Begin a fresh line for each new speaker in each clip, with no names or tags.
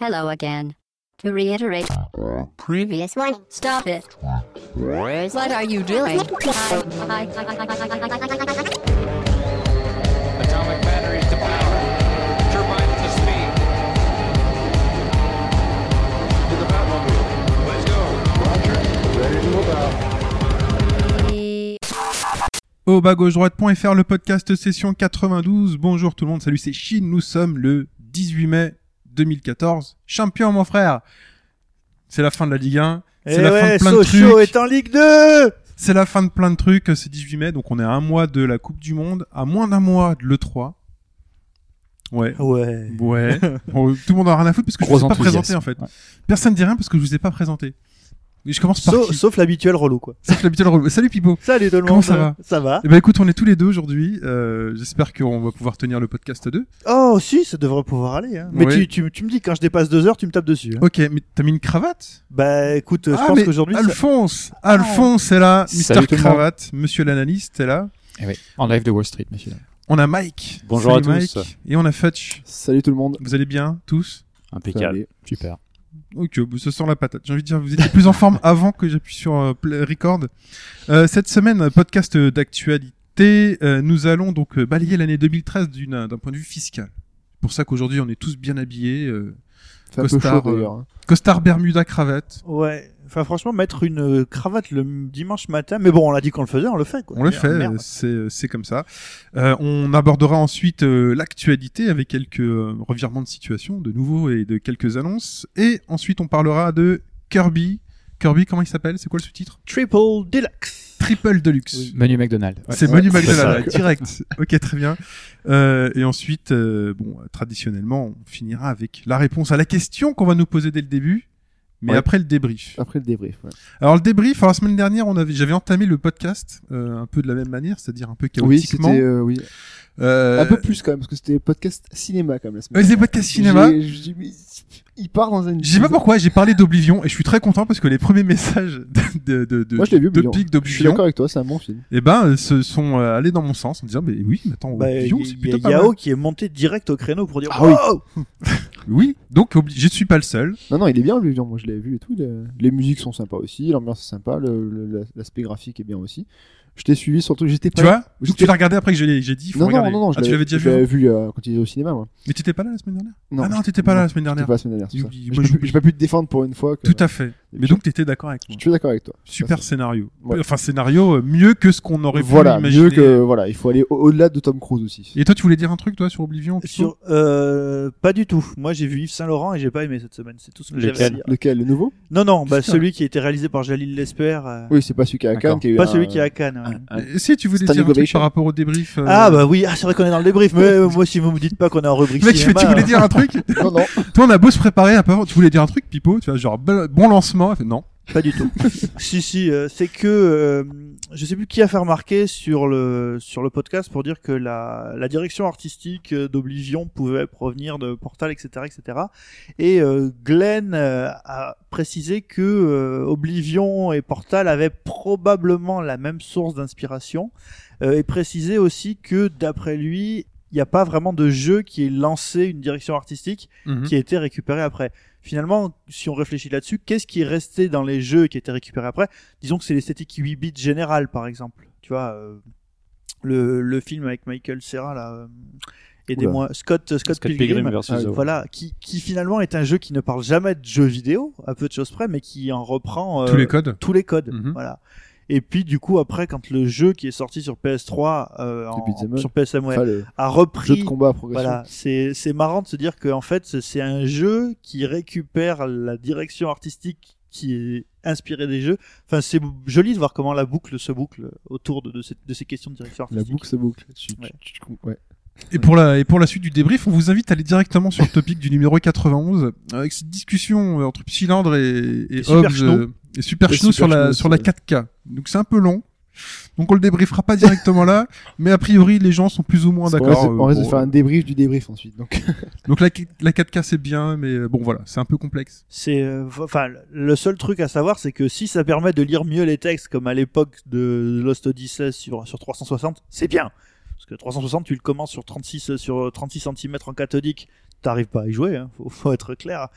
Hello again. To reiterate, previous one, stop it. What are you doing?
Atomic batteries to power. Turbines to speed. To the Batmobile. Let's go.
Au bas gauche droite.fr, le podcast session 92. Bonjour tout le monde, salut, c'est Chine. Nous sommes le 18 mai 2014. Champion, mon frère. C'est la fin de la Ligue 1. C'est
Eh
la fin
ouais,
de plein
Sochaux
de
est
trucs.
en Ligue 2
C'est la fin de plein de trucs. C'est 18 mai, donc on est à un mois de la Coupe du Monde, à moins d'un mois de l'E3. Ouais.
Ouais.
Ouais. Bon, tout le monde en a rien à foutre parce que
Gros
je vous ai pas
enthousiasme.
présenté en fait.
Ouais.
Personne dit rien parce que je vous ai pas présenté. Et je commence par
Sauf,
qui
sauf l'habituel relou, quoi.
Sauf l'habituel relou. Salut Pipo.
Salut tout le
Comment
monde.
ça va
Ça va
Eh ben écoute, on est tous les deux aujourd'hui. Euh, J'espère qu'on va pouvoir tenir le podcast à deux.
Oh, si, ça devrait pouvoir aller. hein. Mais
Ouais.
tu, tu, tu me dis, quand je dépasse deux heures, tu me tapes dessus. hein.
Ok, mais t'as mis une cravate
Bah écoute, je
Ah,
pense
mais
qu'aujourd'hui... ça-
Alphonse Alphonse est là, Mister
Salut tout le monde.
Cravate, Monsieur l'analyste est là.
Eh oui, en live de Wall Street, monsieur.
On a Mike.
Bonjour
Salut
à tous.
Mike. Et on a Fetch.
Salut tout le monde.
Vous allez bien, tous
Impeccable.
Super.
Ok, bah, ça sent la patate. J'ai envie de dire, vous étiez plus en forme avant que j'appuie sur euh, play- record. Euh, cette semaine, podcast euh, d'actualité, euh, nous allons donc euh, balayer l'année 2013 d'une- euh, d'un point de vue fiscal. C'est pour ça qu'aujourd'hui, on est tous bien habillés. euh,
C'est un peu
Costard,
chaud
euh,
d'ailleurs. hein.
costard, Bermuda, cravate.
Ouais. Enfin, franchement, mettre une euh, cravate le m- dimanche matin... Mais bon, on l'a dit qu'on le faisait, on le fait, quoi.
On le
Merde,
fait,
merde.
euh, c'est c'est comme ça. Euh, on abordera ensuite euh, l'actualité avec quelques euh, revirements de situation, de nouveaux et de quelques annonces. Et ensuite, on parlera de Kirby. Kirby, comment il s'appelle C'est quoi le sous-titre
Triple Deluxe.
Triple Deluxe.
Menu McDonald's. Ouais.
C'est Manu
c'est
Magdalena,
ça.
direct. ok, très bien. Euh, et ensuite, euh, bon, traditionnellement, on finira avec la réponse à la question qu'on va nous poser dès le début, mais
Ouais.
après le débrief.
Après le débrief. ouais.
Alors le débrief, alors, la semaine dernière, on avait, j'avais entamé le podcast euh, un peu de la même manière, c'est-à-dire un peu
Oui,
chaotiquement.
c'était euh, oui.
Euh,
un peu plus quand même parce que c'était podcast cinéma quand même la semaine.
Ouais, c'est
dernière.
podcast cinéma.
J'ai- j'ai dit, mais Il part dans un.
Je sais pas pourquoi, j'ai parlé d'Oblivion et je suis très content parce que les premiers messages de, de, de,
Moi je l'ai vu.
de
Oblivion.
Pic
Je suis d'accord
d'Oblivion,
avec toi, c'est un bon film.
eh ben, euh, se sont euh, allés dans mon sens en disant, mais oui, mais attends,
Bah,
Oblivion,
il
c'est
y a
Oh, plutôt pas
Yao
mal.
qui est monté direct au créneau pour dire
Ah oui.
Wow
Oui, donc Obli- je suis pas le seul.
Non non, il est bien Oblivion. Moi je l'ai vu et tout. le- Les musiques sont sympas aussi, l'ambiance est sympa, le- le- l'aspect graphique est bien aussi. Je t'ai suivi surtout, j'étais pas.
Tu vois
Oui,
Donc
c'était-
tu l'as regardé après que je l'ai- j'ai dit, il faut
non, non,
regarder.
non, non, je
ah, tu l'avais déjà
je l'avais
vu
vu euh, quand il était au cinéma, moi.
Mais t'étais pas là la semaine dernière Ah non,
j'étais-
t'étais pas là la semaine
j'étais
dernière.
pas la semaine dernière. c'est
J'ai
ça.
oublié.
J'ai
Moi,
pas
je-
pu- j'ai pas pu te défendre pour une fois. que-
Tout à fait. Mais donc t'étais d'accord avec
Je
moi.
suis d'accord avec toi.
Super scénario.
Ouais.
Enfin, scénario euh, mieux que ce qu'on aurait
Voilà,
pu imaginer.
mieux que voilà, il faut aller au- au-delà de Tom Cruise aussi.
Et toi, tu voulais dire un truc, toi, sur Oblivion plutôt
Sur, euh, pas du tout. Moi, j'ai vu Yves Saint Laurent et j'ai pas aimé cette semaine. C'est tout ce que j'avais à
Lequel
dire.
Lequel, le nouveau
Non, non, bah, celui qui a été réalisé par Jalil Lesper. euh,
Oui, c'est pas celui qui est à Cannes,
D'accord.
qui a eu
Pas
un-
celui qui est à Cannes. ouais.
bah, Euh, Si, tu voulais
Standing
dire un truc
ovation.
par rapport au débrief. euh,
Ah bah oui, ah, c'est vrai qu'on est dans le débrief, mais euh, moi si vous me dites pas qu'on est en rubrique
Le Mec, tu, fais-
cinéma,
tu voulais dire un truc
Non, non.
Toi, on a beau se préparer un peu avant. Tu voulais dire un truc, Pipo Tu vois, genre bel- bon lancement. Elle fait, non.
euh, pas du tout. si si, euh, c'est que euh, je sais plus qui a fait remarquer sur le sur le podcast pour dire que la la direction artistique euh, d'Oblivion pouvait provenir de Portal, etc., etc. Et euh, Glenn euh, a précisé que euh, Oblivion et Portal avaient probablement la même source d'inspiration euh, et précisé aussi que d'après lui, il n'y a pas vraiment de jeu qui ait lancé une direction artistique. qui a été récupéré après. Finalement, si on réfléchit là-dessus, qu'est-ce qui est resté dans les jeux et qui a été récupéré après Disons que c'est l'esthétique 8 bits générale, par exemple. Tu vois, euh, le, le film avec Michael Serra, là, euh, aidez-moi, Scott, Scott,
Scott
Pilgrim,
Pilgrim versus
Ah,
The World.
voilà, qui, qui finalement est un jeu qui ne parle jamais de jeux vidéo, à peu de choses près, mais qui en reprend euh,
Tous les codes.
tous les codes.
Mhm.
Voilà. Et puis du coup après quand le jeu qui est sorti sur PS3 euh, en-
beat'em up.
sur PSM ouais,
Enfin, le
a repris
jeu de combat à progression.
voilà, c'est c'est marrant de se dire que en fait c'est- c'est un jeu qui récupère la direction artistique qui est inspirée des jeux. Enfin, c'est joli de voir comment la boucle se boucle autour de, de, cette- de ces questions de direction
La
artistique.
boucle se boucle. Tu- tu-
Ouais.
tu- tu- ouais.
Et pour, la, et pour la suite du débrief, on vous invite à aller directement sur le topic du numéro 91, avec cette discussion euh, entre Psylandre et, et,
Et Super
Hobbes,
Chenaud.
euh, et Super
Et
Chenaud sur,
Super
la,
Chenaud,
sur la
c'est-
4K. Donc c'est un peu long. Donc on le débriefera pas directement là, mais a priori les gens sont plus ou moins
Parce qu'on
d'accord.
reste-
euh,
On risque de
bon,
faire un débrief du débrief ensuite. Donc,
Donc la, la 4K c'est bien, mais euh, bon voilà, c'est un peu complexe.
C'est euh, enfin le seul truc à savoir c'est que si ça permet de lire mieux les textes comme à l'époque de Lost Odyssey sur sur 360, c'est bien. Parce que 360, tu le commences sur 36, sur 36 cm en cathodique, t'arrives pas à y jouer, hein, faut, faut être clair.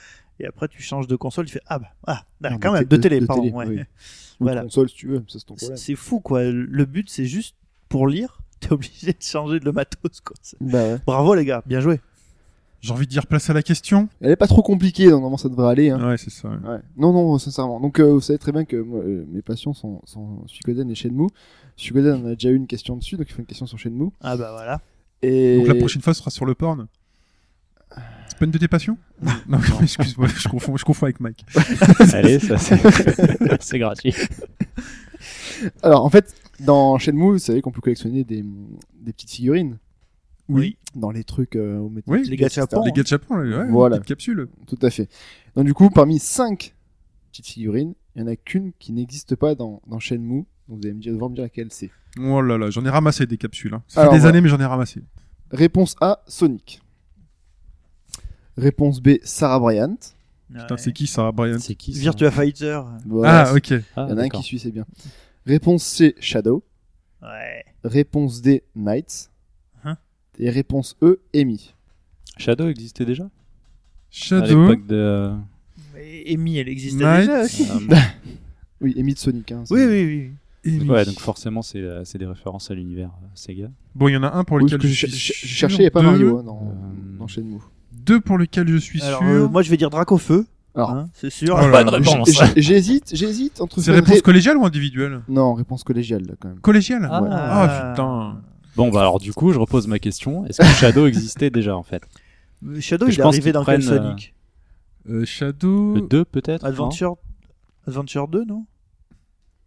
Et après, tu changes de console, tu fais Ah, bah, ah, ah,
Non,
quand
euh, de
même,
té-
de,
de-
télé,
de
pardon.
télé,
ouais.
oui. Ou de
Voilà.
console, si tu veux, ça c'est ton
C'est
problème.
c'est fou, quoi. Le but, c'est juste pour lire, t'es obligé de changer de matos, quoi. C'est-
Bah ouais.
Bravo, les gars, bien joué.
J'ai envie de dire place à la question.
Elle est pas trop compliquée, normalement ça devrait aller. Hein.
Ouais, c'est ça. ouais.
Ouais. Non, non, sincèrement. Donc, euh, vous savez très bien que moi, euh, mes passions sont, sont Suikoden et Shenmue. Suikoden, on a déjà eu une question dessus, donc il faut une question sur Shenmue.
Ah, bah voilà.
Et...
Donc la prochaine fois, ce sera sur le porn. C'est pas une de tes passions Non, excuse-moi, je confonds, je confonds avec Mike.
Allez, ça c'est c'est gratuit.
Alors, en fait, dans Shenmue, vous savez qu'on peut collectionner des, des petites figurines
Oui.
dans les trucs euh, au métal.
Oui,
Les gachapons.
les gars de Japon, là, ouais,
Voilà.
une petite capsule.
Tout à fait. Donc, du coup, parmi cinq petites figurines, il n'y en a qu'une qui n'existe pas dans, dans Shenmue. Donc, vous allez me dire, devoir me dire laquelle c'est.
Oh là là, j'en ai ramassé des capsules. hein. Ça
Alors,
fait des
voilà.
années, mais j'en ai ramassé.
Réponse A, Sonic. Réponse B, Sarah Bryant.
Putain,
Ah Ouais.
c'est qui ça, Brian
C'est qui ça
Virtua Fighter.
Voilà,
Ah, ok.
Ah,
Il y en a un
d'accord.
qui suit, c'est bien. Réponse C, Shadow.
Ouais.
Réponse D, Knights.
Hein
Et réponse E, Amy.
Shadow existait déjà À
Shadow.
l'époque de. euh,
Et Amy, elle existait
Night.
déjà aussi.
Ah,
Oui, Amy de Sonic. Hein, c'est-
Oui, oui, oui.
et
Ouais,
Mickey.
donc forcément, c'est euh, c'est des références à l'univers euh, Sega.
Bon, il y en a un pour
Oui,
lequel
parce
je
que j'ai
suis
j'ai-
sûr, E.
j'ai cherché, il n'y a pas
deux-
Mario hein, dans,
Euh,
dans Shenmue.
Deux pour lequel je suis
Alors, euh,
sûr.
moi, je vais dire Dracofeu.
Alors.
hein, c'est sûr.
Oh là
Pas de
là.
réponse.
J- J'hésite, j'hésite entre.
C'est
faire
réponse
ré-
collégiale ou individuelle
Non, réponse collégiale là, quand même.
Collégiale
Ah.
Ouais.
Ah putain.
Bon, bah alors du coup, je repose ma question. Est-ce que Shadow existait déjà en fait
Mais Shadow,
Je
il est
pense
arrivé
qu'ils
dans quel
prennent, euh,
Sonic
Euh, Shadow.
Le 2 peut-être non
Adventure... Adventure 2, non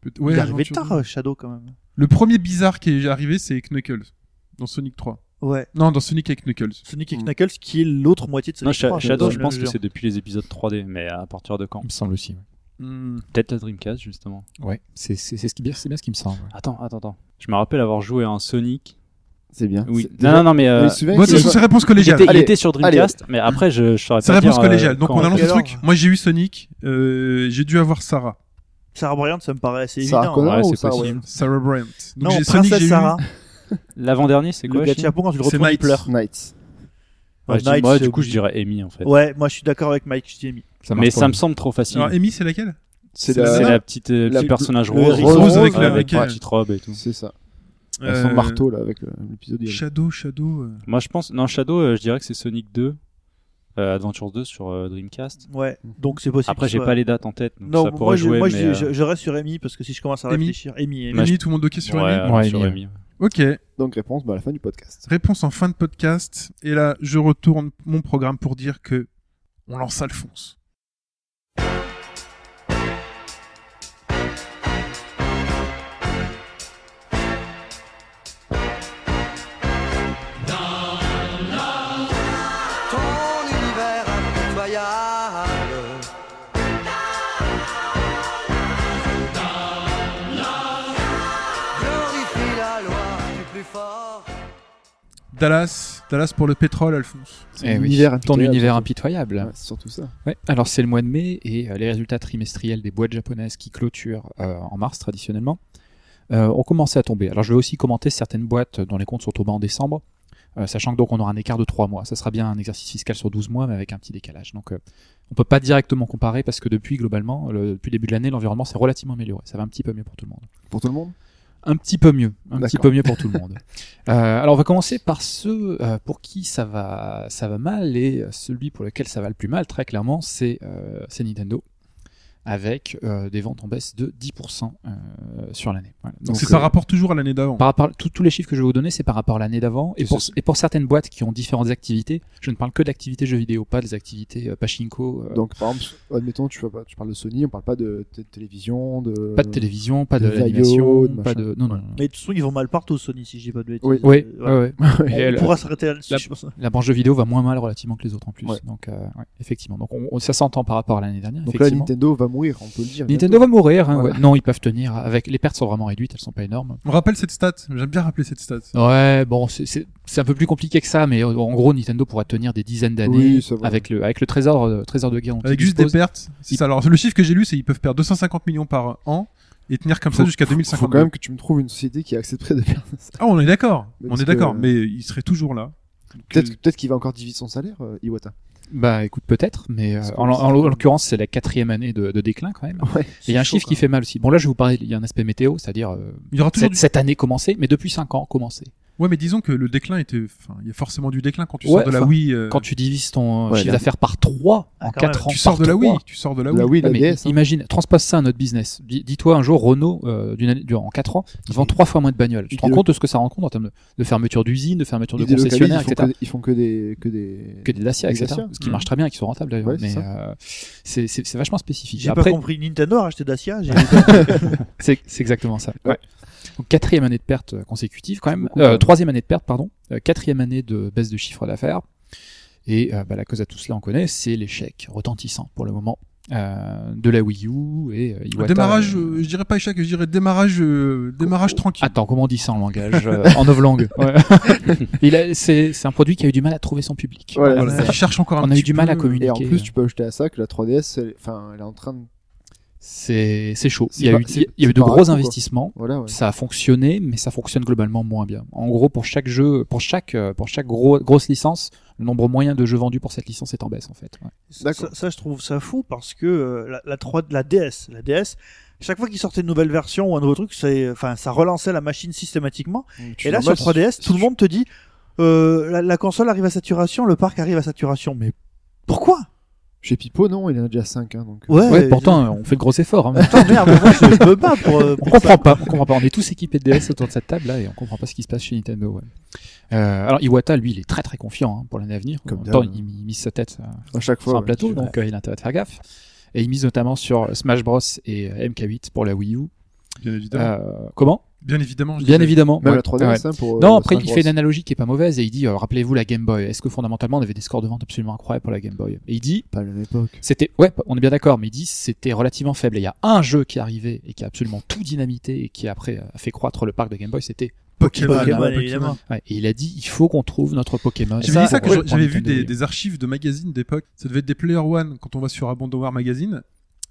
Peut- ouais,
Il est arrivé
Adventure
tard, euh, Shadow, quand même.
Le premier bizarre qui est arrivé, c'est Knuckles. Dans Sonic 3.
Ouais.
Non, dans Sonic et Knuckles.
Sonic et
Mm.
Knuckles, qui est l'autre moitié de Sonic
Non, Sha-
3.
Shadow,
euh,
je
le
pense que
jeu.
c'est depuis les épisodes 3D, mais à partir de quand
Il me semble aussi.
Peut-être la Dreamcast, justement.
Ouais, ouais. c'est c'est- c'est ce qui- bien, c'est bien ce qui me semble. ouais.
Attends, attends, attends. Je me rappelle avoir joué à un Sonic.
C'est bien.
Oui.
C'est-
Non, non, non, mais. euh,
Vous vous souvenez
Bon,
qu'il y
c'est
a-
c'est réponse
il,
collégiale.
était, il
Allez,
était sur
allez.
Dreamcast, mais après, je, je saurais
C'est
pas
réponse
dire, euh,
collégiale. Donc
quand-
on annonce
quelle
le truc.
heure
Moi j'ai eu Sonic. Euh, j'ai dû avoir Sarah.
Sarah Bryant, ça me paraît assez
Sarah
évident.
Connor
Ouais,
ou
c'est
Sarah
possible.
Williams
Sarah Bryant.
non,
Donc j'ai Sonic, j'ai
Princesse
eu.
Sarah.
L'avant-dernier, c'est
Le
quoi
gars de
Chine
Japon, quand tu le
C'est
retrouves, il
Knights.
pleure.
Knights.
Ouais, je dis-
Knights,
moi,
c'est
du coup, je
obligé.
dirais Amy en fait.
Ouais, moi, je suis d'accord avec Mike, je dis Amy.
Ça marche
mais
pas,
ça
ouais.
me semble trop facile.
Alors Amy, c'est laquelle
C'est
C'est
la.
la petite euh,
la
petit
bleu-
personnage
le
rose,
hérisson
rose avec
ouais,
la-
avec
ouais.
la petite robe et tout.
C'est ça.
Euh,
Son marteau là avec euh, l'épisode. il y a-
Shadow, Shadow. euh,
Moi, je pense. Non, Shadow, euh, je dirais que c'est Sonic 2, euh, Adventures 2 sur euh, Dreamcast.
Ouais, donc c'est possible.
Après,
que
j'ai
ce
pas
soit-
les dates en tête, donc
Non,
ça
moi,
pourrait
je,
jouer.
moi,
mais,
je-
euh,
je, je reste sur Amy parce que si je commence à
Amy.
réfléchir, Amy, Amy.
Ouais,
Amy, tout le monde ok sur
ouais,
Amy
alors,
Ouais,
sur
Amy.
Amy.
Ok.
Donc réponse, bah à la fin du podcast.
Réponse en fin de podcast. Et là, je retourne mon programme pour dire que on lance Alphonse.
ton univers impitoyable. Glorifie la loi du plus fort.
Dallas, Dallas pour le pétrole, Alphonse.
Son
Eh oui.
univers
Ton
impitoyable,
univers
surtout.
impitoyable.
Ouais, c'est surtout ça.
Ouais, alors c'est le mois de mai et euh, les résultats trimestriels des boîtes japonaises qui clôturent euh, en mars traditionnellement euh, ont commencé à tomber. Alors je vais aussi commenter certaines boîtes dont les comptes sont tombés en décembre, euh, sachant que donc on aura un écart de 3 mois. Ça sera bien un exercice fiscal sur 12 mois mais avec un petit décalage. Donc euh, on peut pas directement comparer parce que depuis globalement, le- depuis le début de l'année, l'environnement s'est relativement amélioré. Ça va un petit peu mieux pour tout le monde
Pour tout le monde.
un petit peu mieux, un
D'accord.
petit peu mieux pour tout le monde. Euh, alors on va commencer par ceux euh, pour qui ça va, ça va mal et euh, celui pour lequel ça va le plus mal, très clairement, c'est euh, c'est Nintendo avec euh, des ventes en baisse de 10% euh, sur l'année. Voilà.
Donc c'est
euh,
par rapport toujours à l'année d'avant.
par rapport, tous tous les chiffres que je vais vous donner, c'est par rapport à l'année d'avant. Et,
Et
pour,
ce-
et pour certaines boîtes qui ont différentes activités, je ne parle que d'activités jeux vidéo, pas des activités euh, pachinko, euh,
Donc par exemple, admettons, tu, vois pas- tu parles de Sony, on parle pas de t- télévision, de.
pas de télévision, pas de,
de vaillot,
l'animation,
de
pas
machin.
de... Non, non, non.
Mais de toute façon, ils vont mal partout, Sony, si j'ai pas de bêtises.
Oui.
Euh,
Oui,
voilà.
ouais, ouais. Et
On
elle-
pourra s'arrêter là-dessus,
la-
je pense.
la branche de vidéo va moins mal relativement que les autres en plus.
Ouais.
Donc, euh, ouais, effectivement. Donc, on- on- ça s'entend par rapport à l'année dernière.
Donc là,
effectivement.
Nintendo va mourir, on peut le dire.
Nintendo va mourir. hein,
Voilà.
ouais. Non, ils peuvent tenir. Avec les pertes sont vraiment réduites, elles sont pas énormes.
On rappelle cette stat. J'aime bien rappeler cette stat.
Ouais, bon, c'est- c'est c'est un peu plus compliqué que ça, mais euh, en gros, Nintendo pourra tenir des dizaines d'années
Oui, ça va.
avec le avec le trésor euh, trésor de guerre. dont
Avec
ils
juste des
disposent.
pertes. C'est ça. Alors le chiffre que j'ai lu, c'est qu'ils peuvent perdre 250 millions par an. et tenir comme ça
Faut-
jusqu'à
Faut
2050.
quand même que tu me trouves une société qui accepterait de faire ça.
Ah, on est d'accord,
Mais
on
parce
est d'accord,
que-
mais il serait toujours là. Donc,
Peut-être
euh,
peut-être qu'il va encore diviser son salaire, euh, Iwata.
Bah écoute, peut-être, mais euh,
C'est
en,
possible.
en- en l'occurrence, c'est la quatrième année de, de déclin quand même.
Ouais.
Et il y a un chiffre qui fait mal aussi. Bon, là, je vais vous parler, il y a un aspect météo, c'est-à-dire euh,
il y aura toujours
cette,
du...
cette année commencée, mais depuis cinq ans commencée.
Ouais, mais disons que le déclin était. Enfin, il y a forcément du déclin quand tu sors
Ouais,
de la
enfin,
Wii. euh,
Quand tu divises ton euh,
Ouais,
chiffre
là-
d'affaires par 3 en
quand
4 ans,
tu sors
par
de la Wii,
trois.
tu sors de la Wii.
Là oui, la
Ouais, mais
DS. hein.
imagine, transpose ça à notre business. Dis- Dis-toi un jour, Renault, euh, d'une année- durant- en 4 ans, ils vendent 3 fois moins de bagnoles. Tu te rends
Idéal.
compte de ce que ça rencontre en termes de, de fermeture d'usine, de fermeture de
Ils délocalisent,
concessionnaires,
ils font
etc.
que- Ils font que des que des.
Que des Dacia,
Des
etc.
Dacia.
Ce qui
Mhm.
marche très bien et qui sont rentables d'ailleurs.
Ouais, c'est
mais euh, c'est c'est- c'est vachement spécifique.
J'ai pas
Après,
compris. Nintendo a racheté Dacia. j'ai-
C'est c'est exactement ça.
Ouais.
Donc, quatrième année de perte euh, consécutive quand même.
Beaucoup,
Euh,
quand même.
troisième année de perte, pardon. Euh, quatrième année de baisse de chiffre d'affaires. Et euh, bah, la cause à tout cela, on connaît, c'est l'échec retentissant pour le moment euh, de la Wii U et euh, Iwata,
démarrage,
euh,
euh, je dirais pas échec, je dirais démarrage, euh, démarrage tranquille.
Oh, Attends, comment on dit ça en langage euh, En novlangue. Ouais. Il a- c'est c'est un produit qui a eu du mal à trouver son public. Euh,
Voilà,
Voilà,
Voilà,
c'est ça.
il cherche encore un
On a eu
petit
du mal
peu.
à communiquer.
Et en plus, tu peux ajouter à ça que la 3DS, elle, enfin, elle est en train de.
C'est c'est chaud.
C'est
Il y a
pas-
eu,
c'est-
il y a eu
c'est
de
pas
gros
raccourci, quoi.
investissements.
Voilà. Ouais.
ça a fonctionné, mais ça fonctionne globalement moins bien. En gros, pour chaque jeu, pour chaque, euh, pour chaque gros, grosse licence, le nombre moyen de jeux vendus pour cette licence est en baisse en fait. Ouais.
ça,
D'accord.
ça, je trouve ça fou parce que euh, la, la 3, la DS, la DS, chaque fois qu'ils sortaient une nouvelle version ou un nouveau truc, c'est, enfin, ça relançait la machine systématiquement.
Tu
et là, sur
normal,
3DS, tout le monde te dit, euh, la, la console arrive à saturation, le parc arrive à saturation. Mais pourquoi
Chez Pipo, non, il en a déjà 5 hein, donc.
Ouais.
Ouais,
je-
pourtant, euh, on fait de gros efforts. hein.
Putain, merde, moi, je, je peux pas pour. euh,
on
pour ça.
comprend pas, on comprend pas. On est tous équipés de DS autour de cette table là et on comprend pas ce qui se passe chez Nintendo. ouais. Euh, alors Iwata, lui, il est très très confiant hein, pour l'année à venir.
Comme
en même temps,
d'hab.
il, il mise sa tête euh,
À chaque fois.
sur un
ouais.
plateau,
Tu-
donc euh, il a intérêt à faire gaffe. Et il mise notamment sur Smash Bros et euh, MK8 pour la Wii U.
Bien évidemment.
Euh, comment
Bien évidemment. je
Bien
disais.
évidemment.
Même
Ouais.
la 3DS,
Ouais.
hein, pour.
Non,
euh,
après,
Smash
il
Bros.
fait une analogie qui est pas mauvaise et il dit, euh, rappelez-vous la Game Boy. Est-ce que fondamentalement on avait des scores de vente absolument incroyables pour la Game Boy Et il dit,
Pas à la même époque.
c'était, ouais, on est bien d'accord, mais il dit c'était relativement faible. Et il y a un jeu qui est arrivé et qui a absolument tout dynamité et qui après a fait croître le parc de Game Boy, c'était.
Pokémon.
Pokémon,
Pokémon.
évidemment.
Ouais, et il a dit, il faut qu'on trouve notre Pokémon.
J'avais dit ça quand
ouais,
je- j'avais vu
pour Nintendo,
des,
oui.
des archives de magazines d'époque. Ça devait être des Player One quand on va sur Abandonware Magazine.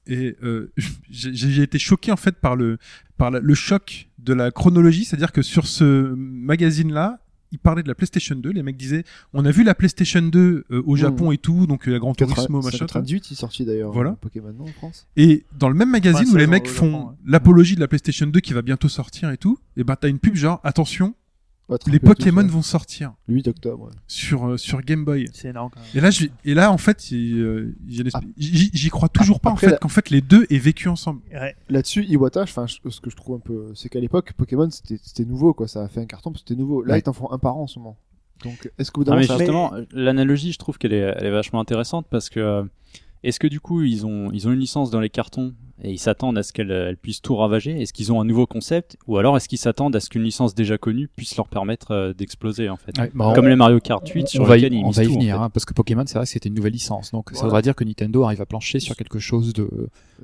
Et euh, j'ai j'ai été choqué en fait par le par la- le choc de la chronologie, c'est-à-dire que sur ce magazine-là, il parlait de la PlayStation 2. Les mecs disaient, on a vu la PlayStation 2 euh, au
Mmh.
Japon et tout, donc euh, la Grand Turismo,
98,
machin. tout.
98, il est sorti d'ailleurs.
Voilà.
euh, Pokémon, non, en France.
Et dans le même magazine
Ouais,
où
ça,
les
genre,
mecs
au
font
Japon, ouais.
l'apologie de la PlayStation 2 qui va bientôt sortir et tout, et ben t'as une pub genre attention,
Attraper
les
tous,
Pokémon
ouais.
vont sortir
Le 8 octobre. ouais.
sur euh, sur Game Boy.
C'est énorme quand même.
Et là, je- et là en fait, il- euh, j'ai l'esp-
Ah.
j'y j'y crois toujours pas
Après,
en fait
la-
qu'en fait les deux aient vécu ensemble.
Là-dessus, Iwata, enfin, je- ce que je trouve un peu, c'est qu'à l'époque, Pokémon, c'était c'était nouveau, quoi. Ça a fait un carton, parce que c'était nouveau. Là,
Ouais.
ils t'en font un par an en ce moment. Donc, est-ce qu'au bout d'un
Ah, mais
moment, ça va-
justement, l'analogie, je trouve qu'elle est, elle est vachement intéressante parce que euh, est-ce que du coup ils ont, ils ont une licence dans les cartons et ils s'attendent à ce qu'elle euh, elle puisse tout ravager Est-ce qu'ils ont un nouveau concept ou alors est-ce qu'ils s'attendent à ce qu'une licence déjà connue puisse leur permettre euh, d'exploser en fait
Ouais, bah, on-
Comme les Mario Kart 8 sur
on va y,
lequel ils
on
misent
va y
tout, en
venir,
fait.
hein, parce que Pokémon, c'est vrai que c'était une nouvelle licence, donc ça
Voilà.
voudra dire que Nintendo arrive à plancher sur quelque chose de,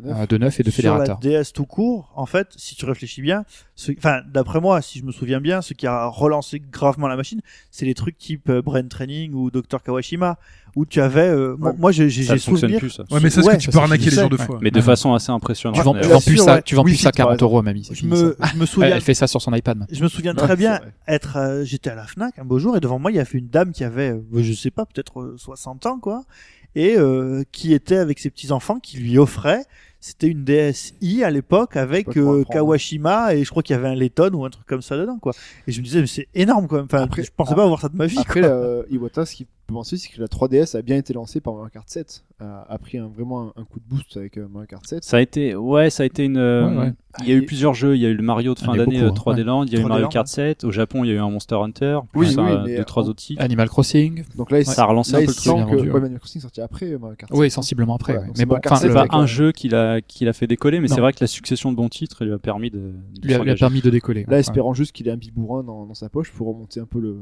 euh, de neuf et de
sur la
fédérateur.
DS tout court, en fait, si tu réfléchis bien, ce- enfin, d'après moi, si je me souviens bien, ce qui a relancé gravement la machine, c'est les trucs type euh, Brain Training ou Dr Kawashima, où tu avais, euh, moi-
Ouais.
moi, j'ai, j'ai,
Ça
j'ai
ne fonctionne
souvenir.
plus ça.
Ouais, mais ça, ce
Ouais,
que tu
ça,
peux
c'est
arnaquer les
ça.
gens de
Ouais.
fois.
Mais de façon assez impressionnante. Euh,
Tu vends,
mais-
tu vends plus
sûr,
ça,
ouais.
tu vends plus
Wi-Fi,
ça à 40 euros, mamie. c'est
Je
fini, ça.
me, je me
Elle,
souviens,
elle fait ça sur son iPad. maintenant.
je me souviens
Ouais,
très
c'est
bien
vrai.
être, euh, j'étais à la Fnac un beau jour et devant moi, il y avait une dame qui avait, euh, je sais pas, peut-être euh, 60 ans, quoi, et euh, qui était avec ses petits-enfants qui lui offraient c'était une DSi à l'époque
Pas
avec
pour
euh,
apprendre.
Kawashima et je crois qu'il y avait un Letton ou un truc comme ça dedans quoi. Et je me disais mais c'est énorme quand même. Enfin,
Après- Ah.
je pensais pas avoir ça de ma vie.
Après,
quoi.
la- Iwata, ce qu'il peut penser, c'est que la 3DS a bien été lancée par Mario Kart 7. A, a pris un- vraiment un, un coup de boost avec euh, Mario Kart 7.
Ça a été, ouais, ça a été une. euh,
Ouais, ouais.
Il y a eu
Et-
plusieurs jeux. Il y a eu le Mario de
Il y en
fin
a
d'année
beaucoup,
euh,
hein.
3D Land. Il y a eu
Ouais.
Mario
3D
Kart 7. Au Japon, il y a eu un Monster Hunter.
Oui,
plus
oui,
un-
mais
deux, trois
on-
autres titres.
Animal Crossing.
Donc là, il-
Ça a relancé
là,
un
il
peu le
sent
truc.
bien
que
vendu,
ouais, Mario Crossing sorti après euh, Mario Kart 7.
Oui, sensiblement après.
Voilà,
ouais.
donc
Mais
c'est
bon,
Mario Kart
enfin,
C'est
le-
pas
avec, euh,
un jeu qui l'a qui l'a fait décoller, mais
Non.
c'est vrai que la succession de bons titres lui a permis de, de
lui a, lui a
s'engager.
permis de décoller.
Là,
ouais.
espérant juste qu'il ait un bibourrin dans, dans sa poche pour remonter un peu le.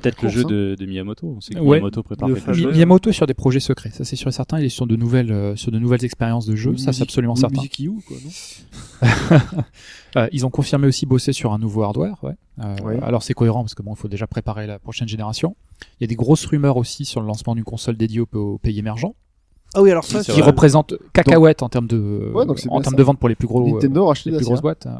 Peut-être le
course,
jeu
hein.
de, de Miyamoto. On sait que
Ouais.
Miyamoto prépare
Le
quelque
fameux-
chose.
Mi- Miyamoto est sur des projets secrets, ça c'est sûr et certain. Il est sur de nouvelles, euh, sur de nouvelles expériences de jeu,
Une
ça
musique-
c'est absolument
une
certain.
musique You, quoi, non
Euh, ils ont confirmé aussi bosser sur un nouveau hardware. Ouais. Euh,
Ouais.
Alors c'est cohérent parce que bon, il faut déjà préparer la prochaine génération. Il y a des grosses rumeurs aussi sur le lancement d'une console dédiée aux, pa- aux pays émergents.
Ah oui, alors ça,
qui
c'est-
représente cacahuètes en termes de
Ouais, donc c'est
en
bien
termes
ça.
de vente pour les plus gros euh,
Nintendo a racheté
les plus
Dacia.
grosses boîtes. euh,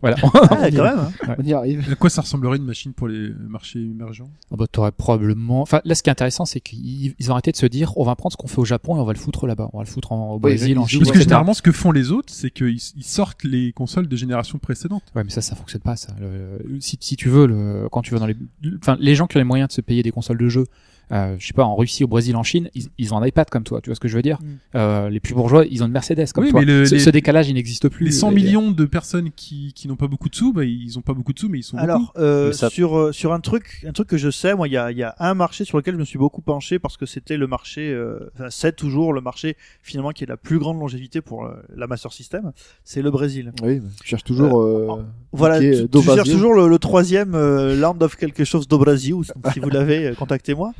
Voilà.
Ah, quand même. hein.
On y arrive.
À quoi ça ressemblerait une machine pour les marchés émergents
Ah bah, t'aurais probablement. Enfin, là, ce qui est intéressant, c'est qu'ils ils ont arrêté de se dire, on va prendre ce qu'on fait au Japon et on va le foutre là-bas. On va le foutre en, au Brésil,
ils-
en
ils
Chine.
Parce que
etc.
généralement, ce que font les autres, c'est qu'ils ils sortent les consoles de générations précédentes.
Ouais, mais ça, ça fonctionne pas, ça. Le- si, si tu veux, le, quand tu vas dans les, enfin, les gens qui ont les moyens de se payer des consoles de jeux, euh, je sais pas, en Russie, au Brésil, en Chine, ils, ils ont un iPad comme toi. Tu vois ce que je veux dire
Mm.
Euh, Les plus bourgeois, ils ont une Mercedes comme
Oui,
toi.
mais le-
ce,
les-
ce décalage, il n'existe plus. euh,
Les 100
Et-
millions de personnes qui, qui n'ont pas beaucoup de sous, bah, ils ont pas beaucoup de sous, mais ils sont beaucoup.
Alors euh,
Mais ça-
sur euh, sur un truc un truc que je sais moi il y a il y a un marché sur lequel je me suis beaucoup penché parce que c'était le marché euh, enfin, c'est toujours le marché finalement qui est la plus grande longévité pour euh, la Master System c'est le Brésil.
Oui, bah, tu cherches toujours.
en-
euh,
Voilà
Ok,
tu-
euh,
tu,
do
cherches
Brasil.
toujours le, le troisième euh, land of quelque chose do Brasil donc si vous l'avez euh, contactez-moi.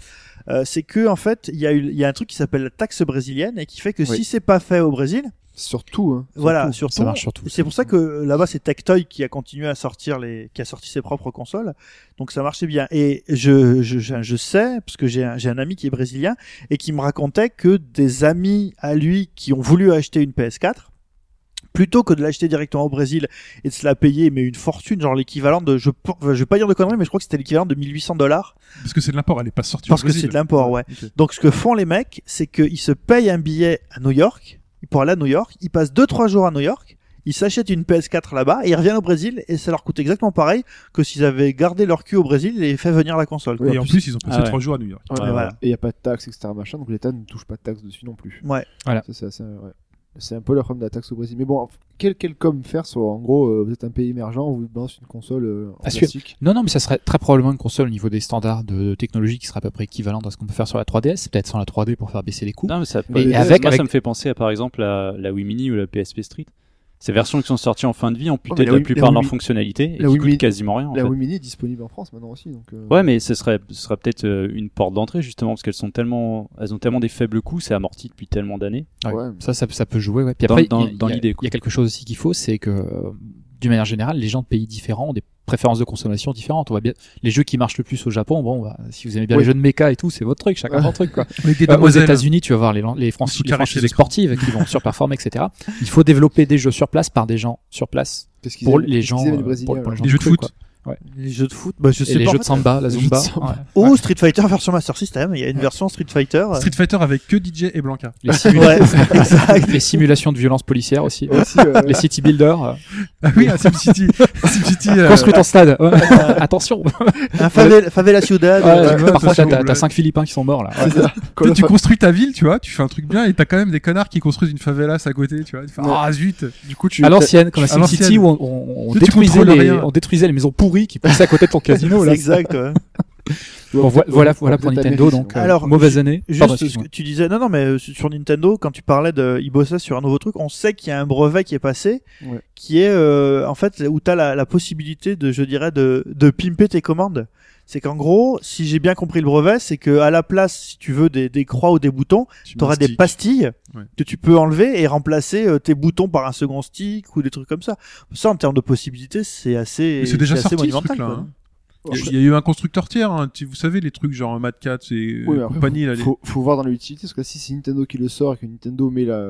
Euh, c'est que en fait il y a eu- il y a un truc qui s'appelle la taxe brésilienne et qui fait que
Oui.
si c'est pas fait au Brésil
Surtout. hein.
voilà
Surtout.
surtout
Ça marche surtout.
c'est pour ça que là-bas, c'est Tectoy qui a continué à sortir les, qui a sorti ses propres consoles. Donc ça marchait bien. Et je, je, je, je sais, parce que j'ai un, j'ai un ami qui est brésilien et qui me racontait que des amis à lui qui ont voulu acheter une PS4, plutôt que de l'acheter directement au Brésil et de se la payer, mais une fortune, genre l'équivalent de, je, pe- enfin, je vais pas dire de conneries, mais je crois que c'était l'équivalent de 1800 dollars.
Parce que c'est de l'import, elle est pas sortie.
Parce
au
que
Brésil.
c'est de l'import, ouais.
Ok.
Donc ce que font les mecs, c'est qu'ils se payent un billet à New York, pour aller à New York, ils passent 2-3 jours à New York, ils s'achètent une PS4 là-bas et ils reviennent au Brésil et ça leur coûte exactement pareil que s'ils avaient gardé leur cul au Brésil et fait venir la console. quoi.
Et en plus, ils ont passé
Ah ouais.
trois jours à New York.
Ouais,
Ouais,
voilà.
Et il n'y a pas de taxe, etc. Machin, donc l'État ne touche pas de taxe dessus non plus.
Ouais.
Voilà.
Ça, C'est assez- ouais. C'est un peu le problème de la taxe au Brésil. Mais bon, quel, quel com faire sur en gros, euh, vous êtes un pays émergent, on vous balance une console euh, en
À suivre.
plastique.
Non, non, mais ça serait très probablement une console au niveau des standards de de technologie qui serait à peu près équivalente à ce qu'on peut faire sur la 3DS, peut-être sans la 3D pour faire baisser les coûts.
Non, mais ça,
Mais
moi,
avec-
ça
avec-
me fait penser à par exemple la, la Wii Mini ou la PSP Street. Ces versions qui sont sorties en fin de vie,
Oh, mais
amputées
la
de la
Wii-
plupart
la
de leurs
Wii-
fonctionnalités et
la
qui
Wii Mini-
coûtent quasiment rien. en
La
fait.
Wii Mini est disponible en France maintenant aussi. Donc, euh,
Ouais, mais ce serait, ce serait peut-être euh, une porte d'entrée justement parce qu'elles sont tellement, elles ont tellement des faibles coûts, c'est amorti depuis tellement d'années.
Ouais.
Ouais.
Ça, ça, ça peut jouer. Ouais. Puis
Dans-
après,
dans-
il y a-
dans
il y a-
l'idée,
Il y
quoi.
a quelque chose aussi qu'il faut, c'est que, euh, d'une manière générale, les gens de pays différents ont des préférences de consommation différentes. On voit bien les jeux qui marchent le plus au Japon. Bon, bah, si vous aimez bien
Oui.
les jeux de méca et tout, c'est votre truc, chacun son truc. Quoi.
Avec des
Bah,
Euh, aux
demoiselles.
États-Unis, tu vas voir les, lan- les, franchi-
Sous
les
carré chez
franchises
l'écran.
sportives qui vont surperformer, etc. Il faut développer des jeux sur place par des gens sur place
Qu'est-ce qu'ils
pour
aiment-
les
qu'est-ce qu'ils
gens,
aiment,
euh,
Brésiliens,
pour, pour les
alors
gens
Les
du
jeux de
truc,
foot.
quoi.
Les jeux de foot, bah, je sais
Et les
pas. en
jeux
fait.
de samba, la
les jeux
zumba.
de samba.
ouais.
Oh, Street Fighter version Master System, il y a une version Street Fighter. euh,
Street Fighter avec que DJ et Blanca.
Les, simula-
Ouais, exact.
les simulations de violences policières aussi.
Aussi, euh,
Les city builders.
Ah oui, à SimCity. SimCity.
Euh,
euh,
Construis ton stade. Ouais. Attention.
Un favela, favela Ciudad.
Ouais,
euh,
tu vois,
par
ça,
contre,
ça
t'as-
me
t'as
plaît.
5 Philippins qui sont morts là.
c'est ça. Call
tu
of-
tu construis ta ville, tu vois, tu fais un truc bien et t'as quand même des connards qui construisent une favela à côté, tu vois. Tu fais,
Ouais.
Ah zut
Du coup, tu
à l'ancienne, comme à
à
SimCity
l'ancienne.
où on, on- on
Tu
détruisait
contrôles
les,
rien.
on détruisait les maison pourries qui passaient à côté de ton casino. là.
Exact. ouais.
ouais,
Bon, vo-
vous-
voilà,
vous-
voilà
vous
pour
êtes
Nintendo.
américain.
Donc, euh,
Alors,
mauvaise année.
Juste
Pardon,
ce
excuse-moi.
que tu disais, non, non, mais euh, sur Nintendo, quand tu parlais de, ils bossaient sur un nouveau truc, on sait qu'il y a un brevet qui est passé,
Ouais.
qui est, euh, en fait, où t'as la, la possibilité de, je dirais, de, de pimper tes commandes. C'est qu'en gros, si j'ai bien compris le brevet, c'est que à la place, si tu veux des, des croix ou des boutons,
Tu
t'auras des
mastiques.
pastilles
Ouais.
que tu peux enlever et remplacer euh, tes boutons par un second stick ou des trucs comme ça. Ça, en termes de possibilités, c'est assez,
Mais C'est déjà
assez
sorti ce
monumental.
truc-là.
quoi.
hein. Il y a- il y a eu un constructeur tiers, hein, tu- vous savez, les trucs genre Mad Cat et euh,
Oui, après,
compagnie. Là, les-
faut, faut voir dans l'utilité, parce que si c'est Nintendo qui le sort et que Nintendo met, la,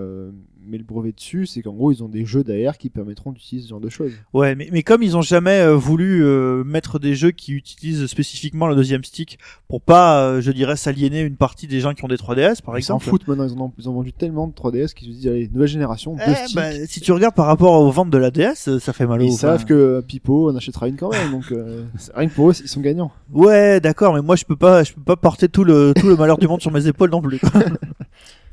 met le brevet dessus, c'est qu'en gros, ils ont des jeux derrière qui permettront d'utiliser ce genre de choses.
Ouais, mais, mais comme ils ont jamais euh, voulu euh, mettre des jeux qui utilisent spécifiquement le deuxième stick pour pas, euh, je dirais, s'aliéner une partie des gens qui ont des 3DS, par
ils s'en
exemple.
foutent maintenant, ils en ont, ils ont vendu tellement de 3DS qu'ils se disent, allez, nouvelle génération,
Eh,
deux sticks.
bah, si tu regardes par rapport aux ventes de la DS, euh, ça fait mal au
ils savent
enfin.
que euh, Pipo en achètera une quand même, donc euh, c'est- rien que pour eux, ils sont gagnants.
Ouais, d'accord, mais moi je peux pas, je peux pas porter tout le tout le malheur du monde sur mes épaules non plus.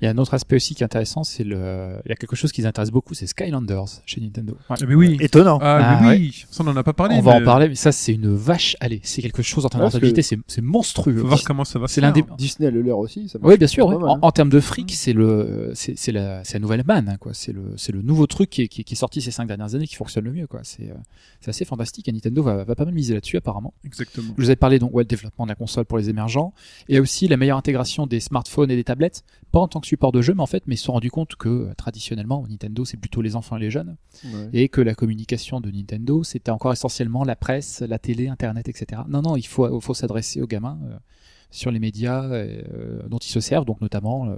Il y a un autre aspect aussi qui est intéressant, c'est le, il y a quelque chose qui les intéresse beaucoup, c'est Skylanders chez Nintendo. Ouais.
Ah, mais oui.
Étonnant.
Ah, mais
Ah,
oui. Ça, on en a pas parlé.
On va
mais
en parler, mais ça c'est une vache. Allez, c'est quelque chose en termes de
Ouais, parce que-
rentabilité, c'est c'est
Faut
monstrueux.
voir comment ça va se
C'est l'un
faire. hein.
des,
Disney a le leur aussi, ça marche
Oui, bien sûr.
pas
oui.
mal,
En,
hein.
en termes de fric, c'est le, c'est c'est la, c'est la nouvelle manne, hein, quoi. C'est le, c'est le nouveau truc qui est, qui, est- qui est sorti ces cinq dernières années qui fonctionne le mieux, quoi. C'est, euh, c'est assez fantastique. Et Nintendo va, va pas mal miser là-dessus, apparemment.
Exactement.
Je vous avais parlé donc, ouais, le développement de la console pour les émergents et aussi la meilleure intégration des smartphones et des tablettes, pas en tant que support de jeu, mais en fait, mais ils se sont rendus compte que euh, traditionnellement, Nintendo, c'est plutôt les enfants et les jeunes
Ouais.
et que la communication de Nintendo, c'était encore essentiellement la presse, la télé, Internet, etc. Non, non, il faut, faut s'adresser aux gamins. euh, sur les médias euh, dont ils se servent, donc notamment euh,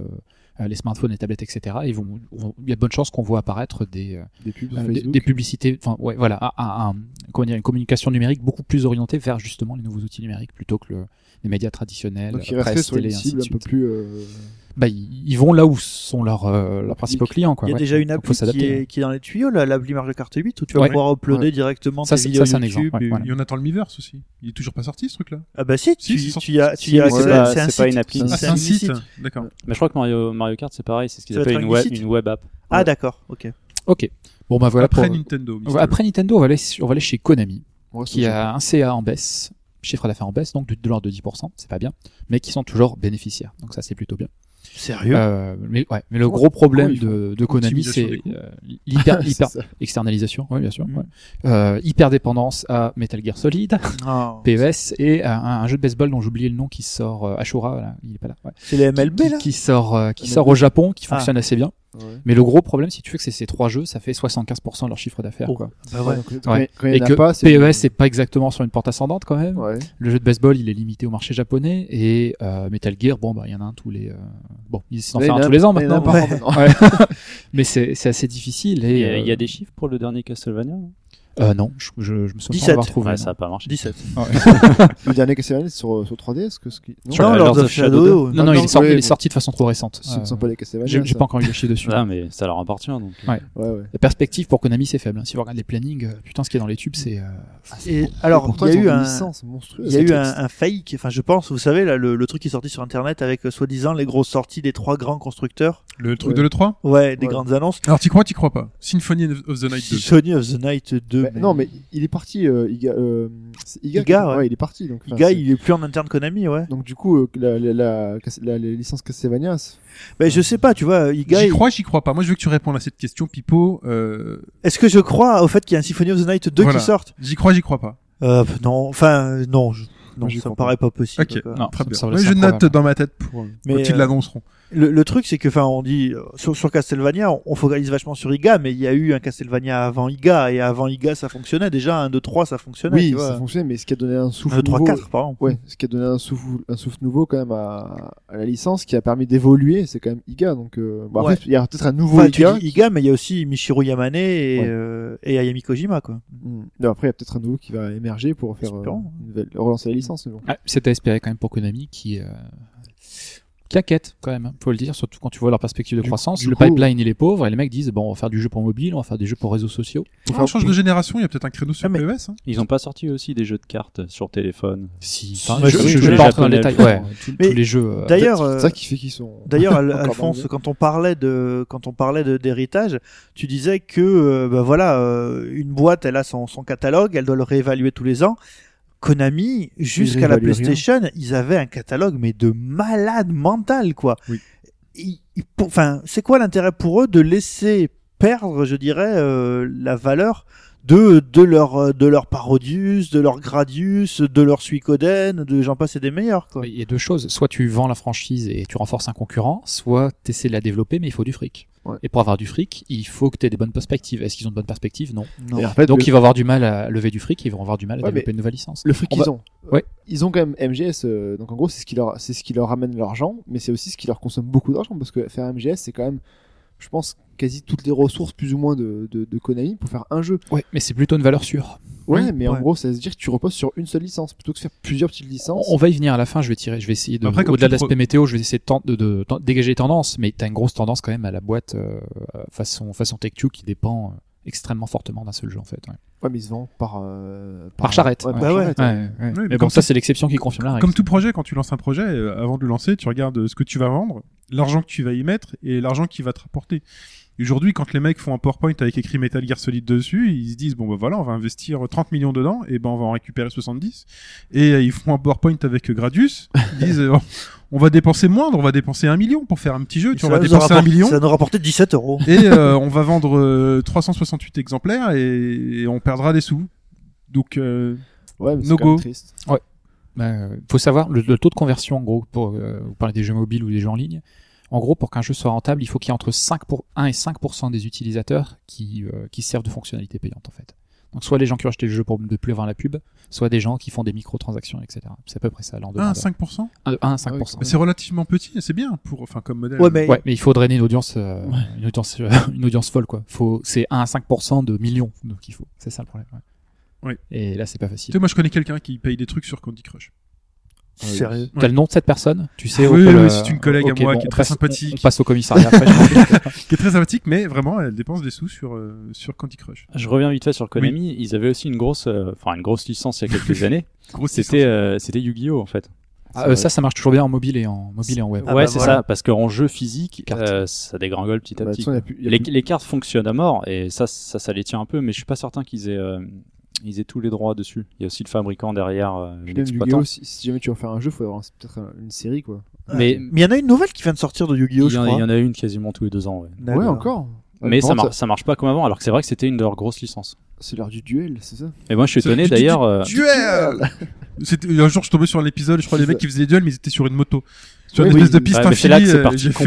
euh, les smartphones, les tablettes, etc. Ils vont- vont- Il y a de bonnes chances qu'on voit apparaître des, euh,
Des pubs sur
euh, des,
Facebook.
des publicités, enfin ouais, voilà, un- un- un- comment dire, une communication numérique beaucoup plus orientée vers justement les nouveaux outils numériques plutôt que le- les médias traditionnels,
Donc ils
presse,
restaient euh, sur
télé,
une
ainsi de
cible un peu
suite.
plus. euh,
Bah, ils ils vont là où sont leurs, euh, leurs principaux clients. Quoi.
Il y a
ouais.
déjà une
Donc,
appli
faut
qui
s'adapter. hein.
est, qui est dans les tuyaux, là, l'appli Mario Kart 8, où tu vas
Ouais.
pouvoir uploader
Ouais.
directement
Ça,
tes
c'est-
vidéos
ça, c'est un
YouTube.
exemple, ouais,
et-
voilà.
Et on attend le Miiverse aussi. Il est toujours pas sorti ce truc-là.
Ah bah si,
Si,
tu,
c'est sorti.
tu y as, tu y
Si,
as
mais c'est
accès,
pas-
un
c'est pas
site.
une appli.
C'est un
Ah, c'est un
mini-site.
site. D'accord.
Mais je crois que Mario, Mario Kart, c'est pareil, c'est ce qu'ils
Ça va
appellent
être
une
un
web,
site
une web app.
Ah d'accord, ok.
Ok. Bon bah voilà.
Après
pour...
Nintendo.
Ouais, Après Nintendo, on va aller, sur- on va aller chez Konami,
on reste
qui
sur-
a un CA en baisse, chiffre d'affaires en baisse, donc de, de l'ordre de 10%, c'est pas bien, mais qui sont toujours bénéficiaires. Donc ça, c'est plutôt bien.
Sérieux
Euh, mais, ouais, mais le gros problème
ils font
de, de Konami,
Optimisation
c'est
des coûts.
euh, l'hyper,
C'est
hyper
ça. Mm.
externalisation, ouais, bien sûr,
Mhm.
ouais. euh, hyper dépendance à Metal Gear Solid,
Ah,
PES et à un, un jeu de baseball dont j'ai oublié le nom qui sort, euh, Ashura, là, il est pas là. ouais.
C'est les MLB
qui,
là
qui sort, euh, qui sort au Japon, qui
Ah.
fonctionne assez bien.
Ouais.
Mais le gros problème, si tu veux que c'est ces trois jeux, ça fait 75% de leur chiffre d'affaires.
Oh.
quoi.
Bah
Ah
ouais.
Donc, quand il- quand il y
Et
en a
que E
pas, c'est-
PES, c'est pas exactement sur une pente ascendante quand même.
Ouais.
Le jeu de baseball, il est limité au marché japonais. Et euh, Metal Gear, bon, bah, il y en a un tous les. euh, Bon, ils s'en
Là, il
font
y
un
en a-
tous les ans
là, il y en a
maintenant.
un par an
Ouais.
maintenant.
Ouais. mais c'est c'est assez difficile.
Il
Et,
y, a- il y a
euh,
des chiffres pour le dernier Castlevania hein
euh, non, je, je, je me souviens pas
17.
avoir trouvé.
Ouais,
non.
ça a pas marché.
17.
Le dernier Castlevania c'est sur, sur 3DS que ce qui... Non,
Sur
Non,
la
Lords of Shadow.
non, non,
non,
il, est sorti,
ouais,
il est
mais-
sorti de façon trop récente.
ce ne
Euh,
sont pas les Castlevania.
J'ai j'ai
ça.
pas encore eu le chier dessus.
Ah, mais ça leur appartient donc. euh,
Ouais.
Ouais, ouais.
La perspective pour Konami, c'est faible. hein. Si vous regardez les plannings, euh, putain, ce qui est dans les tubes, c'est. euh,
Ah,
Et alors,
pourtant,
il y a
ils ont
eu
des
un,
licences monstrueuses.
Il y a eu
C'est
un, un failli, qui- enfin je pense, vous savez, là, le, le truc qui est sorti sur Internet avec euh, soi-disant les grosses sorties des trois grands constructeurs,
Le truc de
Ouais.
l'E3
ouais, des
Ouais.
grandes annonces.
Alors, t'y crois, t'y crois pas Symphony of the Night 2.
Sony of the Night 2.
Mais Non, mais il est parti. Euh, Iga, euh, c'est Iga,
Iga,
qui-
ouais.
il est parti. Donc, enfin,
Gars,
c'est-
il est plus en interne Konami, ouais.
donc du coup, euh, la, la, la, la- les licences Castlevania, c'est-
Mais je sais pas, tu vois, Iga,
J'y
il-
crois, j'y crois pas. Moi, je veux que tu répondes à cette question, Pipo. Euh,
est-ce que je crois au fait qu'il y a un Symphony of the Night 2
Voilà.
qui sorte
j'y crois, j'y crois pas.
euh, Non, enfin, euh, non, je- non
Moi, j'y
ça me
crois
paraît pas possible.
Ok.
quoi.
non,
Très
Ah, ça me
bien.
semble
Ouais,
assez
je note
improbable.
dans ma tête pour euh,
Mais,
quand ils
euh,
l'annonceront.
Le, le truc, c'est que, enfin, on dit euh, sur, sur Castlevania, on, on focalise vachement sur Iga, mais il y a eu un Castlevania avant Iga, et avant Iga, ça fonctionnait déjà, un 2, 3, ça fonctionnait.
oui,
tu vois.
ça fonctionne, mais ce qui a donné un souffle
1, 2, 3,
nouveau,
4, pardon.
ouais, ce qui a donné un souffle, un souffle nouveau quand même à, à la licence, qui a permis d'évoluer, c'est quand même Iga. Donc, euh, bon, après,
Ouais.
il y a peut-être un nouveau
Enfin, tu
Iga.
dis Iga, mais il y a aussi Michiru Yamane et,
Ouais.
euh, et Ayami Kojima, quoi.
Hmm. Non, après, il y a peut-être un nouveau qui va émerger pour faire euh,
Espérons.
une nouvelle- relancer la licence. mais bon.
Ouais, Ah, c'est à espérer quand même pour Konami qui. Euh... qui inquiète quand même, hein, faut le dire, surtout quand tu vois leur perspective de
Du-
croissance.
du
le
coup-
pipeline, il est pauvre et les mecs disent bon, on va faire du jeu pour mobile, on va faire des jeux pour réseaux sociaux.
Enfin, on change de génération, il y a peut-être un créneau sur
Ah, mais-
PES. hein.
Ils ont pas sorti aussi des jeux de cartes sur téléphone.
Si,
mais
je,
oui,
je,
tous les
je vais pas rentrer dans le
Japonais
détail.
le font.
Ouais, tous, tous
Mais
les jeux. euh,
D'ailleurs,
Peut-être
euh,
c'est ça qui fait qu'ils sont.
D'ailleurs, Al-
encore
Alphonse,
dans
quand on parlait de, quand on parlait de d'héritage, tu disais que, euh, bah voilà, euh, une boîte, elle a son, son catalogue, elle doit le réévaluer tous les ans. Konami, jusqu'à la
réévaluent rien.
PlayStation, ils avaient un catalogue, mais de malade mental, quoi.
Oui.
Ils- ils- pour- Enfin, c'est quoi l'intérêt pour eux de laisser perdre, je dirais, euh, la valeur de, de leur, euh, de leur Parodius, de leur Gradius, de leur Suicoden, de j'en passe et des meilleurs, quoi.
Oui, Il y a deux choses. Soit tu vends la franchise et tu renforces un concurrent, soit tu essaies de la développer, mais il faut du fric.
Ouais.
Et pour avoir du fric, il faut que tu aies des bonnes perspectives. Est-ce qu'ils ont de bonnes perspectives Non.
le- Et en fait,
Donc
le-
ils vont avoir du mal à lever du fric, ils vont avoir du mal à
Ouais,
développer
mais
une nouvelle licence.
le fric
On
qu'ils ont.
Ouais.
Ils ont quand même MGS, euh, donc en gros, c'est ce qui leur, c'est ce qui leur ramène l'argent, mais c'est aussi ce qui leur consomme beaucoup d'argent parce que faire MGS, c'est quand même, je pense, quasi toutes les ressources plus ou moins de, de, de Konami pour faire un jeu.
Ouais, mais c'est plutôt une valeur sûre.
Ouais,
Oui,
mais en
ouais.
gros, ça veut dire que tu reposes sur une seule licence plutôt que de faire plusieurs petites
On,
licences.
on va y venir à la fin. Je vais tirer, je vais essayer de,
Après, comme
au-delà de
tu pro-
l'aspect météo, je vais essayer de, ten- de- de- de- dégager les tendances. Mais t'as une grosse tendance quand même à la boîte euh, façon façon Tech Two qui dépend euh, extrêmement fortement d'un seul jeu en fait. ouais.
Ouais, mais ils se vendent par euh,
Par charrette.
Ouais,
Ouais.
par
Ouais,
charrette, ouais.
Ouais, ouais.
mais
mais
comme
bon, ça c'est l'exception qui confirme la règle.
Comme tout projet, quand tu lances un projet, euh, avant de le lancer, tu regardes euh, ce que tu vas vendre, l'argent que tu vas y mettre et l'argent qui va te rapporter. Et Aujourd'hui, quand les mecs font un PowerPoint avec écrit Metal Gear Solid dessus, ils se disent bon bah voilà, on va investir 30 millions dedans et ben on va en récupérer 70. Et euh, ils font un PowerPoint avec euh, Gradius, ils disent euh, on va dépenser moindre, on va dépenser un million pour faire un petit jeu, tu vois, on
Ça
va
nous
dépenser
aura
un
porté-
million.
Ça nous rapportait 17 euros.
et euh, on va vendre euh, 368 exemplaires et, et on perdra des sous. Donc euh,
Ouais, mais c'est
No
quand même
go.
triste.
Ben, euh, faut savoir le, le taux de conversion en gros pour euh, vous parlez des jeux mobiles ou des jeux en ligne. En gros, pour qu'un jeu soit rentable, il faut qu'il y ait entre 5 pour 1 et 5 des utilisateurs qui euh, qui servent de fonctionnalités payantes en fait. Donc soit les gens qui ont acheté le jeu pour ne plus avoir la pub, soit des gens qui font des microtransactions, etc. C'est à peu près ça
Ah,
l'endroit.
5%?
Euh, Un, un à 5%.
Ah Mais c'est relativement petit et c'est bien pour, enfin, comme
Euh,
modèle.
Ouais, mais
Ouais, mais il faut drainer une audience, euh, une audience, euh, une audience folle quoi. Faut, c'est 1 à 5% de millions, donc il faut. C'est ça le problème. ouais.
Oui.
Et là, c'est pas
Tu
facile.
sais, moi, je connais quelqu'un qui paye des trucs sur Candy Crush.
sérieux.
T'as le nom de cette personne Tu sais
Ah Oui,
auquel,
oui,
euh,
c'est une collègue à
ok,
moi
bon,
qui est
on
très
passe-
sympathique.
On, on passe au commissariat. après, je pense.
Qui est très sympathique, mais vraiment, elle dépense des sous sur, euh, sur Candy Crush.
Je reviens vite fait sur Konami. Ils avaient aussi une grosse, euh, enfin une grosse licence il y a quelques années.
Grosse
C'était, euh, c'était Yu-Gi-Oh en fait.
Ah, euh, ça, ça marche toujours bien en mobile et en mobile et en web.
Ah
ouais,
bah
c'est
voilà.
ça. Parce qu'en jeu physique,
Carte.
euh, ça dégringole petit à
Bah, de toute
petit.
façon, il y a plus- il y a
Les,
plus-
les cartes fonctionnent à mort et ça, ça, ça les tient un peu, mais je suis pas certain qu'ils aient, euh, ils aient tous les droits dessus. Il y a aussi le fabricant derrière, euh,
Puis même
l'exploitant.
Yu-Gi-Oh, si, si jamais tu veux faire un jeu, faut avoir un- peut-être un- une série quoi.
Mais
Mais il y en a une nouvelle qui vient de sortir de
il
Yu-Gi-Oh,
y,
je
en a- il y
crois.
en a une quasiment tous les deux ans. ouais.
D'accord.
Ouais, encore. Ouais,
Mais
par
ça,
contre,
mar- ça marche pas comme avant, alors que c'est vrai que c'était une de leurs grosses licences.
C'est l'heure du duel, c'est ça
Et moi, je suis
C'est-
étonné
tu- tu-
d'ailleurs. euh,
Duel! C'était- Un jour, je tombais sur l'épisode, je crois, les mecs qui faisaient des duels, mais ils étaient sur une moto. Sur
Oui,
une
oui.
espèce de
Ouais,
piste
mais c'est là que
infinie,
c'est
euh,
parti
j'ai fait, oui,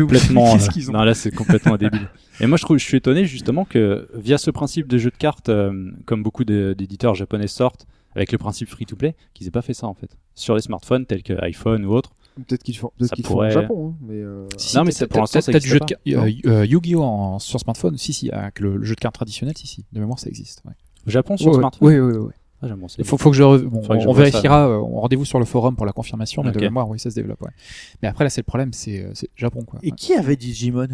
complètement.
Qu'est-ce
euh,
qu'ils ont
Non, là, c'est complètement débile. Et moi, je trouve, je suis étonné justement que via ce principe de jeu de cartes, euh, comme beaucoup de- d'éditeurs japonais sortent avec le principe free-to-play, qu'ils aient pas fait ça en fait sur les smartphones tels que iPhone ou autre.
Peut-être qu'ils le font, peut-être
Ça
qu'ils le
pourrait-
font au Japon, hein, mais euh,
Si,
Non, mais
t'as-
c'est- pour
t'as-
l'instant,
t'as-
ça
t'as du jeu de
existe
ca- euh, euh, Yu-Gi-Oh en- sur smartphone, si si, avec le, le jeu de cartes traditionnel, si si, de mémoire ça existe. Ouais.
Au Japon, sur
Ouais,
smartphone.
ouais, ouais, ouais, ouais.
Ah, j'aime bien, c'est
Il faut, faut que je, re- bon,
Faudrait que je
on, on
vois ça,
vérifiera, euh, on rendez-vous sur le forum pour la confirmation, mais
Ok.
de mémoire, oui, ça se développe. Ouais. Mais après là, c'est le problème, c'est euh, c'est Japon quoi.
Et qui avait dit Digimon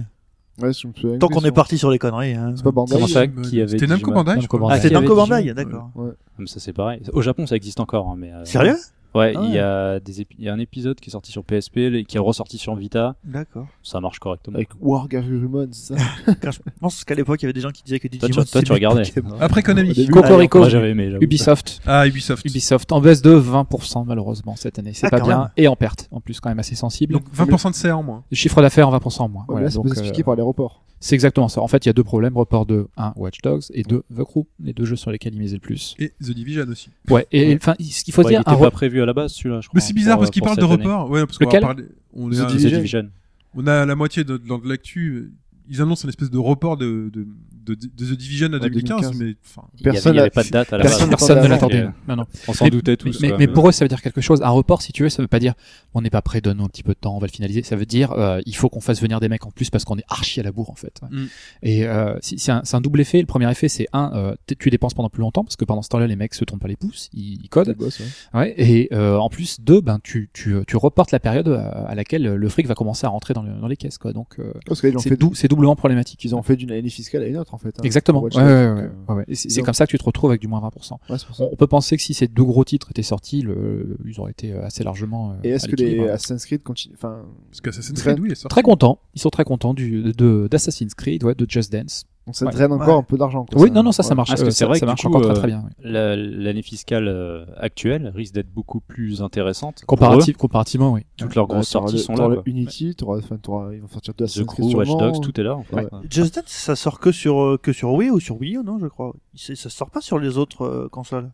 ouais, je me souviens
Tant
que
qu'on
c'est-
est parti sur les conneries. hein.
C'est pas Bandai.
Comment ça,
Digimon.
qui avait
C'était Namco
Digimon
Bandai, je
Namco
crois.
Ah, c'est
Qui avait
Namco
Digimon
Bandai, d'accord.
Comme ça, c'est pareil. Au Japon, ça existe encore, hein, mais. euh,
Sérieux
Ouais,
Ah
il y a des épi- il y a un épisode qui est sorti sur PSP, et qui est ressorti sur Vita.
D'accord.
Ça marche correctement.
Avec War Garurumon, c'est ça
Car je pense qu'à l'époque, il y avait des gens qui disaient que
Toi, tu,
Digimon.
toi,
c'était
tu regardais.
Pokémon.
Après
Au
Konami.
début,
Cocorico.
Ah, Moi, j'avais aimé. j'avoue.
Ubisoft.
Ah, Ubisoft.
Ubisoft en baisse de 20% malheureusement cette année, c'est
Ah,
pas
quand
bien
même.
et en perte en plus quand même assez sensible.
Donc 20% de CA en moins.
Le chiffre d'affaires en 20% en moins.
Ouais, mais
Voilà,
Là, c'est
donc,
pas expliqué
euh,
par l'aéroport.
c'est exactement ça. En fait, il y a deux problèmes report de 1 Watch Dogs et 2 The Crew, les deux jeux sur lesquels ils misaient le plus.
Et The Division aussi.
Ouais, et enfin ce qu'il faut
Ouais, il
dire
était
un
pas
re-
prévu à la base, celui-là, je crois.
Mais c'est bizarre
pour- euh,
parce qu'ils
pour
parlent de
cette année.
report. Ouais, parce qu'on va
Lequel
parler. On est
The
à-
Division.
On a la moitié de, de, de l'actu. Ils annoncent une espèce de report de, de, de, de The Division à
Ouais,
2015,
2015.
mais enfin.
Il y avait-
Personne
il y avait
a-
pas de date à la
Personne,
base.
personne ne
Personne
l'attendait.
n'attendait.
Non, non.
On s'en
Mais-
doutait tous.
Mais,
quoi.
mais pour eux, ça veut dire quelque chose. Un report, si tu veux, ça veut pas dire on n'est pas prêt, donne un petit peu de temps, on va le finaliser. Ça veut dire euh, il faut qu'on fasse venir des mecs en plus parce qu'on est archi à la bourre en fait.
Mm.
Et euh, si- c'est un, c'est un double effet. Le premier effet, c'est un, euh, t- tu dépenses pendant plus longtemps parce que pendant ce temps-là, les mecs se tournent pas les pouces, ils, ils
Des
codent.
boss, hein. ouais.
Mm.
Ouais. Et euh, en plus, deux, ben tu, tu, tu reportes la période à, à laquelle euh, le fric va commencer à rentrer dans, le- dans les caisses quoi. Donc euh,
Parce qu'ils l'ont
c'est
fait
dou- c'est doublement problématique.
qu'ils ont fait d'une année fiscale à une autre en fait. hein,
Exactement.
pour Watch
Ouais,
Dogs,
ouais,
donc,
ouais,
euh,
ouais, ouais. Et C'est c'est
donc-
comme ça que tu te retrouves avec du moins 20%.
ouais, c'est pour ça.
On, on peut penser que si ces deux gros titres étaient sortis, le, ils auraient été euh, assez largement. euh,
Et est-ce
à
que les
l'équilibre.
Assassin's Creed continuent Enfin,
Parce qu'Assassin's Creed, oui, est sorti.
Très contents, ils sont très contents du de d'Assassin's Creed, ouais, de Just Dance.
donc ça
Ouais.
draine encore
Ouais.
un peu d'argent. quoi,
Oui, non, non, ça,
ouais.
ça marche.
Parce que
euh,
c'est
ça,
vrai
ça
que du
marche
coup,
encore très
euh,
très bien. ouais.
La- L'année fiscale euh, actuelle risque d'être beaucoup plus intéressante. pour eux.
Comparative- comparativement, oui.
Toutes leurs
Bah,
grosses
t'auras
sorties
le-
sont
t'auras
là.
le
quoi.
Unity, t'auras- enfin, t'auras- ils vont sortir deux
The
Assassin's
Crew,
Creed
Watch
sûrement.
Dogs, tout est là. en fait.
hein. Ouais.
Just Dance, ça sort que sur, euh, que sur Wii ou sur Wii U, non, je crois. C'est- Ça sort pas sur les autres euh, consoles.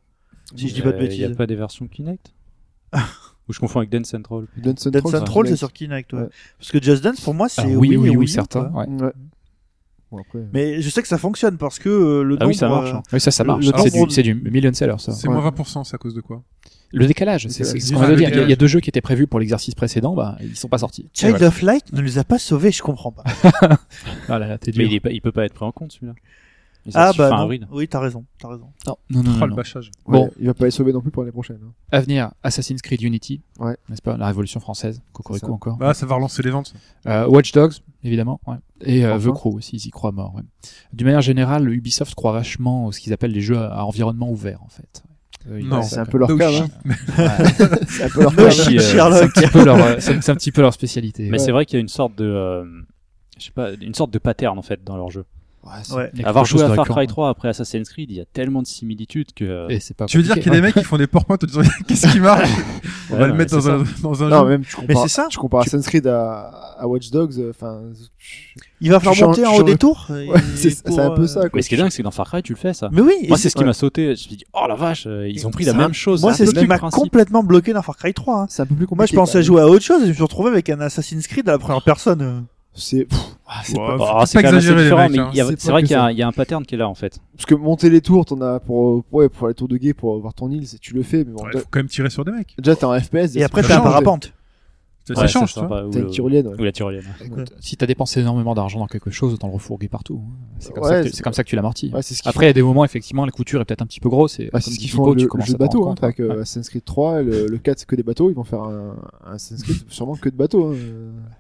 Si je dis pas de
Euh, Il n'y
bêtises.
a pas des versions Kinect Ou je confonds avec Dance Central
Dance Central,
Dance
hein.
c'est
Central, c'est
Kinect.
sur Kinect, ouais.
Ouais.
Parce que Just Dance, pour moi, c'est
Ah,
Wii,
oui,
et
oui,
Wii U,
certains.
quoi.
ouais.
Ouais. Bon, après.
Mais je sais que ça fonctionne parce que euh, le
Ah oui, ça
nombre,
marche, hein.
Oui, ça, ça
Le-
marche.
le
Ah, c'est
nombre
du, c'est du million seller, ça.
C'est
Ouais.
moins 20%, c'est à cause de quoi
Le décalage, c'est c'est ce qu'on vient
Le
de dire. Il y a- Il y a
décalage.
deux jeux qui étaient prévus pour l'exercice précédent, bah, ils sont pas sortis.
Child
Et voilà.
of Light ne les a pas sauvés, je comprends pas.
Ah là là, t'es
Mais
dur.
il, est pas- il peut pas être pris en compte celui-là. Il
ah
sort
bah
fin
non.
avril.
oui, t'as raison, t'as raison.
Non,
Oh,
non, non, Mmh, non,
le
non.
bâchage.
Bon.
Ouais, Il va pas les sauver non plus pour l'année prochaine. hein.
Avenir, Assassin's Creed Unity,
Ouais.
n'est-ce pas La Révolution française, Cocorico
C'est ça.
encore.
Bah, ça va relancer les ventes. ça.
Euh, Watch Dogs, évidemment. Ouais. Et euh,
Enfin.
The Crew aussi, ils y croient mort. Ouais. D'une manière générale, Ubisoft croit vachement à ce qu'ils appellent les jeux à à environnement ouvert, en fait. Euh, ils-
Non.
C'est un
Bah,
peu leur
No
cas.
shit.
hein.
ouais,
C'est un peu leur
No
cas.
shit.
hein.
shit,
euh,
Sherlock.
c'est un peu leur, euh, c'est c'est un petit peu leur spécialité.
Mais
Ouais.
c'est vrai qu'il y a une sorte de. euh, Je sais pas, une sorte de pattern en fait dans leur jeu.
Ouais, c'est-
Ouais.
Il y a
Avoir
quelque chose
joué à
de
Far
récurrent,
Cry 3 après Assassin's Creed, il y a tellement de similitudes que. euh,
ouais. Et c'est pas
Tu veux dire qu'il y a des mecs qui font des PowerPoint en disant qu'est-ce qui marche On
ouais,
va
non,
le mettre
mais
dans
c'est
un,
ça.
dans un
Non,
jeu.
même tu
Mais
compares.
c'est ça,
Tu compares Assassin's Creed à, à Watch Dogs, euh, enfin.
il va falloir
changes-
monter en
tu
haut
changes-
des tours. et-
c'est
pour,
c'est un peu
euh,
ça, quoi.
Mais ce qui est dingue, c'est que dans Far Cry, tu le fais ça.
Mais oui, et
Moi, c'est ce qui
ouais.
m'a sauté. Je me suis dit, oh la vache, euh, ils ont pris la
C'est
même chose.
moi, c'est ce
le
qui m'a
principe.
complètement bloqué dans Far Cry 3. hein.
C'est un peu plus compliqué.
Moi, je pensais
quoi.
à jouer à autre chose et je me suis retrouvé avec un Assassin's Creed à la première personne. euh.
C'est. pff,
Ah, c'est
Ouais,
pas,
faut
ah,
pas
c'est quand même assez
exagérer, les
différent,
mecs,
mais
hein.
il y a-
C'est
c'est
pas
vrai
que
qu'il y, a
ça.
un- il y a un pattern qui est là en fait.
Parce que monter les tours, t'en as pour, euh, ouais, pour les tours de guet, pour voir ton île, c'est- tu le fais, mais bon,
Ouais,
déjà-
faut quand même tirer sur des mecs.
déjà t'es en FPS.
Et après,
ça
t'as un
change.
parapente.
Ça,
Ouais,
ça change, hein.
ça
tu vois.
sera pas- ou
T'as
le-
une tyrolienne. ouais.
Ou la tyrolienne.
Ah, Écoute, si t'as dépensé énormément d'argent dans quelque chose, autant le refourguer partout. hein. C'est comme,
Ouais,
ça que tu-
c'est-
c'est comme ça que tu l'amortis.
Ouais, c'est ce qu'ils
Après, il y a des moments, effectivement, la couture est peut-être un petit peu grosse. Et
Bah,
comme
c'est ce
dit
qu'ils font
Pipo,
le,
tu
le
commences
jeu
à
de
te rendre
bateau. Hein,
compte,
Fait que,
ouais.
euh, Assassin's Creed 3, le, le 4 c'est que des bateaux, ils vont faire un, un Assassin's Creed sûrement que de bateaux. Hein.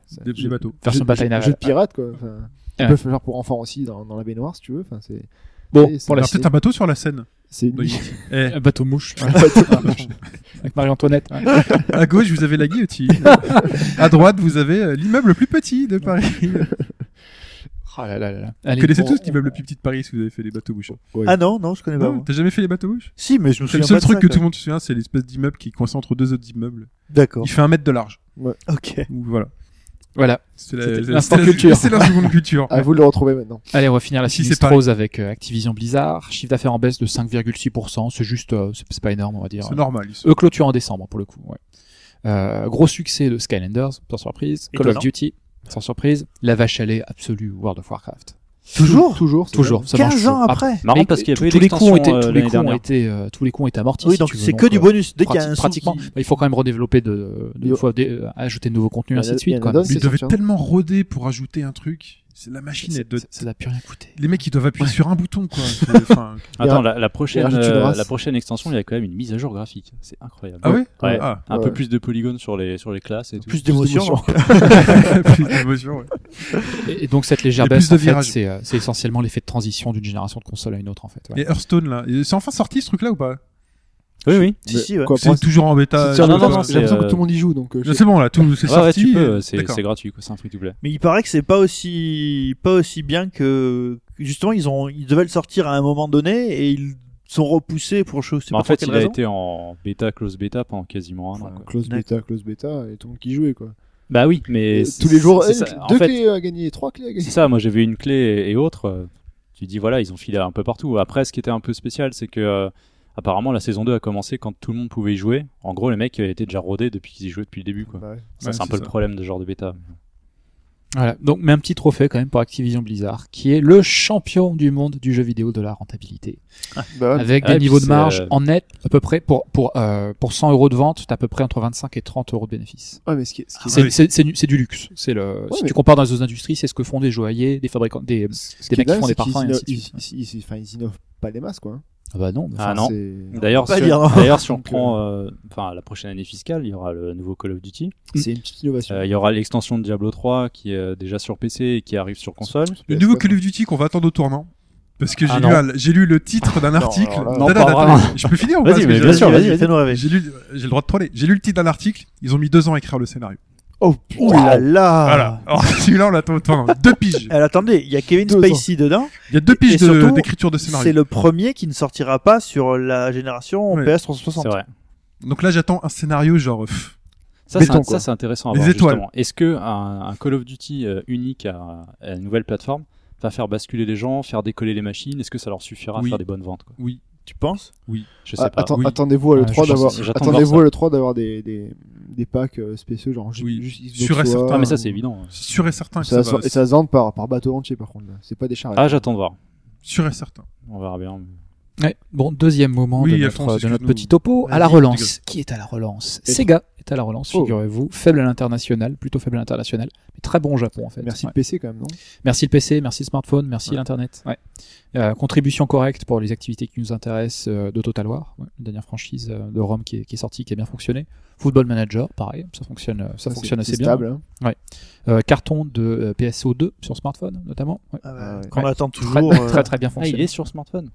C'est-
Des, des
jeu-
bateaux.
Version
jeu-
bataille
jeu-
navale.
Jeu de pirate quoi. Enfin, Ils
Ouais.
peuvent faire pour enfants aussi dans, dans la baignoire si tu veux. Enfin, c'est
Bon,
c'est-
pour la
Alors,
c'est-
peut-être un bateau sur la Seine.
c'est une-
Oui. Eh,
Un bateau mouche. Avec Marie-Antoinette. ouais.
à gauche, vous avez la guillotine. à droite, vous avez euh, l'immeuble le plus petit de Paris.
Oh là là là là. Allez,
connaissez
on-
tous l'immeuble le plus petit de Paris si vous avez fait les bateaux bouchons.
Ah non, non, je connais pas.
Non,
moi.
t'as jamais fait les bateaux bouchons
Si, mais je me
C'est
souviens pas. de
le seul truc
ça,
que
quoi.
tout le monde se souvient, c'est l'espèce d'immeuble qui est coincé entre deux autres immeubles.
D'accord.
Il fait un mètre de large.
Ok.
Ou Voilà.
Voilà.
C'est la-
C'était
c'est la-
l'instant
c'est la-
culture.
C'est la seconde culture.
À vous de le retrouver maintenant.
Allez, on va finir la
Si, c'est
sinistrose avec euh, Activision Blizzard. Chiffre d'affaires en baisse de 5,6%. C'est juste, euh, c'est c'est pas énorme, on va dire. Euh,
C'est normal. ils sont-
Eux clôturent en décembre pour le coup. Ouais. Euh, gros succès de Skylanders, sans surprise. Call
Étonnant.
of Duty, sans surprise. La vache à lait absolue World of Warcraft.
Toujours
Toujours. c'est
Toujours. ça marche
15 ans
toujours.
après.
Ah,
Marrant
mais
parce qu'il y
tous-
avait
tous les coups ont
l'extension
été, tous
euh,
les
l'année
coups ont
dernière.
été, euh, tous les coups ont été amortis.
Oui,
si
donc
tu veux,
c'est que du
euh,
bonus. Dès qu'il y a
prati-
un sou
pratiquement.
qui-
Il faut quand même redévelopper de, de
Yo.
fois dé- euh, ajouter de nouveaux
Il
contenus
y en
ainsi
a-
de
il y
suite.
en a
quoi.
d'autres,
Mais ils
c'est
devaient
sorti, hein.
tellement roder pour ajouter un truc. C'est la machine.
C'est-
elle doit-
c'est- Ça n'a plus rien coûté.
Les mecs, ils doivent appuyer sur un bouton, quoi. C'est- enfin,
Attends,
Il y
la, la prochaine,
il y a Richard
euh,
Rass.
la prochaine extension, il y a quand même une mise à jour graphique. C'est incroyable.
Ah ouais
Ouais.
Ah,
Un
Ouais.
peu plus de polygones sur les, sur les classes et tout.
Plus d'émotion.
d'émotion.
plus d'émotion, ouais.
Et et donc cette légère
Et plus
baisse,
de
en fait,
virages.
c'est euh, c'est essentiellement l'effet de transition d'une génération de console à une autre, en fait. ouais.
Et Hearthstone, là. Et C'est enfin sorti ce truc-là ou pas
Oui, oui.
Mais
Si, si, ouais.
quoi, pour
C'est toujours en bêta.
l'instant,
Ah,
c'est-
non,
quoi.
non, non,
J'ai l'impression que
euh,
tout le monde y joue donc. euh,
Non, C'est bon, là, tout, c'est
Ah Ouais, ouais,
sorti.
tu peux,
euh,
c'est
d'accord.
c'est gratuit, quoi. C'est un free to play.
Mais il paraît que c'est pas aussi, pas aussi bien que justement ils ont, ils devaient le sortir à un moment donné et ils sont repoussés pour chose.
Mais Bah, en fait, il a été en bêta, close bêta pendant quasiment un an.
Enfin,
quoi.
close beta, close beta, et tout le monde qui jouait quoi.
Bah oui, mais.
Et
c'est-
tous les jours,
c'est
eh,
ça. En
deux
fait,
clés à gagner, trois clés à
C'est
gagner.
ça, moi j'avais une clé et, et autres. euh, Tu dis voilà, ils ont filé un peu partout. Après, ce qui était un peu spécial, c'est que euh, apparemment la saison 2 a commencé quand tout le monde pouvait y jouer. En gros, les mecs euh, étaient déjà rodés depuis qu'ils y jouaient depuis le début. Quoi.
Bah ouais.
ça,
ouais,
c'est un
c'est
peu
ça.
le problème de ce genre de bêta.
Voilà. Donc, mais un petit trophée quand même pour Activision Blizzard, qui est le champion du monde du jeu vidéo de la rentabilité.
Bah ouais.
Avec
Ah,
des
et puis
niveaux de
c'est,
marge
euh,
en net, à peu près, pour, pour, euh, pour 100 euros de vente, t'as à peu près entre 25 et 30 euros de bénéfice.
Ouais, Ah, mais ce qui est- ce qui est-
C'est
Ah, oui.
c'est- c'est du, c'est du luxe. C'est le, si
mais-
tu compares dans les autres industries, c'est ce que font des joailliers, des fabricants, des,
ce
des
qui est
mecs qui
dingue,
font
c'est
des
qu'ils
parfums et ainsi de
innovent-
suite.
ils- ils- ils- enfin, ils innovent pas les masses quoi.
Ah bah non. mais enfin,
Ah non.
C'est
D'ailleurs,
Pas
si-
dire, hein.
d'ailleurs, si on
Donc,
prend euh, enfin la prochaine année fiscale, il y aura le nouveau Call of Duty.
c'est une petite innovation.
Euh, il y aura l'extension de Diablo 3 qui est euh, déjà sur PC et qui arrive sur console.
Le nouveau Call of Duty qu'on va attendre au tournant. Parce que j'ai
Ah,
lu,
non.
un- j'ai lu le titre d'un article.
alors là-
Non,
Attends,
pas
attends,
vraiment.
Je peux finir ou pas
Vas-y,
Parce que
mais
j'ai-
bien sûr, vas-y, vas-y.
fais-nous rêver.
J'ai lu, j'ai le droit de troller. J'ai lu le titre d'un article. Ils ont mis deux ans à écrire le scénario.
Oh,
Oh là là.
Voilà. Alors, celui-là, on l'attend au tournant. Deux piges.
Alors, attendez, il y a Kevin
Deux
Spacey dedans.
Il y a deux piges
Et
de-
surtout,
d'écriture de,
C'est
scénario.
le premier qui ne sortira pas sur la génération
Ouais.
PS
C'est
360.
vrai.
Donc là, j'attends un scénario genre. pff,
Ça,
Béton,
c'est un-
quoi.
ça, c'est intéressant à
Les
voir,
étoiles.
justement. Est-ce que un, un Call of Duty euh, unique à, à une nouvelle plateforme va faire basculer les gens, faire décoller les machines Est-ce que ça leur suffira à
Oui.
faire des bonnes ventes quoi
oui.
Tu penses
Je sais
Ah,
pas.
atten-
oui.
Attendez-vous à
Ah,
le 3
je pense-
d'avoir
j'attends de
attendez-vous
voir
à le 3 d'avoir des, des, des packs euh, spéciaux genre ju-
Oui.
juste Xbox
Sûr et
One,
certain.
Ah, mais
ou-
ça, c'est
Euh,
évident.
C'est sûr et certain que ça,
Ça, se-
va.
et ça se vende par, par bateau entier par contre. là. C'est pas des charrettes.
Ah, j'attends de voir.
Sûr et certain.
On verra bien.
Ah, Ouais. Bon, deuxième moment
Oui,
de notre,
Alphonse,
de notre
excuse-nous.
petit topo. À
Vas-y,
la relance.
dégueule.
Qui est à la relance
Et-
Sega est à la relance,
Oh.
figurez-vous. Faible à l'international, plutôt faible à l'international. Mais très bon au Japon, en fait.
Merci
Ouais.
le PC quand même non.
Merci le PC, merci le smartphone, merci
Ouais.
l'Internet. Ouais. Euh, contribution correcte pour les activités qui nous intéressent euh, de Total War, ouais, la dernière franchise euh, de Rome qui est, qui est sortie, qui a bien fonctionné. Football Manager, pareil, ça fonctionne, euh, ça
c'est-
fonctionne
c'est
assez
stable,
bien.
hein.
Euh, carton de euh, PSO 2 sur smartphone, notamment. ouais.
Ah
Ah
bah,
ouais.
Qu'on
Ouais.
attend
Très,
toujours. euh,
très très bien
Ah, il
fonctionné.
est sur smartphone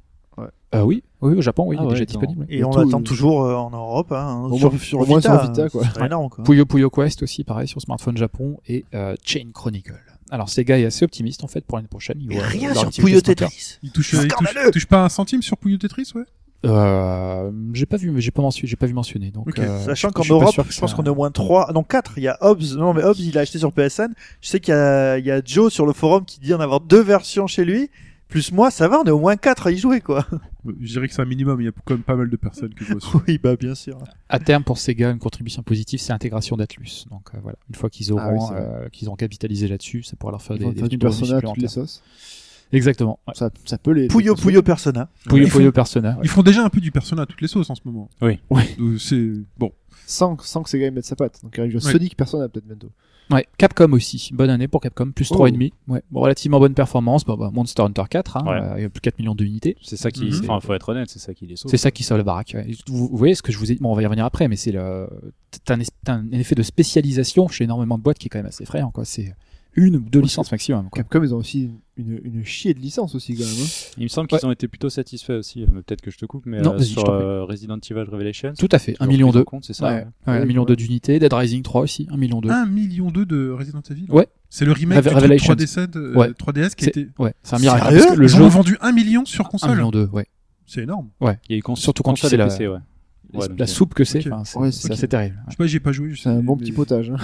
Euh, oui, oui, au Japon, oui,
Ah
il est
ouais,
déjà
attends.
disponible.
Et
Et
on
tout,
l'attend
euh,
toujours euh, en Europe, hein,
au
sur,
moins-
sur
au moins sur
Vita,
Vita,
hein,
quoi.
c'est
Ouais.
énorme, quoi.
Puyo Puyo Quest aussi, pareil, sur smartphone Japon et euh, Chain Chronicle. Alors Sega est assez optimiste en fait pour l'année prochaine. Il
Mais
voit,
rien
euh, leur
sur
activité
Puyo
smartphone.
Tetris.
Il touche, il touche,
Scandaleux.
touche pas un centime sur Puyo Tetris, ouais.
Euh, j'ai pas vu, mais j'ai pas mentionné, j'ai pas vu mentionné. Donc,
Ok.
euh,
Sachant
je-
qu'en
je suis pas
Europe,
sûr que
je pense
ça-
qu'on est au moins 3, non 4. Il y a Hobbs, non mais Hobbs il l'a acheté sur PSN. Je sais qu'il y a, il y a Joe sur le forum qui dit en avoir deux versions chez lui. Plus moi, ça va, on est au moins 4 à y jouer, quoi.
Euh, Je dirais que c'est un minimum, il y a quand même pas mal de personnes qui jouent dessus.
Oui, bah bien sûr.
À terme, pour Sega, une contribution positive, c'est l'intégration d'Atlus. Donc euh, voilà, une fois qu'ils auront,
Ah oui, c'est vrai.
euh, qu'ils auront capitalisé là-dessus, ça pourra leur faire
Ils
des,
vont
des
faire du
petites revenus
personnage à toutes les
supplémentaires.
sauces.
Exactement. Ouais.
Ça, ça peut les.
Puyo Puyo Persona.
Puyo
Ils font-
Puyo Persona.
Ils font déjà un peu du persona à toutes les sauces en ce moment.
Oui.
Donc, C'est bon.
Sans, sans que ces gars ils mettent sa patte. Donc il arrive
Ouais.
Sonic Persona peut-être bientôt.
Ouais, Capcom aussi. Bonne année pour Capcom, plus
Oh.
3,5. Ouais, bon, relativement bonne performance. Bon, bah, Monster Hunter 4, hein,
Ouais.
euh, il y a plus 4 millions d'unités.
C'est ça qui.
Mhm.
Enfin, faut être honnête, c'est ça qui les sauve.
C'est ça qui sort la baraque. ouais. Vous, vous voyez ce que je vous ai dit Bon, on va y revenir après, mais c'est le. T'as un, es- t'as un effet de spécialisation chez énormément de boîtes qui est quand même assez effrayant, quoi. C'est une ou deux licences maximum, quoi.
Capcom, ils ont aussi une, une chier de licence aussi quand même. hein.
Il me semble
Ouais.
qu'ils ont été plutôt satisfaits aussi. euh, mais Peut-être que je te coupe, mais
Non,
euh,
vas-y, je
sur
t'en prie.
euh, Resident Evil Revelations.
Tout à fait,
ils ont
1 million
pris en
2.
compte, C'est ça. hein.
Ouais,
ouais.
hein.
ouais,
Ouais,
un million
ouais.
deux d'unités. Dead Rising 3 aussi, 1 million 2.
1 million 2 de Resident Evil.
Ouais.
C'est le remake
Reve-
du truc
Revelations.
3D, euh,
Ouais.
3DS qui
C'est-
était.
Ouais, c'est un miracle.
Sérieux
parce que le
Ils
jeu.
ont vendu 1 million sur
1
console.
million 2, ouais.
C'est énorme.
Il y a eu cons-
Surtout quand
console
tu sais
et
la-
PC, ouais. Ouais, donc,
la
euh,
soupe que c'est,
Ok.
enfin, c'est
Ouais,
c'est
ok.
assez terrible. ouais.
Je sais pas, j'y ai pas joué. je
C'est un
sais,
bon
mais-
petit potage. hein.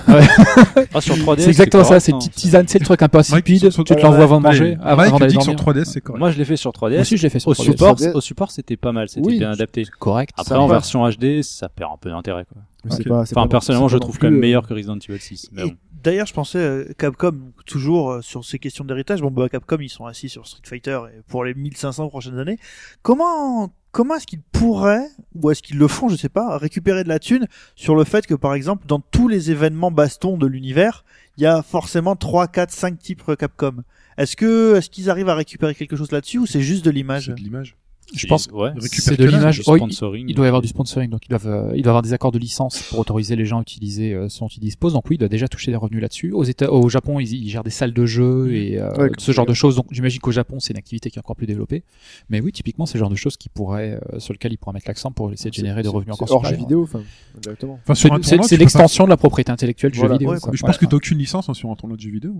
Ah, sur 3D.
C'est exactement ça,
correct,
c'est une
non,
petite tisane, c'est le truc un peu
Mike,
insipide.
sur- sur-
Tu te l'envoies avant de
Allez,
manger, avant
Mike
avant d'aller
dit que sur
dormir.
3DS, c'est correct.
Moi, je l'ai fait sur 3DS.
Moi aussi, je l'ai fait sur
au
3DS.
support,
3DS.
au support, c'était pas mal, c'était
Oui,
bien
je-
adapté.
Correct.
Après,
ça
en
va.
version HD, ça perd un peu d'intérêt. quoi.
Mais c'est
Ok.
pas- c'est
Enfin,
pas-
personnellement,
c'est
je
pas
trouve
non
quand
plus,
même
euh,
meilleur que Resident Evil 6. Mais
Et
bon.
D'ailleurs, je pensais euh, Capcom toujours euh, sur ces questions d'héritage. Bon, bah Capcom, ils sont assis sur Street Fighter et pour les 1500 prochaines années. Comment comment est-ce qu'ils pourraient ou est-ce qu'ils le font, je sais pas, récupérer de la thune sur le fait que par exemple dans tous les événements baston de l'univers, il y a forcément 3 4 5 titres Capcom. Est-ce que est-ce qu'ils arrivent à récupérer quelque chose là-dessus ou c'est juste de l'image
C'est de l'image.
Je pense que
Ouais.
Récupère
c'est de
que là,
l'image.
Du
Oh, il-
sponsoring.
Il doit y avoir du sponsoring, donc ils doivent, euh, il doit y avoir des accords de licence pour autoriser les gens à utiliser euh, ce dont ils disposent. Donc oui, il doit déjà toucher des revenus là-dessus. Aux États, au Japon, ils, ils gèrent des salles de jeu et euh,
Mmh. Ouais, comme
ce
ça,
genre de
ouais.
choses. Donc j'imagine qu'au Japon, c'est une activité qui est encore plus développée. Mais oui, typiquement, c'est le genre de choses qui pourraient, euh, sur lequel ils pourraient mettre l'accent pour essayer de générer des
c'est-
revenus
c'est
encore
hors jeu
supérieurs.
vidéo, enfin, directement.
Enfin,
C'est
sur un
c'est-
tournoi,
c'est
tu peux pas-
l'extension de la propriété intellectuelle du
Voilà,
jeu vidéo.
ouais,
ça.
Mais je pense que
Ouais.
t'as aucune licence hein, sur un tournoi de jeux vidéo.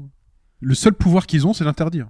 Le seul pouvoir qu'ils ont, c'est d'interdire.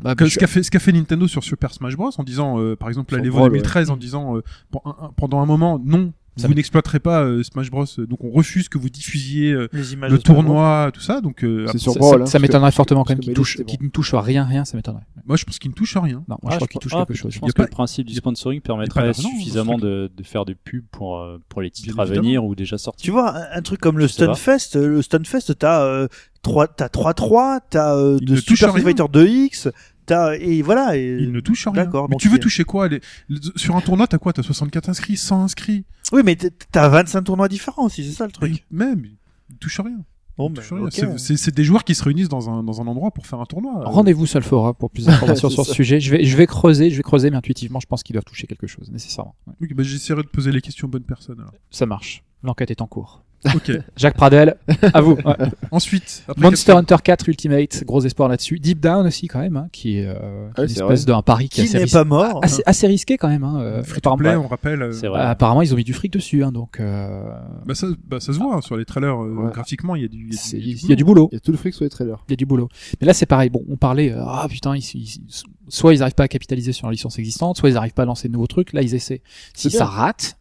Bah,
Que-
bien
ce
sûr.
qu'a fait, ce qu'a fait Nintendo sur Super Smash Bros en disant, euh, par exemple, la
Son
l'Evo
troll,
2013 en disant euh, pen- un- un- pendant un moment, non, vous
Ça met-
n'exploiterez pas euh, Smash Bros, euh, donc on refuse que vous diffusiez euh,
Les images
le
de Star Wars
tournoi, tout ça. Donc euh,
C'est
après,
sur
Ça-
Brawl,
ça
hein,
ça
parce que-
m'étonnerait fortement quand
parce
même
que
qu'ils
Melee,
touchent
c'est bon.
qu'ils ne touchent à rien, rien, ça m'étonnerait.
moi je pense qu'il ne touche à rien.
Non, moi
Ah,
je crois
je
qu'ils
pe-
touchent
ah,
quelque chose.
Je
Y
pense
a
que
pas-
le principe du
y a- y
sponsoring
a
permettrait
pas d'argent,
suffisamment
ce
de, de faire du pub pour, euh, pour les titres
Bien
à venir ou déjà sortis.
Tu vois, un, un truc comme le
Je sais pas.
Stunfest, euh, le Stunfest, t'as euh, 3, t'as 3-3, t'as euh,
Il
de
ne touche
Super
à rien.
Street Fighter 2X, t'as, et voilà, et...
Il ne touche à rien.
D'accord,
Mais
donc
tu veux
il-
toucher quoi les- les- Sur un tournoi, t'as quoi T'as 64 inscrits, 100 inscrits
oui, mais t- t'as 25 tournois différents aussi, c'est ça le truc.
Même, il ne touche à rien.
Bon,
Il
ben,
touche à rien.
ok.
C'est- C'est c'est des joueurs qui se réunissent dans un, dans un endroit pour faire un tournoi. Euh,
Rendez-vous sur le forum pour plus d'informations
C'est
sur ce
ça.
sujet. Je vais, je vais creuser, je vais creuser, mais intuitivement, je pense qu'ils doivent toucher quelque chose, nécessairement. Ouais.
oui, bah, J'essaierai de poser les questions aux bonnes personnes. alors.
Ça marche. L'enquête est en cours.
Ok.
Jacques Pradel, à vous. Ouais.
Ensuite, après
Monster Hunter 4 Ultimate, gros espoir là-dessus. Deep Down aussi quand même, hein, qui est euh, qui est
Ouais,
une
c'est
espèce d'un pari qui, est
Qui
assez,
n'est
ris-
pas mort
Ah,
assez, assez risqué quand même. Hein. euh,
Free to
apparemment,
play,
bah,
on rappelle. euh,
C'est vrai.
apparemment, ils ont mis du fric dessus, hein, donc euh,
Bah ça, bah ça se voit hein, sur les trailers. euh,
Ouais.
Graphiquement, il y a du, il y a
c'est-
du- il y a du
il y a du
boulot.
boulot.
Il y a tout le fric sur les trailers.
Il y a du boulot. Mais là, c'est pareil. Bon, on parlait, euh, ah putain, ils- ils- soit ils n'arrivent pas à capitaliser sur la licence existante, soit ils n'arrivent pas à lancer de nouveaux trucs. Là, ils essaient. Si
bien.
ça rate,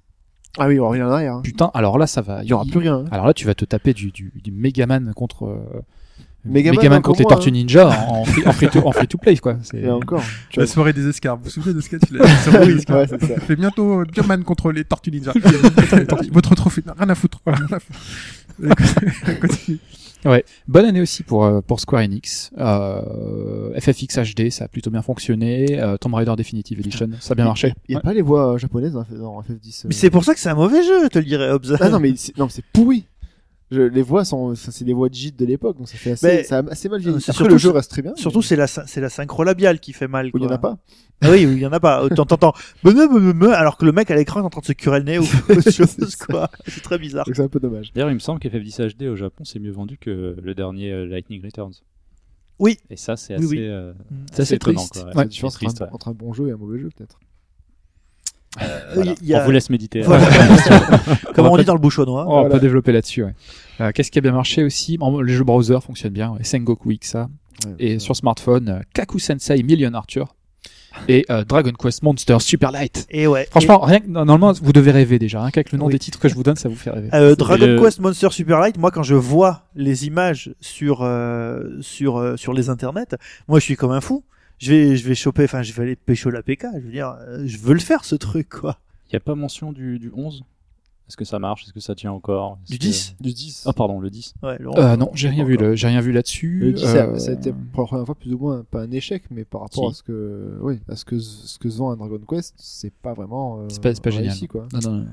Ah oui, on revient en arrière. hein.
putain, alors là, ça va.
Il y aura plus rien. hein.
Alors là, tu vas te taper du, du, du Megaman contre. euh,
Megaman, hein. encore
contre les
moins,
Tortues Ninja en, free, en, free to, en free to play, quoi. C'est-
Et encore. tu
La
vois.
soirée des escarres. Vous vous souvenez de ce sketch la soirée des
Oui,
escarres
ouais, c'est ça.
Fait bientôt euh, Bioman contre les Tortues Ninja. Votre trophée, rien à foutre. Voilà, rien à foutre. Écoute, continue.
Bonne année aussi pour, euh, pour Square Enix. Euh, FFX HD, ça a plutôt bien fonctionné. Euh, Tomb Raider Definitive Edition, ça a bien marché.
Il n'y a
Ouais.
pas les voix euh, japonaises dans F- dans FF10. euh.
Mais c'est pour ça que c'est un mauvais jeu, te le dirais, Hobbs.
Ah non, mais c'est non, mais c'est pourri. Je- les voix sont, ça, c'est des voix de gîtes de l'époque, donc ça fait assez,
Mais-
ça a assez mal vieilli.
Euh, c'est
Après,
surtout-
le jeu reste très bien.
Surtout, c'est la, syn- c'est la synchro labiale qui fait mal.
mais- où il n'y
quoi.
en a pas.
Ah oui, oui, il y en a pas. T'entends, t'entends, me, me, me, me, alors que le mec à l'écran est en train de se curer le nez ou autre chose, quoi. C'est très bizarre.
Donc c'est un peu dommage.
D'ailleurs, il me semble qu'FF10 HD au Japon, c'est mieux vendu que le dernier euh, Lightning Returns.
Oui.
Et ça, c'est
Oui,
assez.
oui.
euh,
C'est assez
C'est étonnant,
triste.
quoi, ouais.
C'est
Ouais.
la différence
triste,
entre, un-
ouais.
entre un bon jeu et un mauvais jeu, peut-être.
voilà.
il y a-
On vous laisse méditer.
Voilà. Comme
On
on
va
dit dans le bouchon noir.
Oh,
Oh.
On va
Voilà.
pas développer là-dessus. ouais. Euh, Qu'est-ce qui a bien marché aussi Bon, Les jeux browser fonctionnent bien. ouais. Sengoku XA.
Ouais,
Et
ça-
sur smartphone, euh, Kaku Sensei Million Arthur. Et euh, Dragon Quest Monster Super Light.
Et ouais.
Franchement, rien que, normalement, vous devez rêver déjà. Rien qu'avec le nom
Oui.
des titres que je vous donne, ça vous fait rêver.
Euh, Dragon
le-
Quest Monster Super Light, moi quand je vois les images sur euh, sur euh, sur les internets, moi je suis comme un fou. je vais, je vais choper, enfin, je vais aller pécho la PK. Je veux dire, euh, je veux le faire ce truc, quoi.
Il n'y a pas mention du, du 11 Est-ce que ça marche Est-ce que ça tient encore Est-ce
Du
que-
10
Du 10.
Ah, pardon, le 10.
Ouais, Laurent.
Euh, non, j'ai rien vu, le- j'ai rien vu là-dessus.
Le 10, ça,
Euh,
ça a été pour la première fois plus ou moins pas un échec, mais par rapport
Si.
à ce que, oui, à ce que ce que se vend un Dragon Quest, c'est pas vraiment. euh,
C'est pas- c'est pas génial.
réussi, quoi.
Non, non, non.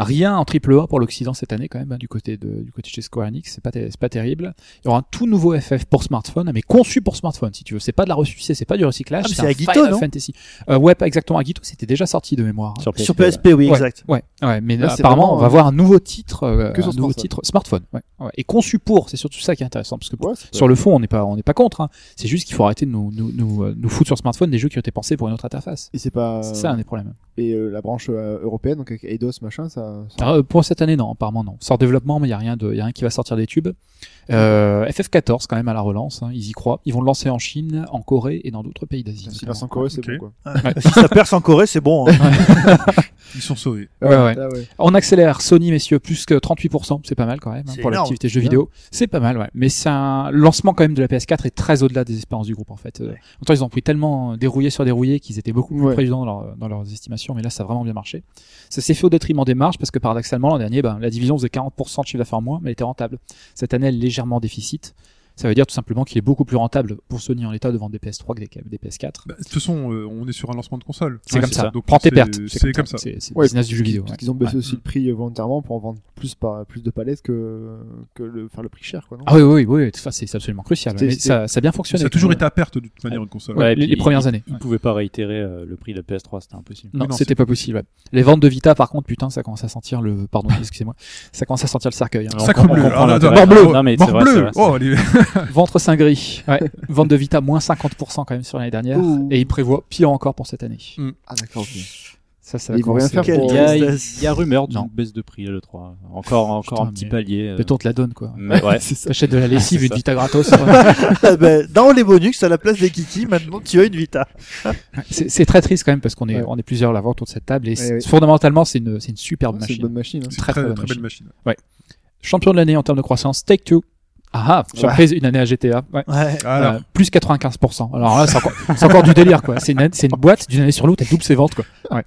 Rien en triple A pour l'Occident cette année quand même, hein, du côté de du côté de chez Square Enix, c'est pas ter- c'est pas terrible. Il y aura un tout nouveau FF pour smartphone, mais conçu pour smartphone si tu veux. C'est pas de la ressuscité, c'est pas du recyclage,
Ah, mais
c'est
c'est
un
Agito,
Final
non
Fantasy. Euh, ouais, pas exactement. Agito, c'était déjà sorti de mémoire. hein.
Sur PSP, oui,
Ouais.
exact.
Ouais, ouais, mais
Là, c'est
apparemment
vraiment,
on va
euh,
voir un nouveau titre, euh,
que sur
un nouveau
smartphone.
titre smartphone, ouais, ouais. et conçu pour. C'est surtout ça qui est intéressant parce que
Ouais, c'est pas-
sur le fond on n'est pas on n'est pas contre. hein. C'est juste qu'il faut arrêter de nous nous, nous euh, nous foutre sur smartphone des jeux qui ont été pensés pour une autre interface.
Et c'est pas.
C'est ça un des problèmes.
Et euh, la branche euh, européenne, donc avec Eidos, machin, ça. ça-
Alors, euh, pour cette année, non, apparemment non. Sort développement, mais il n'y a, rien de- y a rien qui va sortir des tubes. Euh, FF14 quand même à la relance, hein, ils y croient. Ils vont le lancer en Chine, en Corée et dans d'autres pays d'Asie.
Si
notamment.
lance en Corée, c'est
Ok.
bon, quoi.
si ça perce en Corée, c'est bon. hein.
Ils sont sauvés.
Ouais, ouais.
Là, Ah, ouais.
On accélère Sony, messieurs, plus que 38%, c'est pas mal quand même hein,
C'est
pour
énorme.
l'activité jeux vidéo. C'est pas mal, ouais. Mais c'est un lancement quand même de la PS4 est très au-delà des espérances du groupe en fait. Euh,
Ouais.
en temps, ils ont pris tellement euh, dérouillé sur dérouillé qu'ils étaient beaucoup plus
Ouais.
préjudiciables dans, leur- dans leurs estimations, mais là ça a vraiment bien marché. Ça s'est fait au détriment des marges parce que paradoxalement l'an dernier, ben, la division faisait 40% de chiffre d'affaires en moins, mais elle était rentable. Cette année, elle est légèrement déficit. Ça veut dire tout simplement qu'il est beaucoup plus rentable pour Sony en l'état de vendre des PS3 que des, des PS4.
Bah, de toute façon, euh, on est sur un lancement de console.
C'est
Ouais,
comme
c'est
ça.
ça.
Donc,
Prends tes
c'est-
pertes.
C'est comme ça.
C'est c'est le
Ouais,
business du jeu vidéo.
Parce
ouais.
qu'ils ont baissé
Ouais.
aussi le prix euh, volontairement pour en vendre plus par plus de palettes que que le faire le prix cher, quoi. Non
Ah oui, oui, oui, oui, enfin, c'est absolument crucial.
C'était-
Mais
c'était-
ça, ça a bien fonctionné.
Ça a toujours été à perte de toute manière une console.
Ouais,
Ouais, et
les,
puis
les premières
il-
années.
Ils ne pouvaient pas réitérer euh, le prix de la PS3, c'était impossible.
Non,
non,
c'était
c'est-
pas possible. ouais. Les ventes de Vita, par contre, putain, ça commence à sentir le. Pardon, excusez-moi. Ça commence à sentir le cercueil. hein.
Sacre
On
bleu.
comprend
Ah,
l'intérêt.
mort bleu.
Non, mais c'est
mort
vrai,
bleu.
c'est vrai, c'est
Oh, les-
Ventre saint gris. Ouais. Vente de Vita, moins 50% quand même sur l'année dernière. Et ils prévoient pire encore pour cette année.
Ah, d'accord. ok.
Ça, ça
Ils vont rien faire
Quel
pour.
Il y a,
tristesse.
il y a rumeur d'une
Non.
baisse de prix, le 3. Encore, encore
Putain,
un petit
mais-
palier. euh,
Peut-on te la donne, quoi.
mais ouais.
C'est ça.
T'achètes de la lessive,
C'est
une
ça.
Vita gratos. ouais.
Ah ben, dans les bonus, à la place des Kiki, maintenant tu as une Vita.
C'est c'est très triste quand même parce qu'on est,
Ouais.
on est plusieurs là autour de cette table et c'est-
ouais.
fondamentalement, c'est une, c'est une superbe
C'est une
machine.
bonne machine. hein.
C'est
Très,
très,
très bonne
très belle machine.
Champion de l'année en termes de croissance, Take Two. Ah ah, surprise, une année à GTA. Ouais.
Ouais.
Alors,
Euh, plus 95%. Alors là, c'est encore, c'est encore du délire, quoi. C'est une, année- c'est une boîte, d'une année sur l'autre, elle double ses ventes, quoi. Ouais.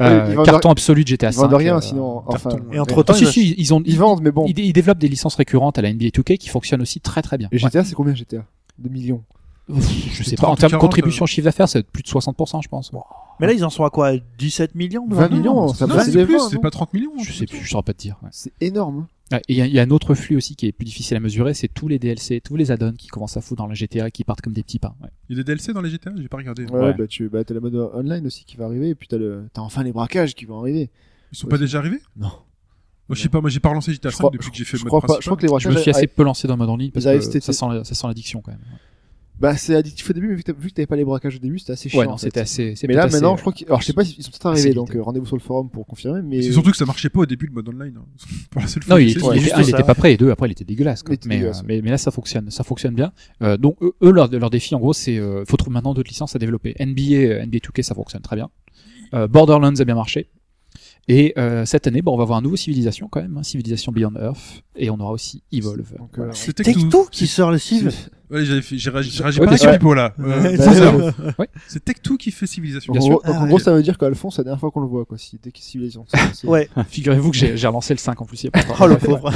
Euh,
Ah Ils vendent
carton absolu de GTA
Ils vendent
5.
rien,
euh,
sinon.
carton.
Enfin.
Et entre temps,
si, si, ils, ont,
Ils vendent, mais bon.
ils- ils développent des licences récurrentes à la NBA 2K qui fonctionnent aussi très très bien.
Et
Ouais.
GTA, c'est combien GTA 2 millions.
Pff, Je sais pas,
30
en termes
40,
de
euh,
contribution au chiffre d'affaires, ça va être plus de 60%, je pense.
Mais là, ils en sont à quoi 17 millions de
20
vendus
millions, ça
non,
passe
c'est
des
plus,
ventes,
c'est
non
pas 30 millions.
Je sais plus, je saurais pas te dire. ouais.
C'est énorme. hein.
Ouais, Et il y, a- il y a un autre flux aussi qui est plus difficile à mesurer, c'est tous les DLC, tous les add-ons qui commencent à foutre dans la GTA et qui partent comme des petits pains. ouais.
Il y a des DLC dans les GTA, j'ai pas regardé.
Ouais,
Ouais.
bah tu bah, t'as la mode online aussi qui va arriver, et puis t'as le... t'as enfin les braquages qui vont arriver.
Ils sont pas déjà arrivés
Non.
Moi, je sais pas, moi j'ai pas relancé GTA 5 depuis que j'ai fait
je
le
crois
mode
pas- je
principal.
crois que les
Je
braquages.
me suis assez
ouais,
peu lancé dans le mode en ligne parce
Ils arrivent
que
cet
ça
été.
sent la- ça sent l'addiction quand même.
Bah c'est addictif au début, mais vu que t'as- vu que t'avais pas les braquages au début, c'était assez chiant.
Ouais, non,
en fait.
c'était assez. c'est
Mais là
peut-être
maintenant,
assez-
je crois qu'ils. Alors je sais pas s'ils sont peut-être arrivés,
assez
donc
limité.
euh, rendez-vous sur le forum pour confirmer. Mais
C'est surtout que ça marchait pas au début le mode online. hein. Pour la seule
Non,
fois.
il,
C'est-
était-
ouais,
il
juste
était- un, il
ça.
était pas prêt, et deux, après, il était dégueulasse. quoi.
Il était
Mais, euh,
dégueulasse,
mais, mais là, ça fonctionne, ça fonctionne bien. Euh, donc, eux, eux, leur, leur défi, en gros, c'est euh, faut trouver maintenant d'autres licences à développer. NBA, euh, NBA 2K, ça fonctionne très bien. Euh, Borderlands a bien marché. Et euh, cette année, bon, on va avoir un nouveau Civilisation quand même, hein, Civilisation Beyond Earth, et on aura aussi Evolve.
donc, euh,
Voilà.
C'était que
Take
tout.
Two qui sort le civ.
Ouais, j'avais fait- j'ai réagi j'ai réagi
Ouais,
pas
bien
sur
sûr.
Pipo là. Euh,
Ouais,
bah,
c'est
ça.
ça.
C'est Tech 2 qui fait civilisation.
en
Bien
gros,
sûr.
donc, en
Ah,
gros,
ouais.
ça veut dire qu'Alphonse, c'est la dernière fois qu'on le voit, quoi. Si, dès qu'il civilisation.
Ouais.
Figurez-vous que j'ai j'ai relancé le 5 en plus. il y a pas longtemps.
Oh le pauvre.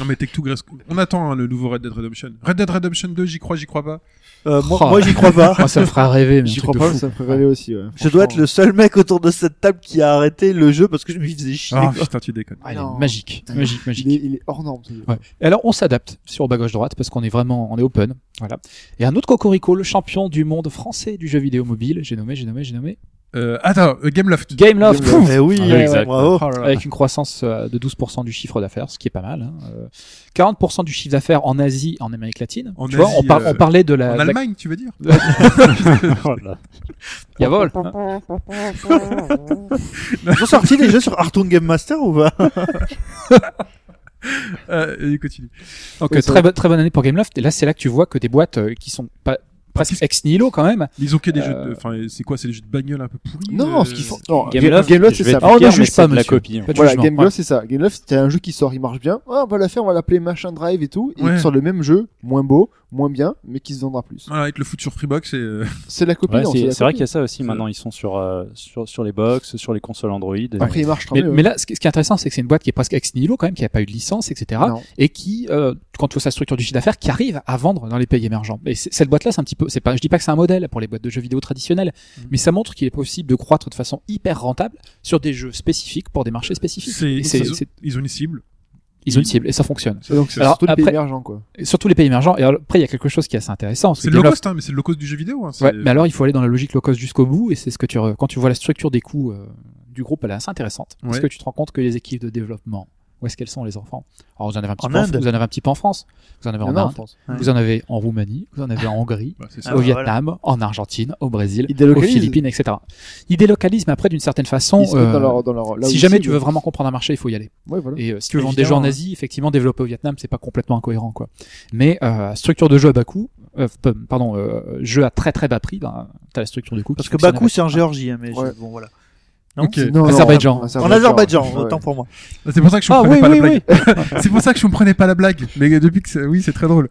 Non mais Tech 2 On attend hein, le nouveau Red Dead Redemption. Red Dead Redemption 2, j'y crois, j'y crois pas.
Euh, moi,
Oh.
moi, j'y crois pas.
Moi, ça me fera rêver, mais un
J'y
truc
crois
de
pas,
fou.
ça me ferait rêver aussi, ouais.
Je dois être le seul mec autour de cette table qui a arrêté le jeu parce que je me faisais chier.
Ah
quoi.
putain, tu déconnes.
Ah, il est
Non.
magique, magique, magique.
Il est, il est hors norme. ce jeu.
Ouais. Et alors on s'adapte sur bas gauche droite parce qu'on est vraiment on est open. Voilà. Et un autre cocorico, le champion du monde français du jeu vidéo mobile, j'ai nommé, j'ai nommé, j'ai nommé
Euh, attends, euh, Gameloft.
Gameloft.
Gameloft.
Eh oui,
Ah, oui,
exact.
bravo.
Avec une croissance euh, de 12% du chiffre d'affaires, ce qui est pas mal. hein. Euh, 40% du chiffre d'affaires en Asie, en Amérique latine.
En
tu vois, on,
Asie,
par-
euh,
on parlait de la.
En
la-
Allemagne, tu veux dire
Yavol.
Ils ont sorti des jeux sur Artoon Game Master ou pas
Euh, et continue.
Donc
Oui,
euh,
c'est
très, bonne, très bonne année pour Gameloft. Et là, c'est là que tu vois que des boîtes euh, qui sont pas presque ex nihilo quand même.
Ils ont que des
Euh,
jeux de... Enfin, c'est quoi C'est des jeux de bagnole un peu pourris
Non,
euh,
ce qu'ils font. non,
Gameloft,
Gameloft,
je
c'est ça.
vais
Oh,
être
Ah, on ne
vulgaire,
juge
mais
pas,
c'est de la
monsieur.
copie. hein.
Pas de
Voilà,
jugement.
Gameloft,
Ouais.
c'est ça. Oh, Gameloft, c'était un jeu qui sort, il marche bien. Ah, on va le faire, on va l'appeler Machin Drive et tout. Et
Ouais.
il sort le même jeu, moins beau, moins bien, mais qui se vendra plus.
Voilà, avec Ah, le foot sur Freebox et euh,
C'est de la copie.
Ouais,
non,
c'est-
de la
c'est vrai
copie.
qu'il y a ça aussi. Maintenant, ils sont sur, euh, sur, sur les box, sur les consoles Android. Et-
Après, il marche très
Mais,
bien.
mais là, ce qui ce qui est intéressant, c'est que c'est une boîte qui est presque ex nihilo quand même, qui n'a pas eu de licence, etc.
Non.
et qui, euh, quand tu vois sa structure du chiffre d'affaires, qui arrive à vendre dans les pays émergents. Et c'est- cette boîte-là, c'est un petit peu, c'est pas, je dis pas que c'est un modèle pour les boîtes de jeux vidéo traditionnelles, mais ça montre qu'il est possible de croître de façon hyper rentable sur des jeux spécifiques pour des marchés spécifiques.
c'est-
Et c'est-
ils, ont-
c'est-
ils ont une cible.
ils ont une cible et ça fonctionne.
Et donc, hein. c'est
Alors,
surtout le pays
après-
émergent, quoi.
Et surtout les pays émergents. Et alors, après, il y a quelque chose qui est assez intéressant. parce
C'est
que
le low
Game of-
cost, hein, mais c'est le low cost du jeu vidéo. Hein, c'est-
Ouais, mais alors il faut aller dans la logique low cost jusqu'au bout et c'est ce que tu re- quand tu vois la structure des coûts euh, du groupe elle est assez intéressante parce
Ouais.
que tu te rends compte que les équipes de développement où est-ce qu'elles sont les enfants Alors vous en avez un petit
En
peu
Inde
vous en avez un petit peu en France, vous en avez en,
Il y en a en
Inde,
France.
vous en avez en Roumanie, vous en avez en Hongrie,
Bah, c'est ça.
Ah,
au
bah,
Vietnam, en Argentine, au Brésil,
Ils
aux
délocalisent.
Philippines, etc. Ils délocalisent mais après d'une certaine façon
Ils se mettent
euh,
dans leur, dans leur, là où
si
ils
jamais
ciblent.
tu veux vraiment comprendre un marché, il faut y aller.
Ouais, voilà.
Et euh, si tu veux vendre des jeux
Évidemment,
en
hein.
Asie, effectivement, développer au Vietnam, c'est pas complètement incohérent, quoi. Mais euh, structure de jeu à bas coût, euh, p- pardon, euh, jeu à très très bas prix, ben, t'as la structure de coût.
Parce
qui
que
fonctionne
Bakou,
avec-
c'est en Géorgie, hein, mais je-
Ouais.
bon voilà.
Ok.
Non, non,
Azerbaïdjan.
En Azerbaïdjan, autant pour moi.
C'est pour ça que je
Ah
comprenais
oui,
pas
oui,
la blague. c'est pour ça que je comprenais pas la blague. Mais depuis que c'est- oui, c'est très drôle.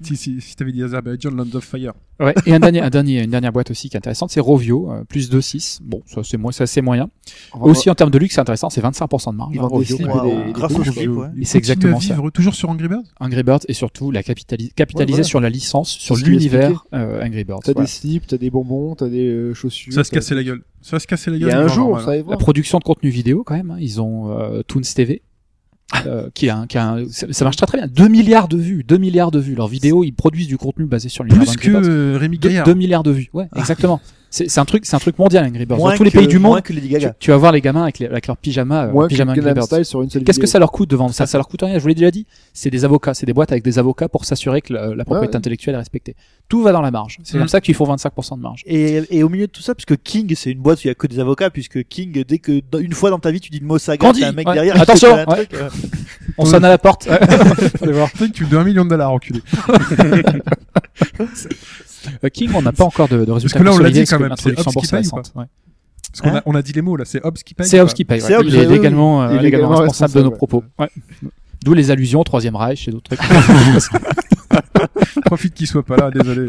Si, si, si t'avais dit Azerbaïdjan, Land of Fire.
Ouais. Et un dernier, un dernier, une dernière boîte aussi qui est intéressante, c'est Rovio, euh, plus 2,6. Bon, ça c'est moins, c'est assez moyen. aussi en termes de luxe, c'est intéressant, c'est 25% de marge.
Ils
hein,
vendent des
Rovio.
slips
Ouais.
et des- des
Grâce au
peluches,
slip,
quoi.
ouais.
Ils continuent
c'est exactement
à vivre toujours sur Angry Birds.
Angry Birds et surtout la capitali- capitaliser
Ouais, voilà.
sur la licence, sur
C'est ce qu'il
l'univers euh, Angry Birds.
T'as
Voilà.
des slips, t'as des bonbons, t'as des euh, chaussures.
Ça va se
t'as-
casser la gueule. Ça va se casser la
Il
gueule. euh,
y a
on va
un
voir,
jour,
voilà.
ça va y
La
voir.
production de contenu vidéo quand même, hein. ils ont euh, Toons TV.
Ah.
euh, qui a un, qui a un- ça, ça marche très très bien 2 milliards de vues 2 milliards de vues leurs vidéos ils produisent du contenu basé sur l'univers
Plus
d'Angry Birds.
que euh, Rémi
Deux- 2,
Gaillard.
milliards de vues. Ouais, exactement. c'est c'est un truc, c'est un truc mondial Angry Birds. Dans tous les
que-
pays du monde,
Ah. Moins que Lady
tu,
Gaga.
tu vas voir les gamins avec, les- avec leurs pyjamas, euh,
Moins que
pyjama Angry
Gangnam
Birds.
Style sur une seule
Qu'est-ce que
vidéo.
ça leur coûte de vendre ça Ça leur coûte rien. Je vous l'ai déjà dit. C'est des avocats, c'est des boîtes avec des avocats pour s'assurer que euh, la, la propriété
Ouais.
intellectuelle est respectée. Tout va dans la marge. C'est
Mm.
Mhm.
comme ça qu'ils font 25% de marge.
Et, et au milieu de tout ça, puisque King, c'est une boîte où il y a que des avocats, puisque King, dès que dans- une fois dans ta vie, tu dis le mot saga,
Candy,
t'as un mec
ouais.
derrière. qui
Attention,
te fait un
ouais.
truc, euh,
On sonne à la porte. Allez voir.
Putain, Tu me dois un million de dollars, enculé.
Euh, King, on n'a pas encore de, de résultats.
que là, on l'a
consolidés,
dit quand
parce que
même, c'est
l'introduction en
Hobbs qui paye
bourse est
ou
récente, ouais.
Parce qu'on
Hein
a, on a dit les mots là, c'est Hobbs qui paye.
C'est
ou
Hobbs
pas
qui paye. ouais.
C'est Hobbs,
Il est
oui, oui.
légalement, euh,
Il est
légalement
légalement
responsable de
responsable,
nos
ouais.
propos. Ouais. D'où les allusions au Troisième Reich et d'autres trucs.
Profite qu'il soit pas là, désolé.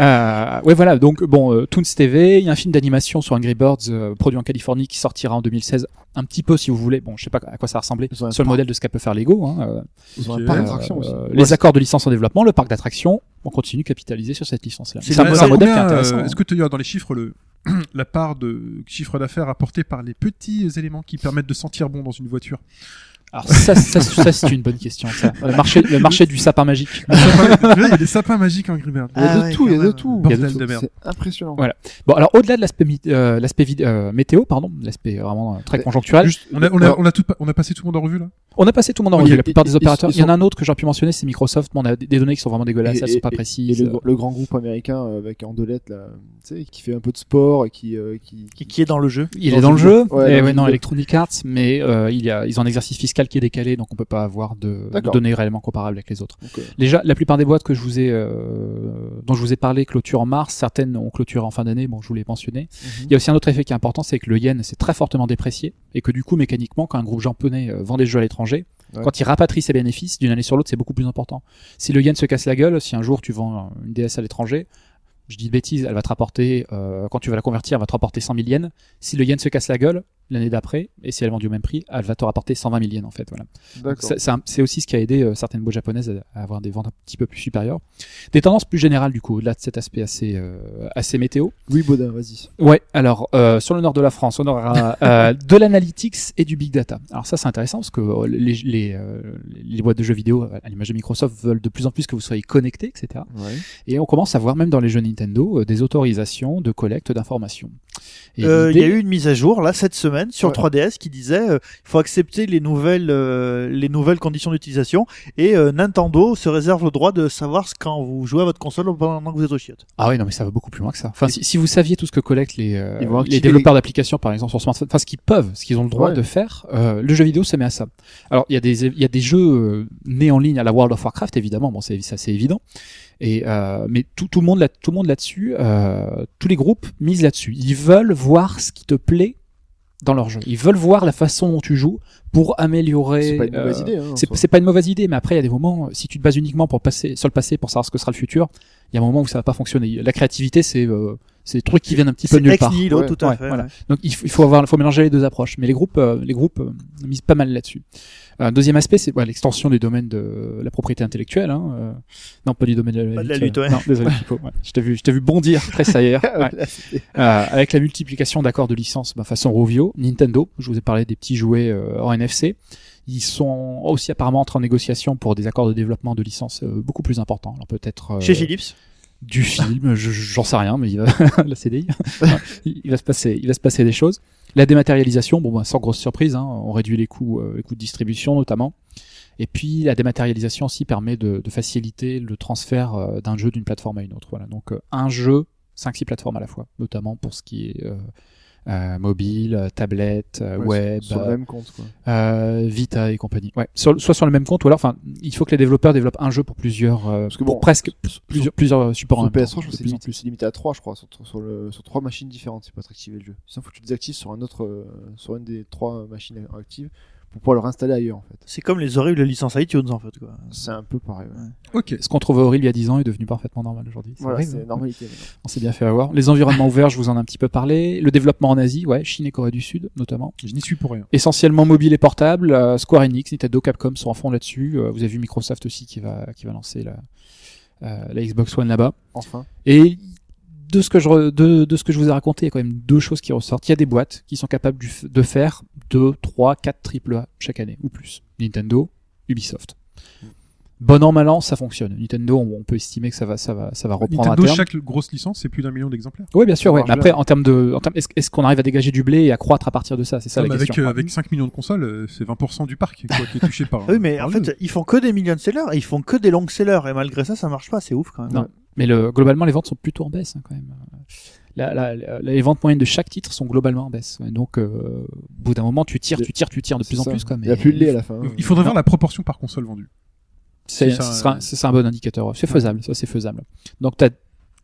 Euh, ouais, voilà. Donc, bon, euh, Toons TV, il y a un film d'animation sur Angry Birds euh, produit en Californie qui sortira en 2016. Un petit peu, si vous voulez. Bon, je sais pas à quoi ça ressemblait.
Ils ont
Sur
un
le
parc.
modèle de ce qu'a peut faire Lego. Hein, euh,
Ils ont
Ok.
un parc
euh,
d'attractions aussi.
euh, les accords de licence en développement, le parc d'attractions. On continue de capitaliser sur cette licence-là.
C'est
C'est un,
vrai,
c'est
Alors,
un modèle qui est
combien, euh,
intéressant. hein.
Est-ce que tu as dans les chiffres le, la part de chiffre d'affaires apportée par les petits éléments qui permettent de sentir bon dans une voiture
Alors, ça, ça, ça, c'est une bonne question. Ça. Le, marché, le marché du sapin magique.
Le sapin- Là, Il y a des sapins magiques en Grimbert.
Il y a
Ah
de
ouais,
tout, il y a
quand
de
même.
tout.
Bordel
Il y a tout.
de merde.
C'est impressionnant.
Ouais. Bon, alors, au-delà de l'aspect mi- euh, l'aspect vid- euh, météo, pardon, l'aspect vraiment euh, très conjoncturel,
Juste, on a, on,
euh,
a, on, a tout, pa- on a passé tout le monde en revue là
On a passé tout le monde en
Oui,
revue,
et-
la plupart
et-
des
ils
opérateurs.
sont-
Il y en a un autre que j'aurais pu mentionner, c'est Microsoft, mais on a des des données qui sont vraiment dégueulasses,
Et-
elles sont pas
et- Et
précises.
le, le grand groupe américain euh, avec Andolette, là, tu sais, qui fait un peu de sport et qui, euh, qui,
Qui, qui est dans le jeu.
Il
dans
est dans
une
le jeu,
boîte. Ouais,
et
dans
ouais,
une
non,
boîte.
Electronic Arts, mais euh, il y a, ils ont un exercice fiscal qui est décalé, donc on peut pas avoir de, de
D'accord.
données réellement comparables avec les autres.
Donc, euh,
Déjà, la plupart des boîtes que je vous ai, euh, dont je vous ai parlé clôturent en mars, certaines ont clôturé en fin d'année, bon, je vous l'ai mentionné. Il y a aussi un autre effet qui est important, c'est que le yen s'est très fortement déprécié, et que du coup, mécaniquement, quand un groupe japonais euh, vend des jeux à l'étranger,
Ouais.
quand il rapatrie ses bénéfices d'une année sur l'autre, c'est beaucoup plus important. Si le yen se casse la gueule, si un jour tu vends une DS à l'étranger, je dis de bêtises, elle va te rapporter, euh, quand tu vas la convertir, elle va te rapporter 100 000 yens. Si le yen se casse la gueule, l'année d'après, et si elle vend du même prix, elle va te rapporter 120 000 yens en fait. Voilà.
D'accord.
Ça- C'est un- c'est aussi ce qui a aidé euh, certaines boîtes japonaises à, à avoir des ventes un petit peu plus supérieures. Des tendances plus générales, du coup, au-delà de cet aspect assez, euh, assez météo.
Oui, Baudin, vas-y.
Ouais, alors, euh, sur le nord de la France, on aura euh, de l'analytics et du big data. Alors ça, c'est intéressant parce que euh, les, les, euh, les boîtes de jeux vidéo, à l'image de Microsoft, veulent de plus en plus que vous soyez connectés, etc. Et on commence à voir, même dans les jeux Nintendo, euh, des autorisations de collecte d'informations. Et
Euh, Il y
l'idée-
a eu une mise à jour là cette semaine sur
Ouais.
3DS qui disait euh, il faut accepter les nouvelles euh, les nouvelles conditions d'utilisation et euh, Nintendo se réserve le droit de savoir ce quand vous jouez à votre console pendant que vous êtes au chiottes.
Ah oui, non, mais ça va beaucoup plus loin que ça. Enfin, si, si vous saviez tout ce que collectent les, euh,
Ils vont
les
activer
développeurs d'applications, par exemple, sur smartphone, enfin, ce qu'ils peuvent, ce qu'ils ont le droit
Ouais.
de faire, euh, le jeu vidéo se met à ça. Alors, il y a des, il y a des jeux euh, nés en ligne à la World of Warcraft, évidemment. Bon, c'est, ça, c'est évident. Et, euh, mais tout, tout le monde là, tout le monde là-dessus, euh, tous les groupes misent là-dessus. Ils veulent voir ce qui te plaît dans leur jeu. Ils veulent voir la façon dont tu joues pour améliorer.
C'est pas une
euh,
mauvaise idée. hein, en
c'est
soi.
c'est pas une mauvaise idée, mais après, il y a des moments, si tu te bases uniquement pour passer, sur le passé pour savoir ce que sera le futur, il y a un moment où ça va pas fonctionner. La créativité, c'est euh, c'est des trucs qui viennent un petit peu
C'est
de nulle
ex
part.
nihilo,
Ouais,
tout à
ouais,
fait.
voilà.
ouais.
Donc il faut, il faut avoir, il faut mélanger les deux approches. Mais les groupes, euh, les groupes euh, misent pas mal là-dessus. Euh, deuxième aspect, c'est ouais, l'extension du domaine de la propriété intellectuelle. Hein, euh, non, pas du domaine de la, euh,
Pas de la lutte, ouais.
Non, désolé, Pipo, ouais. Je t'ai vu, je t'ai vu bondir, tressaillir. Ouais.
Là, c'était-
Euh, avec la multiplication d'accords de licences bah, façon Rovio, Nintendo, je vous ai parlé des petits jouets euh, en NFC, ils sont aussi apparemment en train de négociation pour des accords de développement de licences euh, beaucoup plus importants. Alors peut-être euh,
Chez Philips.
du film, je- je- j'en sais rien, mais il va la CDI, il il va se passer, il va se passer des choses. La dématérialisation, bon, bah, sans grosse surprise, hein, on réduit les coûts, euh, les coûts de distribution notamment. Et puis la dématérialisation aussi permet de, de faciliter le transfert euh, d'un jeu d'une plateforme à une autre. Voilà, donc euh, un jeu, 5-6 plateformes à la fois, notamment pour ce qui est euh, euh, mobile, euh, tablette, euh,
Ouais, bah,
web,
sur le
euh,
même compte. Quoi.
euh, Vita et compagnie. Ouais, sur- soit sur le même compte, ou alors, enfin, il faut que les développeurs développent un jeu pour plusieurs, euh,
Parce que
pour
bon,
presque plusieurs, plusieurs euh, supports. en
Sur
même temps,
PS3, je crois
de
que c'est
plus en
limité, c'est limité à 3, je crois, sur, sur, le, sur 3 machines différentes, c'est pas activer le jeu. Sinon, faut que tu désactives sur, un autre, euh, sur une des 3 machines actives pour pouvoir le réinstaller ailleurs, en fait.
C'est comme les horribles licences iTunes, en fait,
Ah
quoi.
C'est un peu pareil. ouais.
Ok.
Ce qu'on trouvait horrible il y a 10 ans est devenu parfaitement normal aujourd'hui. C'est
Voilà,
horrible,
c'est la
hein.
normalité. maintenant.
On s'est bien fait avoir. Les environnements ouverts, je vous en ai un petit peu parlé. Le développement en Asie, ouais, Chine et Corée du Sud notamment.
Je n'y suis pour rien.
Essentiellement mobile et portable. euh, Square Enix, Nintendo, Capcom sont en fond là-dessus. Euh, vous avez vu Microsoft aussi qui va, qui va lancer la, euh, la Xbox One là-bas.
Enfin,
Et de ce que je re- de, de ce que je vous ai raconté, il y a quand même deux choses qui ressortent. Il y a des boîtes qui sont capables du f- de faire 2, 3, 4 triple A chaque année ou plus. Nintendo, Ubisoft.
Mm.
Bon an mal an, ça fonctionne. Nintendo, on on peut estimer que ça va, ça va, ça va reprendre
Nintendo,
à terme.
chaque grosse licence, c'est plus d'un million d'exemplaires.
Oui, bien sûr. Ouais.
marge
Mais
là.
après, en termes de, en termes- est-ce est-ce qu'on arrive à dégager du blé et à croître à partir de ça C'est ça
Non, mais
la
avec,
question.
euh, avec 5 millions de consoles, euh, c'est 20% du parc quoi, qui est touché par.
Ah Oui, mais
par
en
le jeu.
fait, ils font que des millions de sellers et ils font que des longs sellers et malgré ça, ça marche pas, c'est ouf quand même.
Non. Mais le, globalement, les ventes sont plutôt en baisse hein, quand même. La- la- la- les ventes moyennes de chaque titre sont globalement en baisse. Ouais, Donc, euh, au bout d'un moment, tu tires, tu tires, tu tires de
c'est
plus en
ça.
plus. Quoi, mais
Il n'y a plus de lait à la
euh,
fin.
il faudrait
Non.
voir la proportion par console vendue.
C'est
C'est ça,
ce sera,
euh,
ce sera un bon indicateur. C'est faisable, ça c'est faisable. Donc t'as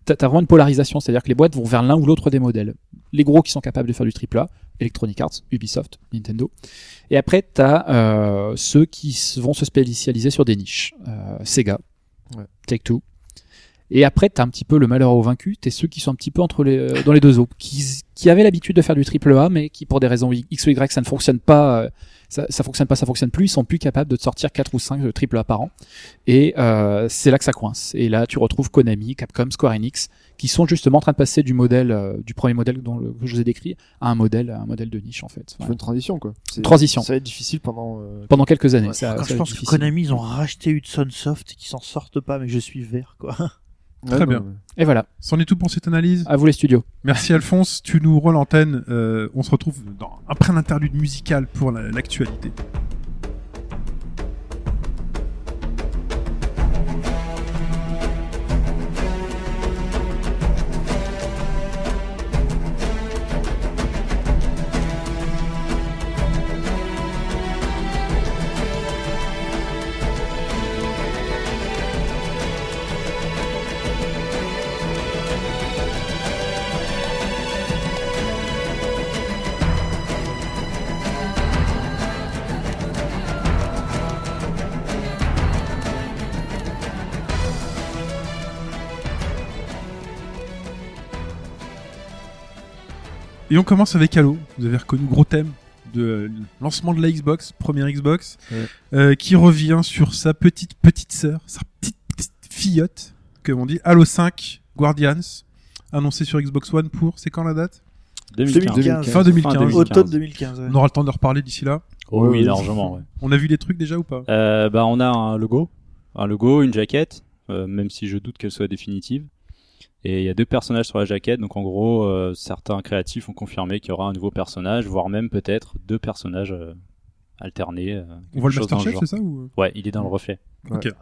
as, vraiment une polarisation, c'est-à-dire que les boîtes vont vers l'un ou l'autre des modèles. Les gros qui sont capables de faire du triple A, Electronic Arts, Ubisoft, Nintendo. Et après t'as euh, ceux qui s- vont se spécialiser sur des niches, Euh, Sega,
Ouais.
Take Two. Et après t'as un petit peu le malheur au vaincu, t'es ceux qui sont un petit peu entre les euh, dans les deux eaux, qui s- qui avaient l'habitude de faire du triple A, mais qui pour des raisons X ou Y ça ne fonctionne pas, euh, ça, ça fonctionne pas, ça fonctionne plus, ils sont plus capables de te sortir 4 ou 5 triple A par an. Et euh, c'est là que ça coince. Et là, tu retrouves Konami, Capcom, Square Enix, qui sont justement en train de passer du modèle, euh, du premier modèle dont le- que je vous ai décrit, à un modèle, à un modèle de niche en fait.
Il
Ouais.
faut une transition, quoi. C'est-
Transition.
Ça va être difficile pendant. euh,
Pendant quelques années.
Ouais,
ça-
Quand
ça
je
va
pense
être
que
difficile.
Konami, ils ont racheté Hudson Soft et qu'ils s'en sortent pas, mais je suis vert, quoi.
ouais,
Très
non,
bien.
mais-
Et voilà.
C'en est tout pour cette analyse.
À vous les studios.
Merci Alphonse, tu nous rends l'antenne. Euh, on se retrouve dans après l'interlude musical pour la- l'actualité. Et on commence avec Halo. Vous avez reconnu gros thème de euh, lancement de la Xbox, première Xbox,
Ouais.
euh, qui revient sur sa petite petite sœur, sa petite, petite fillotte, comme on dit, Halo 5 Guardians, annoncé sur Xbox One pour, c'est quand la date
2015.
2015.
Fin 2015.
Automne 2015. ouais.
On aura le temps de reparler d'ici là.
Oh oui, largement. ouais.
On a vu des trucs déjà ou pas
Euh, bah, on a un logo, un logo, une jaquette, euh, même si je doute qu'elle soit définitive. Et il y a deux personnages sur la jaquette, donc en gros, euh, certains créatifs ont confirmé qu'il y aura un nouveau personnage, voire même peut-être deux personnages euh, alternés. euh,
On voit le
chose dans
Master
le
Chef,
genre.
c'est ça ou... euh
ouais, il est dans le reflet.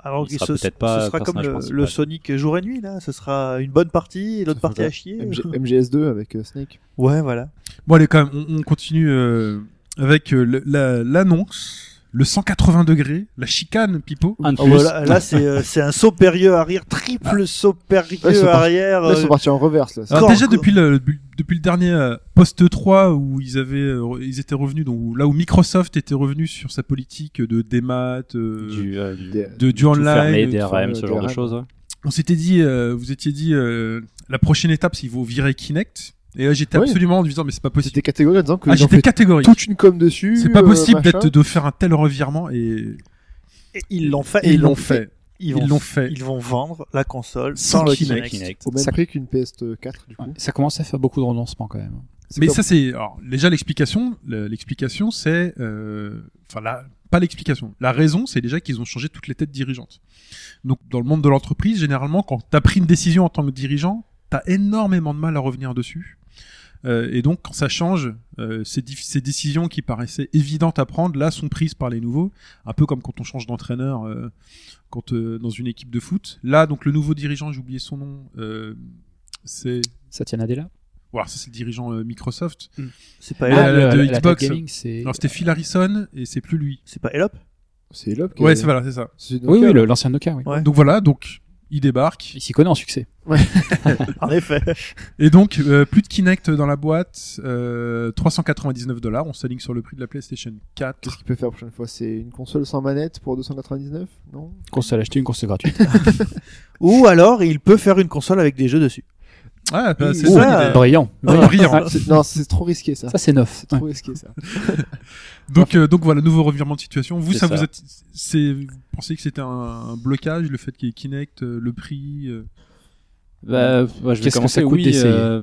Alors
Il sera
ce,
peut-être pas
ce sera comme
personnage
le,
principal.
le Sonic jour et nuit là, ce sera une bonne partie et l'autre
Ça
partie à chier.
MG- MGS2 avec euh, Snake.
Ouais voilà.
Bon, allez, quand même, on, on continue euh, avec euh, le- la- l'annonce, le 180 degrés, la chicane, Pipo.
Un de
Oh,
plus.
voilà, là c'est euh, c'est un saut périlleux arrière, triple saut
Ouais, ils sont
périlleux
par-
arrière.
Là, ils
euh,
sont partis en reverse, là.
Alors,
Encore,
Ah, déjà,
encore.
depuis le, le- depuis le dernier euh, Post 3 où ils avaient euh, ils étaient revenus donc là où Microsoft était revenu sur sa politique de démat euh,
du, euh, du-
Des-
de du
tout
online
fermé,
de-
DRM, ce
euh,
genre de
DRM.
choses. hein. ouais.
on s'était dit euh, vous étiez dit euh, la prochaine étape c'est vous virer Kinect et là j'étais
Oui.
absolument en disant mais c'est pas possible
C'était catégorique en disant que
ah
ils ont fait
j'étais catégorique
toute une com dessus.
c'est pas
euh,
possible
machin.
d'être de faire un tel revirement et
Et ils l'ont fait.
et ils l'ont fait
Ils,
ils
vont,
l'ont fait
ils vont vendre la console
Sans
sans, le
Kinect.
Kinect.
Au même
Ça-
prix qu'une PS4, du coup.
Ouais, Ça commence à faire beaucoup de renoncements quand même.
C'est
Mais
comme-
ça, c'est alors déjà l'explication. le- L'explication, c'est euh, enfin la pas l'explication. La raison, c'est déjà qu'ils ont changé toutes les têtes dirigeantes. Donc, dans le monde de l'entreprise, généralement, quand t'as pris une décision en tant que dirigeant, t'as énormément de mal à revenir dessus. Euh, et donc, quand ça change, euh, ces, dif- ces décisions qui paraissaient évidentes à prendre, là, sont prises par les nouveaux. Un peu comme quand on change d'entraîneur, euh, quand euh, dans une équipe de foot. Là, donc, le nouveau dirigeant, j'ai oublié son nom. Euh, c'est,
Satya Nadella
voilà, ça, c'est le dirigeant euh, Microsoft.
C'est pas
Ah,
Elop.
le- de
la tête
Xbox.
gaming, c'est.
Non, c'était Phil Harrison et c'est plus lui.
C'est pas Elop.
C'est Elop. qui
Ouais,
est-
c'est voilà, c'est ça.
c'est
Oui,
Nokia.
oui, le- l'ancien Nokia, oui.
Ouais.
Donc voilà, donc il débarque.
Il s'y connaît en succès.
En effet.
Et donc euh, plus de Kinect dans la boîte, euh, 399 dollars, on s'aligne sur le prix de la PlayStation 4.
Qu'est-ce qu'il peut faire la prochaine fois C'est une console sans manette pour 299 Non
Console achetée, une console gratuite.
Ou alors, il peut faire une console avec des jeux dessus.
Ah, bah, c'est
Ouh,
ça.
ouais.
l'idée.
Brillant.
Ouais, brillant.
Ah,
C'est- Non, c'est trop risqué ça.
Ça, c'est neuf.
C'est trop risqué ça.
Donc euh, donc voilà, nouveau revirement de situation. Vous
C'est
ça,
ça.
vous êtes c'est vous pensez que c'était un, un blocage le fait qu'il y ait Kinect, euh, le prix euh,
Bah, bah, je vais
Qu'est-ce que ça
commencer.
coûte
Oui,
d'essayer
euh,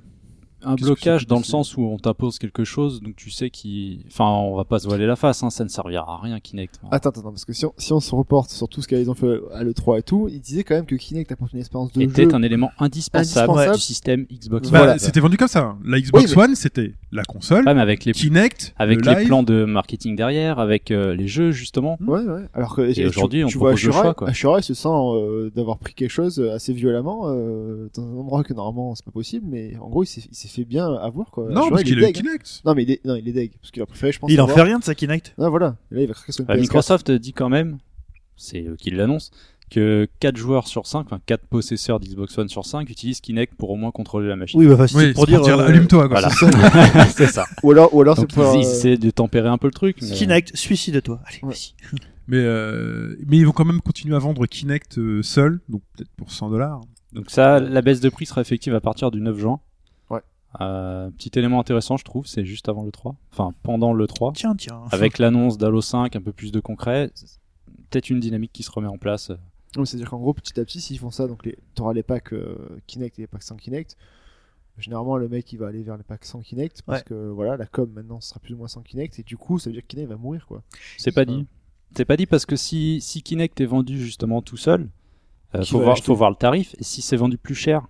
un
Qu'est-ce que ça
blocage
coûte
dans le
d'essayer
sens où on t'impose quelque chose, donc tu sais qui. Enfin, on va pas se voiler la face, hein, ça ne servira à rien, Kinect.
Attends, attends, parce que si on, si on se reporte sur tout ce qu'ils ont fait à l'E3 et tout, ils disaient quand même que Kinect apporte une expérience de
Était
jeu.
un élément indispensable,
Indispensable.
du système Xbox
bah,
One.
Voilà.
c'était vendu comme ça. La Xbox
Oui, mais-
One, c'était la console,
Ouais, mais avec les
Kinect,
avec
le
les
live.
plans de marketing derrière, avec euh, les jeux justement.
Ouais, ouais. Alors que
Et
tu-
aujourd'hui, on
tu vois
propose le
Ashura,
choix, quoi.
Ashura, il se sent euh, d'avoir pris quelque chose assez violemment euh, dans un endroit que normalement c'est pas possible, mais en gros il s'est il s'est fait bien avoir quoi.
Non,
Ashura,
parce
il
qu'il
est
a eu
deg, hein.
Kinect.
Non, mais il est, non, il est deg parce qu'il a préféré, je pense.
Il en fait
avoir-
rien de sa Kinect.
Ah voilà, Et là il va craquer sur une
Euh,
PS4.
Microsoft dit quand même, c'est eux qui l'annoncent, que 4 joueurs sur 5, enfin 4 possesseurs d'Xbox One sur 5 utilisent Kinect pour au moins contrôler la machine.
Oui, bah, c'est
Oui,
pour dire. euh,
allume-toi quoi.
voilà,
C'est-
c'est ça.
Ou alors, ou alors c'est
Donc
pour.
ils, ils
euh,
essaient de tempérer un peu le truc. mais-
Kinect, suicide-toi. Allez,
Ouais.
vas-y.
Mais euh, mais ils vont quand même continuer à vendre Kinect euh, seul, donc peut-être pour 100 dollars.
euh, Donc ça, la baisse de prix sera effective à partir du 9 juin.
Ouais.
Euh, petit élément intéressant, je trouve, c'est juste avant le 3, enfin pendant le 3,
Tiens, tiens.
avec l'annonce d'Halo 5, un peu plus de concret, c'est peut-être une dynamique qui se remet en place.
Oui, C'est-à-dire qu'en gros, petit à petit, s'ils font ça, donc les... t'auras les packs euh, Kinect et les packs sans Kinect. Généralement, le mec, il va aller vers les packs sans Kinect parce
Ouais.
que voilà, la com maintenant sera plus ou moins sans Kinect et du coup, ça veut dire que Kinect va mourir quoi.
C'est pas
Ça.
dit. C'est pas dit parce que si, si Kinect est vendu justement tout seul, euh,
Qui
faut,
va
voir,
l'acheter
faut voir le tarif. Et si c'est vendu plus cher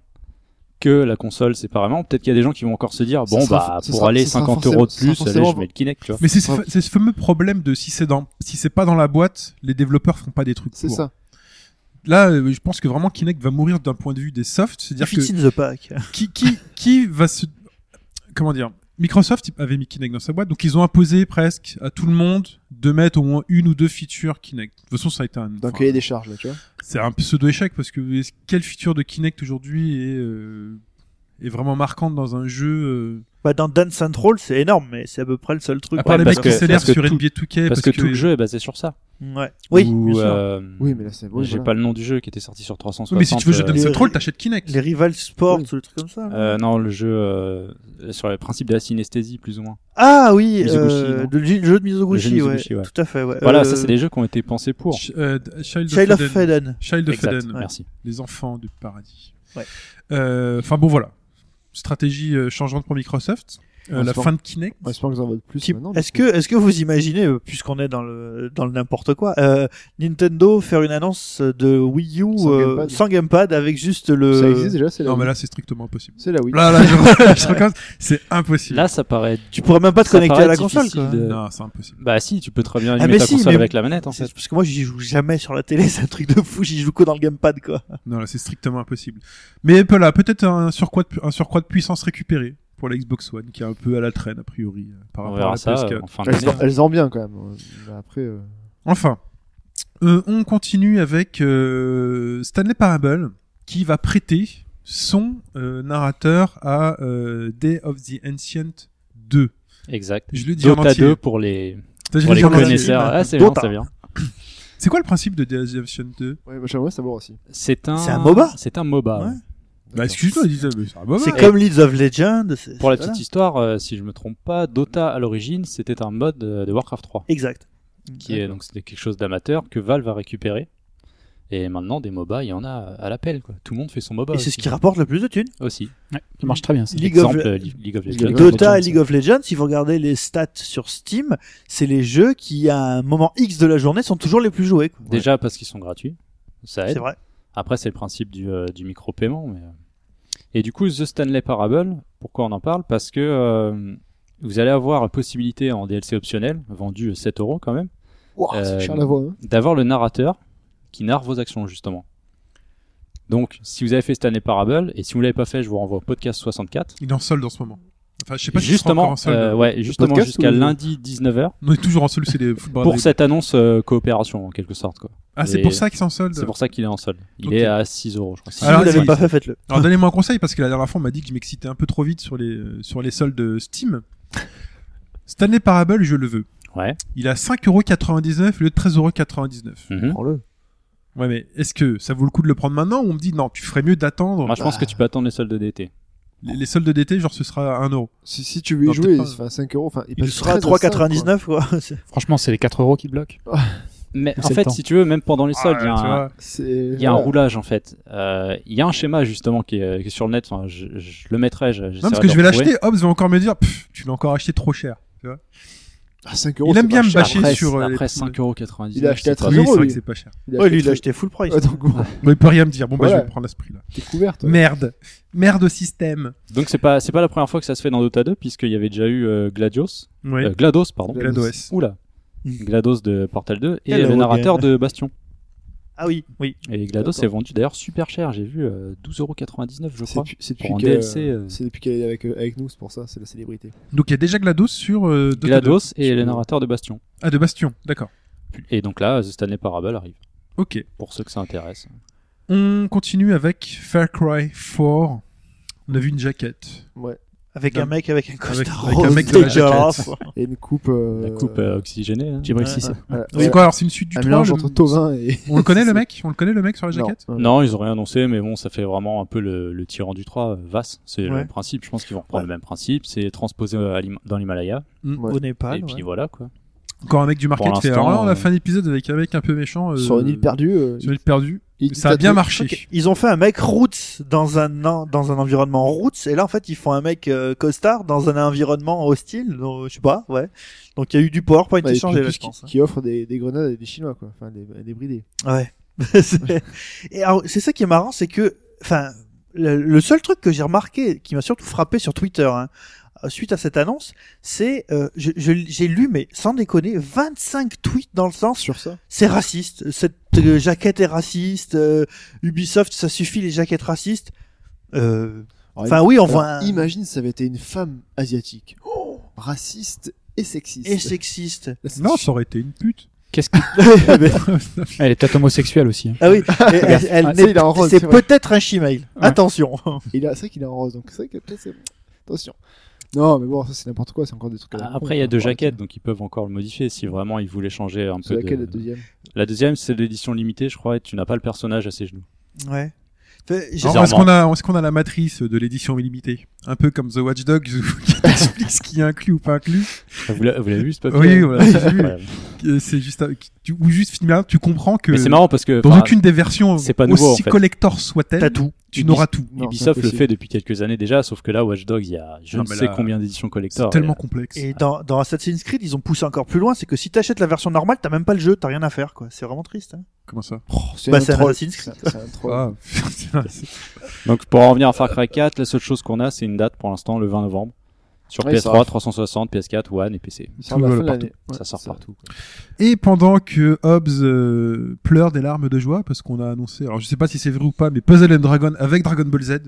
que la console séparément, peut-être qu'il y a des gens qui vont encore se dire
Ça
bon,
sera-
bah
ça
pour
sera-
aller
ça sera
50
forcément-
euros de
ça
plus,
sera
allez, je
forcément-
mets le Kinect, tu vois.
Mais c'est ce,
Ouais.
c'est ce fameux problème de si c'est dans, si c'est pas dans la boîte, les développeurs font pas des trucs.
C'est
pour.
ça.
Là, euh, je pense que vraiment Kinect va mourir d'un point de vue des softs, c'est-à-dire que
Fits in the pack.
qui, qui, qui va se, comment dire, Microsoft avait mis Kinect dans sa boîte, donc ils ont imposé presque à tout le monde de mettre au moins une ou deux features Kinect. De toute façon, ça a été un,
D'un
enfin,
cahier des charges là, tu vois.
c'est un pseudo échec parce que est-ce- quelle feature de Kinect aujourd'hui est, euh, est vraiment marquante dans un jeu euh,
Bah, dans Dance Central, c'est énorme, mais c'est à peu près le seul truc.
à part
Ouais,
les
parce
mecs qui
que-
s'énervent
parce que
sur
tout-
NBA 2K
Parce que, tout le jeu est basé sur ça.
Ouais. Oui,
Ou,
bien sûr.
euh,
Oui, mais là, c'est oui,
J'ai
voilà.
pas le nom du jeu qui était sorti sur 360.
Oui, mais si tu veux
euh,
jouer
les-
Dance Troll, t'achètes Kinect.
Les Rival Sports
Oui.
ou le truc comme ça. là.
euh, non, le jeu euh, sur le principe de la synesthésie, plus ou moins.
Ah oui,
Mizoguchi,
euh,
non
le jeu le jeu de Mizoguchi,
Le jeu de
ouais.
Mizoguchi, ouais.
Tout à fait, ouais.
Voilà,
Euh,
ça, c'est des jeux qui ont été pensés pour.
Ch- euh, Child,
Child
of
of
Eden.
Faden.
Child of
Exact,
Eden,
Merci.
les enfants du paradis.
Ouais.
Euh, Enfin bon voilà, stratégie euh, changeante pour Microsoft. Euh,
On
la
se
fin de Kinect.
On espère que vous en votent plus
Qui-
maintenant.
Est-ce que, est-ce que vous imaginez, euh, puisqu'on est dans le, dans le n'importe quoi, euh, Nintendo faire une annonce de Wii U
Sans
euh,
gamepad.
sans gamepad avec juste le.
Ça existe déjà, c'est la
Non mais
Wii.
là c'est strictement impossible.
C'est la Wii.
Là là, je, je recommence, c'est impossible.
Là, ça paraît.
Tu pourrais même pas te
ça
connecter à
paraît
la console,
difficile
quoi.
de-
Non c'est impossible.
Bah si, tu peux très bien
Ah,
allumer
mais
ta
si,
console
mais-
avec la manette hein. en fait.
C'est- Parce que moi, j'y joue jamais sur la télé, c'est un truc de fou, j'y joue que dans le gamepad, quoi.
Ah
Non là c'est strictement impossible. Mais Apple a peut-être un surcroît de, pu- un surcroît de puissance récupéré pour la Xbox One qui est un peu à la traîne a priori euh, par
On
rapport à
verra
la
ça
PS4.
euh, en fin
Elles,
d'année.
en- elles en bien quand même. Mais Après, euh,
Enfin, euh, on continue avec euh, Stanley Parable qui va prêter sont euh, narrateurs à euh, Day of the Ancient 2.
Exact.
Je le dis en
Dota
entier.
2 pour les,
Putain, je
pour
l'ai
les
dit en entier.
connaisseurs. Ah, c'est bien,
Dota.
c'est bien.
C'est quoi le principe de Day of the Ancient 2
Ouais, bah, j'aimerais savoir aussi.
C'est un...
C'est un MOBA
C'est un MOBA.
Ouais.
ouais.
Bah excuse-moi, ils disent, mais c'est un
C'est
bobard.
comme Leads of Legends. c'est-
Pour la
voilà.
petite histoire, euh, si je me trompe pas, Dota à l'origine, c'était un mode euh, de Warcraft 3,
Exact.
qui est donc c'était quelque chose d'amateur que Valve a récupéré. Et maintenant, des MOBA, il y en a à l'appel. Quoi. Tout le monde fait son MOBA.
Et c'est
aussi.
ce qui rapporte le plus de thunes.
Aussi.
Ça marche très bien. ça.
League of-
Exemple, euh, League League of
League
Legends.
of
Dota et
Legends,
League of Legends, si vous regardez les stats sur Steam, c'est les jeux qui, à un moment X de la journée, sont toujours les plus joués. quoi.
Déjà parce qu'ils sont gratuits. Ça
c'est
aide.
vrai.
Après, c'est le principe du, euh, du micro-paiement. Mais... euh. Et du coup, The Stanley Parable, pourquoi on en parle Parce que euh, vous allez avoir la possibilité en DLC optionnel, vendu 7 euros quand même,
Ouah,
Euh,
c'est cher la voix. Hein.
d'avoir le narrateur qui narre vos actions justement. Donc, si vous avez fait Stanley Parable, et si vous l'avez pas fait, je vous renvoie au podcast 64.
Il est en solde en ce moment. Enfin, je sais pas si sera encore
justement,
en solde.
euh, ouais, justement
podcast
jusqu'à
ou le-
lundi 19h
On est toujours en solde, c'est des footballers.
pour cette annonce euh, coopération en quelque sorte. quoi.
Ah, c'est
Et-
pour ça qu'ils sont en solde.
C'est pour ça qu'il est en solde. Il
Ok.
est à 6 euros, je crois.
Si
Alors,
vous l'avez
si-
pas fait, faites-le.
Alors donnez-moi un conseil parce que la dernière fois on m'a dit que je m'excitais un peu trop vite sur les euh, sur les soldes Steam. Stanley Parable, je le veux.
Ouais.
Il a 5,99€ au lieu de 13,99€.
Mhm.
Prends-le.
Ouais, mais est-ce que ça vaut le coup de le prendre maintenant ou on me dit non, tu ferais mieux d'attendre
Moi, je pense que tu peux attendre les soldes d'été.
les, les soldes d'été, genre ce sera à 1€.
Si, si tu veux y
Non,
jouer,
peut-être pas.
enfin, 5 euros. Enfin,
Il
passe
sera à
13 à 5, quoi.
3,99 quoi. C'est-
Franchement, c'est les 4 euros qui bloquent.
Mais
Ou
en fait,
septembre.
si tu veux, même pendant les
Ah,
soldes, il y a un-
C'est.
il y a un roulage en fait. Euh, Il y a un schéma justement qui est, qui est sur le net. Enfin, je, je le mettrai. je-
Non,
j'essaierai
parce
de
que je vais
le retrouver.
l'acheter, Hobbs va encore me dire, Pff, tu l'as encore acheté trop cher.
À 5 euros.
Il aime
c'est
bien
pas
me
cher.
bâcher.
Après,
sur, euh, les
après
prix de-
5,99€.
Il a acheté à
c'est pas-
13
oui, c'est
euros,
vrai que
lui.
c'est pas cher.
Ouais, lui, il a
acheté.
acheté full price.
Ouais, Ah, donc, ouais,
Bon, il peut rien me dire. Bon, bah,
Voilà.
je vais prendre à ce prix-là.
t'es hein. couvert, toi.
Merde. Merde au système.
Donc c'est pas c'est pas la première fois que ça se fait dans Dota 2 puisqu'il y avait déjà eu euh, Gladios,
Oui. Mm.
euh, Glados pardon.
Glados.
GLaDOS.
Oula. Glados de Portal 2 et
Hello
le narrateur de Bastion.
Ah oui, oui.
Et Glados est vendu d'ailleurs super cher, j'ai vu euh, 12,99€ je
C'est
crois.
depuis- c'est depuis
Pour un
que-
DLC. euh,
C'est depuis qu'elle est avec, euh, avec nous, c'est pour ça, c'est la célébrité.
Donc il y a déjà GLaDOS sur euh, Dota 2.
GLaDOS et le narrateur de Bastion.
Ah, de Bastion. D'accord.
Et donc là, The Stanley Parable arrive
Ok.
pour ceux que ça intéresse.
On continue avec Far Cry 4. On a vu une jaquette.
Avec
Non.
un mec avec un costard
avec un
rose
mec de la
dégueulasse.
Et une coupe. euh,
La coupe euh, oxygénée. hein.
Djibril
Ouais,
Cissé.
voilà,
C'est
voilà.
quoi alors C'est une suite du
Un
3,
mélange
le-
entre Tovin et.
On le connaît le mec On le connaît le mec sur la
Non, euh,
jaquette
non.
Non, ils ont rien annoncé, mais bon, ça fait vraiment un peu le, le tyran du 3, Vasse. C'est
Ouais.
le principe, je pense qu'ils vont reprendre le même principe. C'est transposé euh, à l'Him- dans l'Himalaya.
Ouais.
Au Népal.
et puis
ouais.
voilà, quoi.
Encore un mec du market
Pour
fait.
l'instant,
Alors là, on a
euh,
fait un épisode avec un mec un peu méchant. euh,
Sur une île perdue. euh,
Sur une île perdue.
il dit
Ça a bien
tatoué.
marché.
Ok. Ils ont fait un mec roots dans un en- dans un environnement roots et là en fait ils font un mec euh, costard dans un environnement hostile donc, je sais pas ouais donc il y a eu du PowerPoint
Ouais, et
échangé
puis,
là
plus
je pense hein.
qui, qui offre des, des grenades à des Chinois, quoi. Enfin, des, des bridés.
Ouais. C'est- et alors, c'est ça qui est marrant, c'est que, enfin, le, le seul truc que j'ai remarqué, qui m'a surtout frappé sur Twitter, hein, euh, suite à cette annonce, c'est, euh, je- je- j'ai lu, mais sans déconner, 25 tweets dans le sens,
Sur ça.
c'est raciste, cette euh, jaquette est raciste, euh, Ubisoft, ça suffit les jaquettes racistes. Euh,
Alors,
Enfin euh, oui, on
Alors,
voit un...
Imagine, ça avait été une femme asiatique, raciste et sexiste.
et sexiste.
Là, c'est-
Non, ça aurait été une pute.
Qu'est-ce que... Elle est peut-être homosexuelle aussi. hein.
Ah oui, et- elle, elle
Ah,
n'est-
ça, il est en rose,
c'est
c'est vrai.
peut-être un chimale. Attention.
il a, c'est vrai qu'il est en rose, donc c'est vrai que peut-être c'est attention. Non, mais bon, ça c'est n'importe quoi, c'est encore des trucs. à la
Ah,
con,
Après, il y a
hein,
deux
faut arrêter.
jaquettes, donc ils peuvent encore le modifier si vraiment ils voulaient changer un
C'est
peu.
laquelle
de-
la deuxième
La deuxième, c'est l'édition limitée, je crois, et tu n'as pas le personnage à ses genoux.
Ouais. Fait- j'ai-
Alors, Est-ce qu'on a, est-ce qu'on a la matrice de l'édition illimitée Un peu comme The Watch Dogs où- qui t'explique ce qui est inclus ou pas inclus.
Ah, Vous l'a- vous l'avez vu ce papier
Oui,
hein
voilà, j'ai vu.
Incroyable.
Euh, C'est juste, un- qui- tu- ou juste finalement, tu comprends que
Mais c'est marrant parce que
dans
enfin,
aucune des versions,
c'est pas nouveau,
aussi
en fait.
collector soit-elle,
T'as tout.
tu n'auras tout.
Non, c'est
Ubisoft le
impossible.
fait depuis quelques années déjà, sauf que là, Watch Dogs, il y a je
Non,
ne
mais
sais
là,
combien d'éditions collector.
C'est
et-
tellement complexe.
Et dans, dans Assassin's Creed, ils ont poussé encore plus loin, c'est que si t'achètes la version normale, t'as même pas le jeu, t'as rien à faire, quoi. C'est vraiment triste. Hein.
Comment ça
C'est
Bah,
un
c'est un
troll.
Assassin's Creed.
C'est un- c'est un troll.
Ah, c'est-
Donc pour en revenir à Far Cry 4, la seule chose qu'on a, c'est une date pour l'instant, le 20 novembre. Sur
Ouais, ça
PS3,
va.
360, PS4, One et PC.
Il sort à la
Tout,
fin de
voilà,
l'année. Ouais,
ça sort
c'est-
partout. quoi.
Et pendant que Hobbs euh, pleure des larmes de joie parce qu'on a annoncé, alors je sais pas si c'est vrai ou pas, mais Puzzle and Dragon avec Dragon Ball Z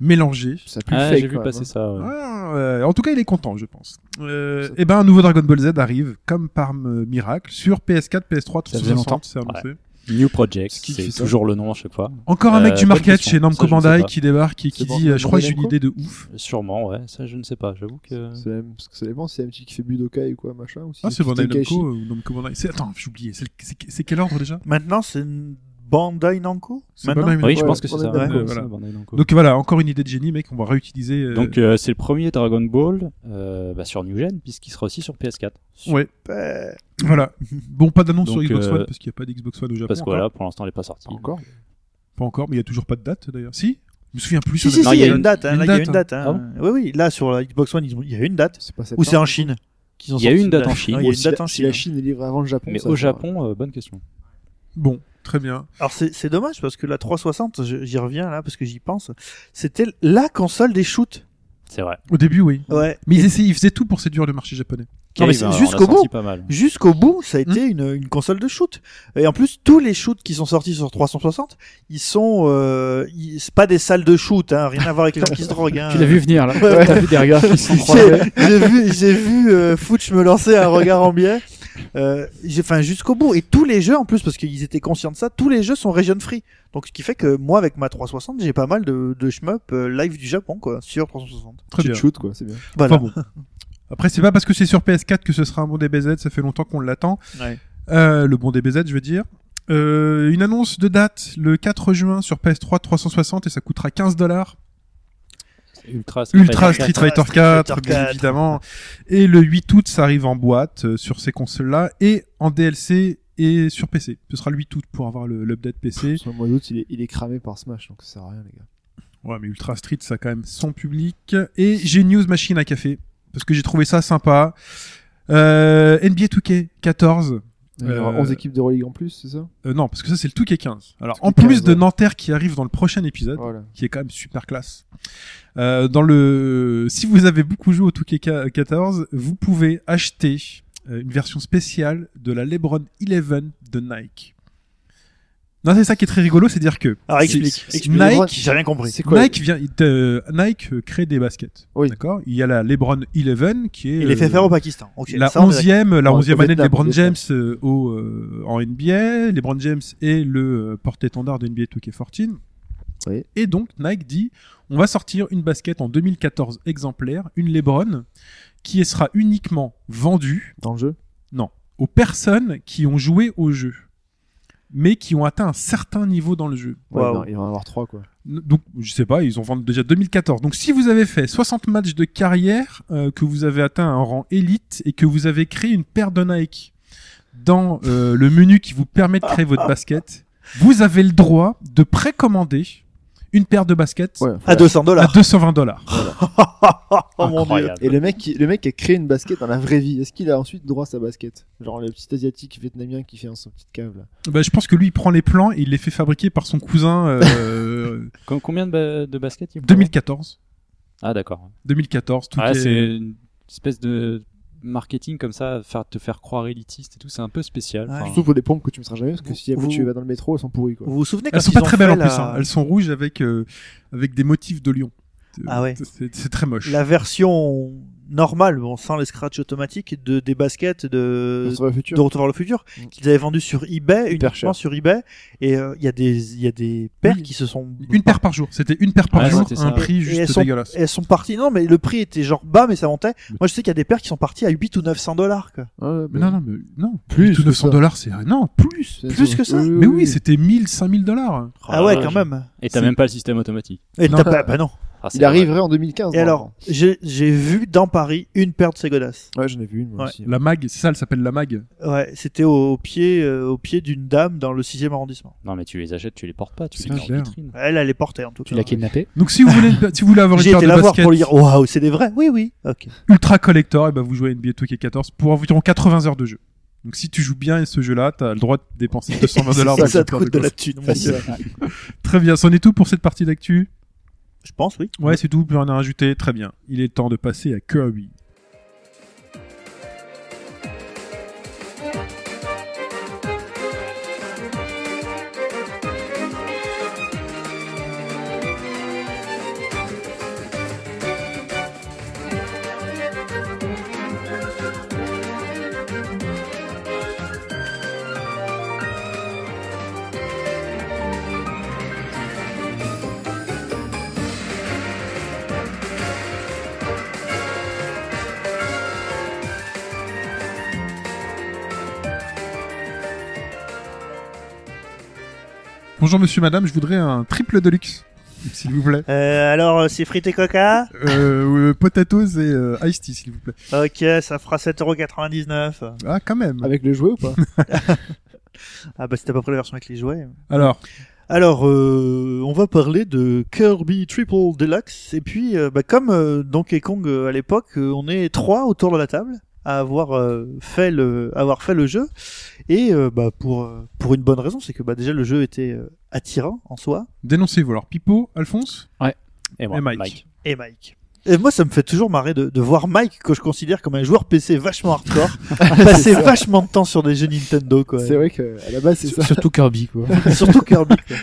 mélangé.
Ça pue le
Ah,
fake,
j'ai vu
quand même,
passer
hein.
ça. ouais.
Ah, ouais. en tout cas, il est content, je pense. Euh,
Ça-
et ben, un nouveau Dragon Ball Z arrive, comme par euh, miracle, sur PS4, PS3,
Ça faisait longtemps.
360, c'est annoncé.
New Project,
Ce qui
c'est
fait ça.
toujours le nom à chaque fois.
Encore un mec
Euh,
du
bonne
market
question.
chez Namco
Ça, je sais
Bandai
pas.
qui débarque et qui
C'est bon,
dit euh, Je crois que j'ai
Bandai
une idée de ouf.
Sûrement, ouais, ça je ne sais pas, j'avoue que.
C'est la même- parce que ça dépend si c'est un petit qui fait Budokai ou quoi, machin. Ou si
Ah, c'est Bandai
Tenkaichi.
Namco ou Namco Bandai. C'est- Attends, j'ai oublié. C'est- C'est c'est quel ordre déjà
Maintenant, c'est une Bandai Namco
C'est
Maintenant
Bandai Namco.
Oui, je
Ouais,
pense que c'est
on est
ça.
d'accord,
ouais,
voilà.
ça, Bandai Namco.
Donc voilà, encore une idée de génie, mec. On va réutiliser. euh,
Donc euh, c'est le premier Dragon Ball euh, bah, sur New Gen puisqu'il sera aussi sur PS4.
ouais,
Ouais.
voilà. Bon, pas d'annonce sur
Donc,
Xbox
euh,
One parce qu'il n'y a pas d'Xbox One au Japon.
Parce que
encore.
voilà, pour l'instant, il n'est pas sorti.
Pas Encore.
Pas encore, mais il n'y a toujours pas de date d'ailleurs. Si Je me souviens plus.
Si,
on
si,
Non,
si, il y a
une-
une date. hein,
une
là, Il y a
date,
une date.
Ah
hein. Oui, oui, là, sur la Xbox One, ils ont- il y a une date.
C'est pas
Ou c'est en
septembre.
Chine qu'ils ont
Il y a
sorti
une date en
Ouais,
Chine.
Il y a
Bon,
une
si
date
la-
en
Si la
Chine.
Chine est livrée avant le Japon.
Mais
ça
au
va.
Japon, euh, bonne question.
Bon, très bien.
Alors c'est c'est dommage parce que la 360, je- j'y reviens là parce que j'y pense, c'était la console des shoots.
C'est vrai.
Au début, oui.
Ouais.
Mais ils, essayaient, ils faisaient tout pour séduire le marché japonais.
Non, mais c'est
Cave, hein,
jusqu'au
on a sorti
bout.
Pas mal.
Jusqu'au bout,
Hmm.
ça a été une, une console de shoot. Et en plus, tous les shoots qui sont sortis sur 360, ils sont, euh, ils- c'est pas des salles de shoot, hein, rien à voir avec les gens qui se droguent. hein.
Tu l'as vu venir là.
Ouais.
T'as vu des regards qui se
J'ai
croisaient.
j'ai vu, j'ai vu euh, Fouch me lancer un regard en biais. Euh, j'ai- Enfin, jusqu'au bout. Et tous les jeux, en plus, parce qu'ils étaient conscients de ça, tous les jeux sont region free. Donc, ce qui fait que moi, avec ma 360, j'ai pas mal de, de shmup euh, live du Japon, quoi, sur 360.
Très bien.
Cheat shoot, quoi, c'est bien.
Voilà.
Enfin bon. Après, c'est pas parce que c'est sur PS4 que ce sera un bon DBZ, ça fait longtemps qu'on l'attend.
Ouais.
Euh, le bon DBZ, je veux dire. Euh, une annonce de date le 4 juin sur PS3 360 et ça coûtera 15 dollars.
Ultra, Street
Ultra
Fighter
Street Fighter
Street
4,
Fighter
bien
4.
évidemment. Et le 8 août, ça arrive en boîte euh, sur ces consoles-là et en DLC et sur PC. Ce sera le 8 août pour avoir le- l'update PC.
Sur le mois d'août, il est, il est cramé par Smash, donc ça sert à rien, les gars.
Ouais, mais Ultra Street, ça a quand même son public. Et j'ai News Machine à café, parce que j'ai trouvé ça sympa. Euh, NBA 2K14.
Il y aura
Euh,
11 équipes de Euroleague en plus, c'est ça
Euh, non, parce que ça, c'est le 2K15. Alors,
2K15,
en plus de
ouais.
Nanterre qui arrive dans le prochain épisode,
Voilà.
qui est quand même super classe. Euh, dans le, si vous avez beaucoup joué au 2K14, vous pouvez acheter euh, une version spéciale de la LeBron 11 de Nike. Non, c'est ça qui est très rigolo, c'est-à-dire que
Alors, explique.
c'est-
explique.
Nike-
J'ai rien compris.
C'est quoi
Nike vient, euh, Nike euh, crée des baskets.
Oui.
D'accord. Il y a la LeBron 11 qui est
Il les fait
euh,
faire au Pakistan. Ok,
la
ça, on est
11e, la
Au
11e année de
Vietnam,
LeBron
au
James
Vietnam.
euh, au, euh, en NBA. LeBron James est le euh, porte-étendard de NBA 2K14.
Oui.
Et donc Nike dit on va sortir une basket en 2014 exemplaire, une LeBron qui sera uniquement vendue
Dans le jeu
aux personnes qui ont joué au jeu mais qui ont atteint un certain niveau dans le jeu.
Ouais,
Waouh.
non, Il va en avoir 3, quoi.
Donc, je sais pas, ils ont vendu déjà 2014. Donc, si vous avez fait 60 matchs de carrière, euh, que vous avez atteint un rang élite et que vous avez créé une paire de Nike dans euh, le menu qui vous permet de créer votre basket, vous avez le droit de précommander une paire de baskets
Ouais,
À
voilà.
200
à
dollars.
220 dollars.
oh mon dieu.
Incroyable.
Et le mec, qui, le mec qui a créé une basket dans la vraie vie, est-ce qu'il a ensuite droit à sa basket Genre le petit asiatique vietnamien qui fait dans sa petite cave là.
Bah, je pense que lui, il prend les plans et il les fait fabriquer par son cousin euh,
Com- Combien de, ba- de baskets il faut
2014.
Ah, d'accord.
2014, tout
Ah,
est-
c'est une espèce de marketing comme ça, faire, te faire croire élitiste et tout, c'est un peu spécial.
Ouais.
Enfin,
Surtout pour des pompes que tu ne seras jamais parce que
Vous-
si jamais tu
vous-
vas dans le métro, elles sont pourries quoi.
Vous vous souvenez quand
Elles sont
ils
pas
ont
très belles
fait
en
la-
plus. hein. Elles sont rouges avec, euh, avec des motifs de lion.
Ah ouais.
C'est c'est très moche.
La version normale, bon, sans les scratchs automatiques, de, des baskets de,
Dans le futur.
de Retour vers le futur
Mm.
qu'ils avaient vendu sur eBay
Hyper
uniquement
cher.
sur eBay et euh, il y a des il y a des paires qui se sont
Une paire par jour. C'était une paire par
Ouais,
jour,
c'était ça.
un prix
Et
juste
elles sont-
dégueulasse.
elles sont parties non mais le prix était genre bas mais ça montait moi je sais qu'il y a des paires qui sont parties à 8 ou 900 dollars quoi
Ouais,
Mais
bah,
non, non, mais non.
Plus
Tout
que
900
ça.
dollars, c'est non. Plus.
Plus, c'est-
plus que ça.
Mais oui, c'était 1000, 5000 dollars.
oh la
ah ouais
vache.
quand même
Et t'as
C'est-
même pas le système automatique.
et
Non.
t'as pas bah non
Ah, c'est
Il arriverait en 2015.
et alors
normalement.
j'ai j'ai vu dans Paris une paire de ces godasses
Ouais, j'en ai vu une moi
Ouais.
aussi.
La mag, c'est ça, elle s'appelle la mag.
ouais c'était au, au pied euh, au pied d'une dame dans le 6e arrondissement
vrai. Non, mais tu les achètes, tu les portes pas, tu
C'est
les mets en
clair.
vitrine.
elle elle les portait en tout
Tu
cas
l'as kidnappé
Donc si vous voulez, une pa- si vous voulez avoir une
j'ai
paire
été
de
la voir
baskets
pour lui dire waouh c'est des vrais oui oui ok
ultra collector, et ben vous jouez à NBA 2K14 pour environ 80 heures de jeu. Donc si tu joues bien ce jeu-là, t'as le droit de dépenser 220 dollars.
ça,
dans
ça
cette
te
paire
coûte de la
gosses.
thune mon
Facile.
Dieu.
Très bien, c'en est tout pour cette partie d'actu.
je pense oui
Ouais, c'est tout, plus rien à rajouter. Très bien. Il est temps de passer à Kirby. Bonjour monsieur, madame, je voudrais un triple de luxe, s'il vous plaît.
Euh, alors, c'est frites et coca
Euh, euh, potatoes et euh, iced tea, s'il vous plaît.
Ok, ça fera 7,99€.
Ah, quand même.
Avec le jouet ou pas
Ah bah c'était à peu près la version avec les jouets.
Alors,
Alors, euh, on va parler de Kirby Triple Deluxe. Et puis, euh, bah, comme euh, Donkey Kong euh, à l'époque, euh, on est trois autour de la table à avoir euh, fait le avoir fait le jeu et euh, bah pour euh, pour une bonne raison c'est que bah déjà le jeu était euh, attirant en soi
dénoncez-vous. Alors, Pipo, Alphonse
Et, moi,
et Mike.
et Mike et moi ça me fait toujours marrer de, de voir Mike que je considère comme un joueur PC vachement hardcore passer vachement de temps sur des jeux Nintendo quoi
C'est vrai que à la base c'est ça.
Surtout Kirby, quoi.
surtout Kirby. quoi.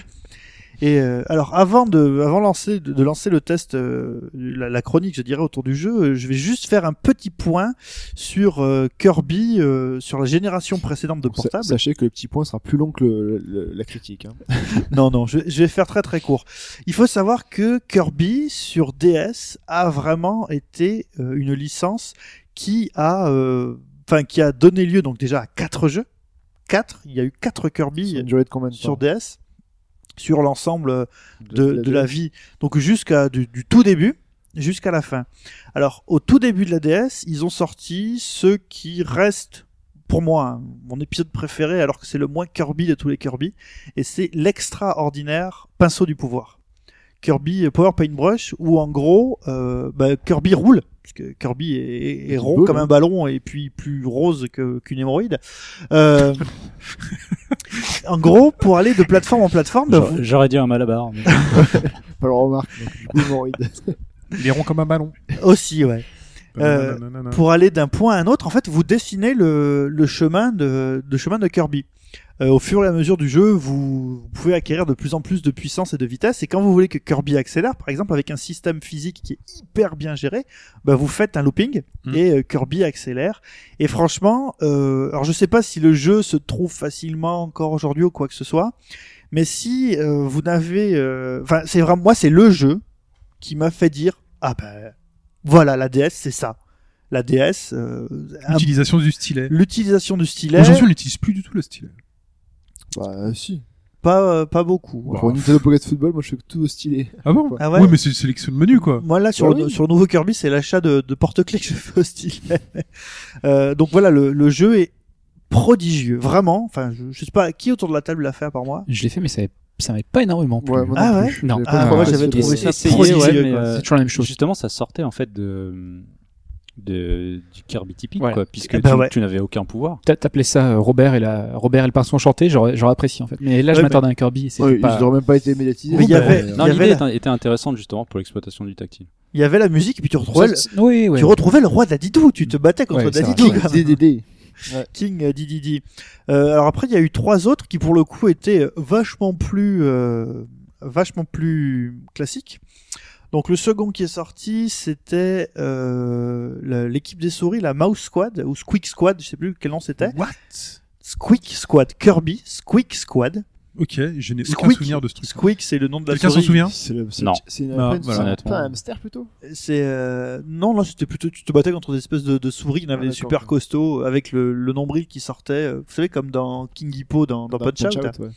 Et euh, alors avant de avant lancer de, de lancer le test euh, la, la chronique je dirais autour du jeu euh, je vais juste faire un petit point sur euh, Kirby euh, sur la génération précédente de
Donc, sa-
portable.
Sachez que le petit point sera plus long que le- le- la critique. hein.
Non non je, je vais faire très très court. Il faut savoir que Kirby sur DS a vraiment été euh, une licence qui a euh, enfin qui a donné lieu donc déjà à quatre jeux quatre il y a eu quatre Kirby
Sur une durée de combien de
euh, sur
temps
DS sur l'ensemble euh, de, de la
durée.
vie. Donc jusqu'à du, du tout début jusqu'à la fin. Alors au tout début de la DS, ils ont sorti ce qui reste pour moi hein, mon épisode préféré alors que c'est le moins Kirby de tous les Kirby et c'est l'extraordinaire pinceau du pouvoir. Kirby Power Paintbrush où en gros euh, bah, Kirby roule puisque Kirby est, est- est
Petite
rond
boule,
comme
hein.
un ballon et puis plus rose que- qu'une hémorroïde. Euh, en gros pour aller de plateforme en plateforme, bah, vous-
J'aurais- J'aurais dit un malabar. mais-
Pas le remarque. donc, du coup, hémorroïde.
Il est rond comme un ballon.
aussi ouais. Euh,
Nanana.
pour aller d'un point à un autre, en fait, vous dessinez le, le chemin de, le chemin de Kirby. Euh, au fur et à mesure du jeu, vous, vous pouvez acquérir de plus en plus de puissance et de vitesse. Et quand vous voulez que Kirby accélère, par exemple, avec un système physique qui est hyper bien géré, bah, vous faites un looping
Mm.
et euh, Kirby accélère. Et franchement, euh, alors je sais pas si le jeu se trouve facilement encore aujourd'hui ou quoi que ce soit, mais si euh, vous n'avez, euh, enfin, c'est vraiment moi, c'est le jeu qui m'a fait dire ah ben voilà la DS c'est ça la DS, euh, un-
L'utilisation du stylet.
l'utilisation du stylet,
Aujourd'hui, on n'utilise plus du tout le stylet.
Bah euh, si.
pas, euh, pas beaucoup.
Pour une Nintendo Pocket Football, moi je fais que tout au stylet.
Ah bon
Ah ouais
Oui, mais c'est une sélection de menu, quoi.
Moi là sur,
Ouais,
le,
oui.
sur le nouveau Kirby, c'est l'achat de, de porte-clés que je fais au stylet. Euh, donc voilà, le, le jeu est prodigieux, vraiment. Enfin, je, je sais pas qui autour de la table l'a fait à part moi.
Je l'ai fait, mais ça m'avait- ça m'avait pas énormément plu.
Ouais, moi
Ah
non
ouais
plus.
Non.
J'avais pas
Ah,
de
moi,
place
j'avais
de-
trouvé ça
Essayez,
prodigieux,
ouais, mais,
quoi.
euh,
C'est toujours la même chose.
Justement, ça sortait en fait de, de du Kirby typique,
Ouais.
quoi, puisque
Eh ben
tu,
ouais.
tu n'avais aucun pouvoir.
T'a- T'appelais ça euh, Robert et la Robert et le pinson chanté, j'aurais j'aurais apprécié en fait. Mais là, je
Ouais,
m'attendais à un Kirby et c'était
Ouais,
pas.
Ils auraient même pas été médiatisés.
Mais il y
Robert,
avait-
mais, euh,
Non,
Il y avait
l'idée
la-
était- était intéressante justement pour l'exploitation du tactile.
Il y avait la musique et puis tu retrouvais, le,
Ça, c'est- Oui, oui.
tu retrouvais le roi Dadidou. Tu te battais contre
Ouais, c'est vrai.
Dadidou.
King,
quand même.
DDD.
King euh, DDD. Euh, alors après, il y a eu trois autres qui, pour le coup, étaient euh, vachement plus, euh, vachement plus classiques. Donc le second qui est sorti, c'était euh, la- l'équipe des souris, la Mouse Squad ou Squeak Squad, je sais plus quel nom
Mhm.
c'était.
What
Squeak Squad, Kirby, Squeak Squad.
Ok, je n'ai aucun
Squeak.
souvenir de ce truc.
Squeak, c'est le nom de la
Quelqu'un s'en
souris.
souvient
C'est le- c'est-
Non.
C'est une-
Non,
c'est
voilà,
un-
honnêtement.
pas un hamster plutôt
C'est euh, non, là c'était plutôt tu te battais contre des espèces de, de souris, il y en
Ah,
avait des
d'accord.
super costauds avec le, le nombril qui sortait, euh, vous savez comme dans King Hippo dans, dans, Punch Out.
ouais.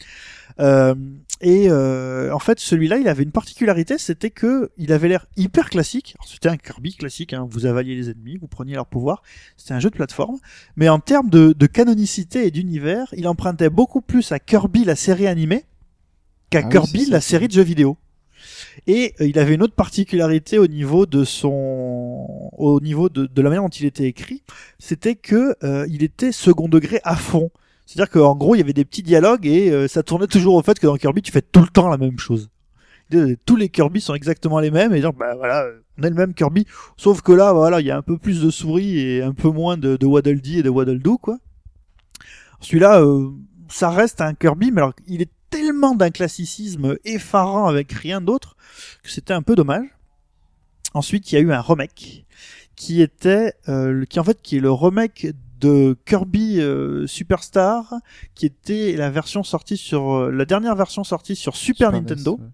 Euh, et euh, en fait, celui-là, il avait une particularité, c'était que il avait l'air hyper classique. Alors, C'était un Kirby classique, hein. vous avaliez les ennemis, vous preniez leur pouvoir. C'était un jeu de plateforme, mais en termes de, de canonicité et d'univers, il empruntait beaucoup plus à Kirby la série animée qu'à
Ah oui,
Kirby
c'est ça,
la
c'est
série de jeux vidéo. Et euh, il avait une autre particularité au niveau de son, au niveau de, de la manière dont il était écrit, c'était que euh, il était second degré à fond. C'est-à-dire qu'en gros, il y avait des petits dialogues et euh, ça tournait toujours au fait que dans Kirby, tu fais tout le temps la même chose. Euh, Tous les Kirby sont exactement les mêmes et genre, bah voilà, euh, on est le même Kirby. Sauf que là, voilà, il y a un peu plus de souris et un peu moins de, de Waddle Dee et de Waddle Doo, quoi. Celui-là, euh, ça reste un Kirby, mais alors il est tellement d'un classicisme effarant avec rien d'autre que c'était un peu dommage. Ensuite, il y a eu un remake qui était, euh, le- qui en fait, qui est le remake de Kirby euh, Superstar, qui était la version sortie sur euh, la dernière version sortie sur Super,
Super
E
Nintendo.
NES, ouais.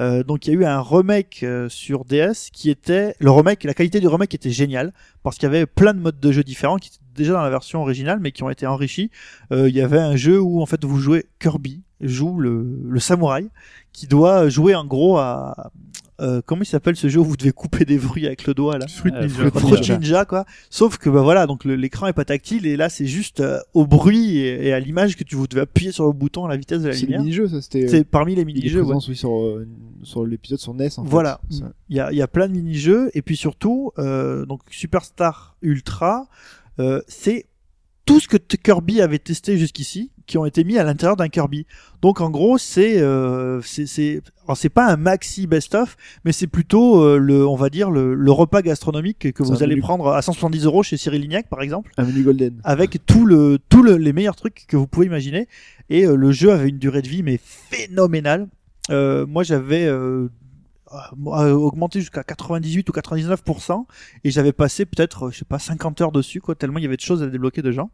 Euh, donc il y a eu un remake euh, sur DS qui était le remake, la qualité du remake était géniale parce qu'il y avait plein de modes de jeu différents qui étaient déjà dans la version originale mais qui ont été enrichis. Euh, il y avait un jeu où en fait vous jouez Kirby, joue le, le samouraï qui doit jouer en gros à euh, comment il s'appelle ce jeu où vous devez couper des fruits avec le doigt là
Fruit
Euh,
Ninja.
le
Pas
Fruit
trop de
Ninja.
ninja quoi. Sauf que bah voilà, donc le- l'écran est pas tactile et là c'est juste euh, au bruit et, et à l'image que tu vous devez appuyer sur le bouton à la vitesse de la
C'est des
lumière.
mini-jeux, ça. C'était.
C'est parmi les
Il est
mini-jeux. ouais.
présent oui, sur, euh, sur l'épisode sur NES. En fait.
Voilà.
Ça-
Il y a, il y a plein de mini-jeux et puis surtout euh, donc Superstar Ultra, euh, c'est tout ce que t- Kirby avait testé jusqu'ici qui ont été mis à l'intérieur d'un Kirby. Donc en gros c'est euh, c'est c'est alors, c'est pas un maxi best-of mais c'est plutôt euh, le on va dire le, le repas gastronomique que
C'est
vous
un
allez
menu.
prendre à 170 euros chez Cyril Lignac par exemple
Un menu golden.
avec tout le tout le, les meilleurs trucs que vous pouvez imaginer et euh, le jeu avait une durée de vie mais phénoménale Euh, moi j'avais euh, euh, augmenté jusqu'à 98 ou 99% et j'avais passé peut-être euh, je sais pas 50 heures dessus quoi tellement il y avait de choses à débloquer de gens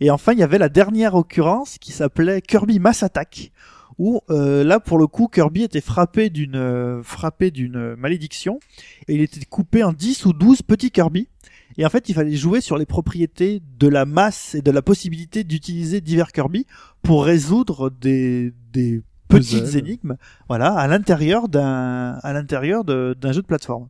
et enfin il y avait la dernière occurrence qui s'appelait Kirby Mass Attack où euh, là pour le coup Kirby était frappé d'une euh, frappé d'une malédiction et il était coupé en 10 ou 12 petits Kirby et en fait, il fallait jouer sur les propriétés de la masse et de la possibilité d'utiliser divers Kirby pour résoudre des, des petites
Puzzle.
énigmes, voilà, à l'intérieur d'un, à l'intérieur de- d'un jeu de plateforme.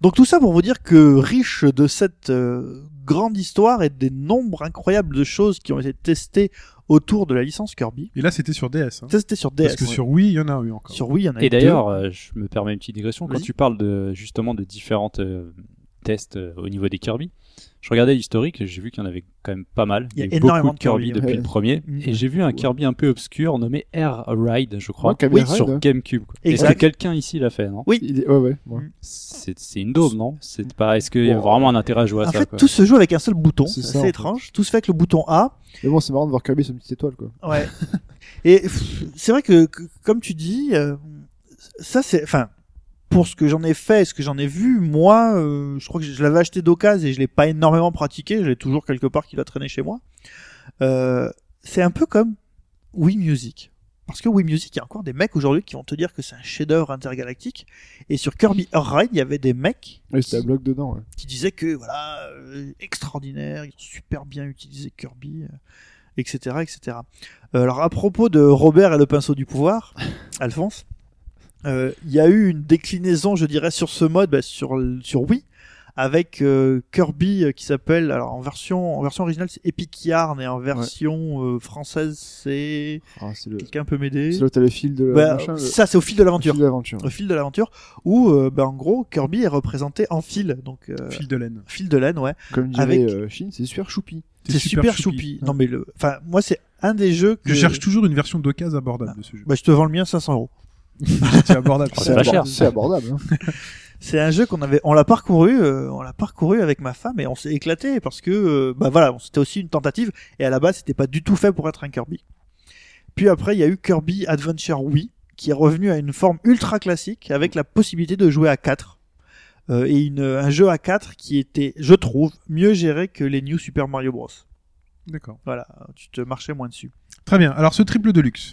Donc tout ça pour vous dire que riche de cette euh, grande histoire et des nombres incroyables de choses qui ont été testées autour de la licence Kirby,
Et là, c'était sur DS. hein.
testées sur DS.
Parce que sur Wii, il y en a eu encore.
Sur Wii, il y en a eu
Et
deux.
d'ailleurs, euh, je me permets une petite digression. Quand
Vas-y.
tu parles de, justement de différentes euh, tests euh, au niveau des Kirby, je regardais l'historique et j'ai vu qu'il y en avait quand même pas mal.
Il y a
eu
énormément
beaucoup de Kirby,
de Kirby,
depuis
ouais.
le premier.
Mm.
Et j'ai vu un Kirby un peu obscur nommé Air Ride, je crois,
Ouais, Kirby
Oui,
Ride,
sur
ouais.
GameCube. quoi. Est-ce
Exact.
que quelqu'un ici l'a fait non
Il est- Ouais, ouais. ouais.
c'est, c'est une daube, non c'est pas, Est-ce qu'il y a vraiment un intérêt à jouer à
En
ça
fait,
quoi
tout se joue avec un seul bouton. C'est
C'est ça, en
assez
fait.
étrange. Tout se fait avec le bouton A.
Mais bon, c'est marrant de voir Kirby sur une petite étoile, quoi.
Ouais. Et pff, c'est vrai que, que- comme tu dis, euh, ça c'est, enfin, pour ce que j'en ai fait, ce que j'en ai vu, moi, euh, je crois que je, je l'avais acheté d'occasion et je l'ai pas énormément pratiqué. Je l'ai toujours quelque part qui doit traîner chez moi. Euh, c'est un peu comme Wii Music. Parce que Wii Music, il y a encore des mecs aujourd'hui qui vont te dire que c'est un chef-d'œuvre intergalactique. Et sur Kirby Air Ride, il y avait des mecs
Ouais, c'était un bloc dedans, ouais.
qui disait que voilà euh, extraordinaire, ils ont super bien utilisé Kirby, euh, etc., etc. Euh, alors à propos de Robert et le pinceau du pouvoir, Alphonse, euh, il y a eu une déclinaison, je dirais, sur ce mode bah, sur l- sur Wii avec euh, Kirby euh, qui s'appelle alors en version en version originale c'est Epic Yarn et en version euh, française c'est
Ah, c'est le.
quelqu'un peut m'aider
C'est là où t'as le fil de.
Bah,
machin, le-
ça c'est au fil de
le fil
l'aventure
de l'aventure.
au fil de l'aventure où euh, bah, en gros Kirby est représenté en fil donc euh,
Fil de laine.
fil de laine ouais
Comme dirait
Avec-
euh, Shin, c'est super choupi.
C'est super, choupi. Non mais le, enfin moi c'est un des jeux que
Je cherche toujours une version d'occasion abordable de ce jeu.
Bah, je te vends le mien 500 euros.
C'est abordable.
Ah,
Oh, c'est pas cher.
C'est abordable. Hein.
C'est un jeu qu'on avait, on l'a parcouru, euh, on l'a parcouru avec ma femme et on s'est éclaté parce que, euh, bah voilà, c'était aussi une tentative et à la base c'était pas du tout fait pour être un Kirby. Puis après il y a eu Kirby Adventure Wii qui est revenu à une forme ultra classique avec la possibilité de jouer à 4 euh, et une, un jeu à 4 qui était, je trouve, mieux géré que les New Super Mario Bros.
D'accord.
Voilà, tu te marchais moins dessus.
Très bien. Alors, ce triple de luxe.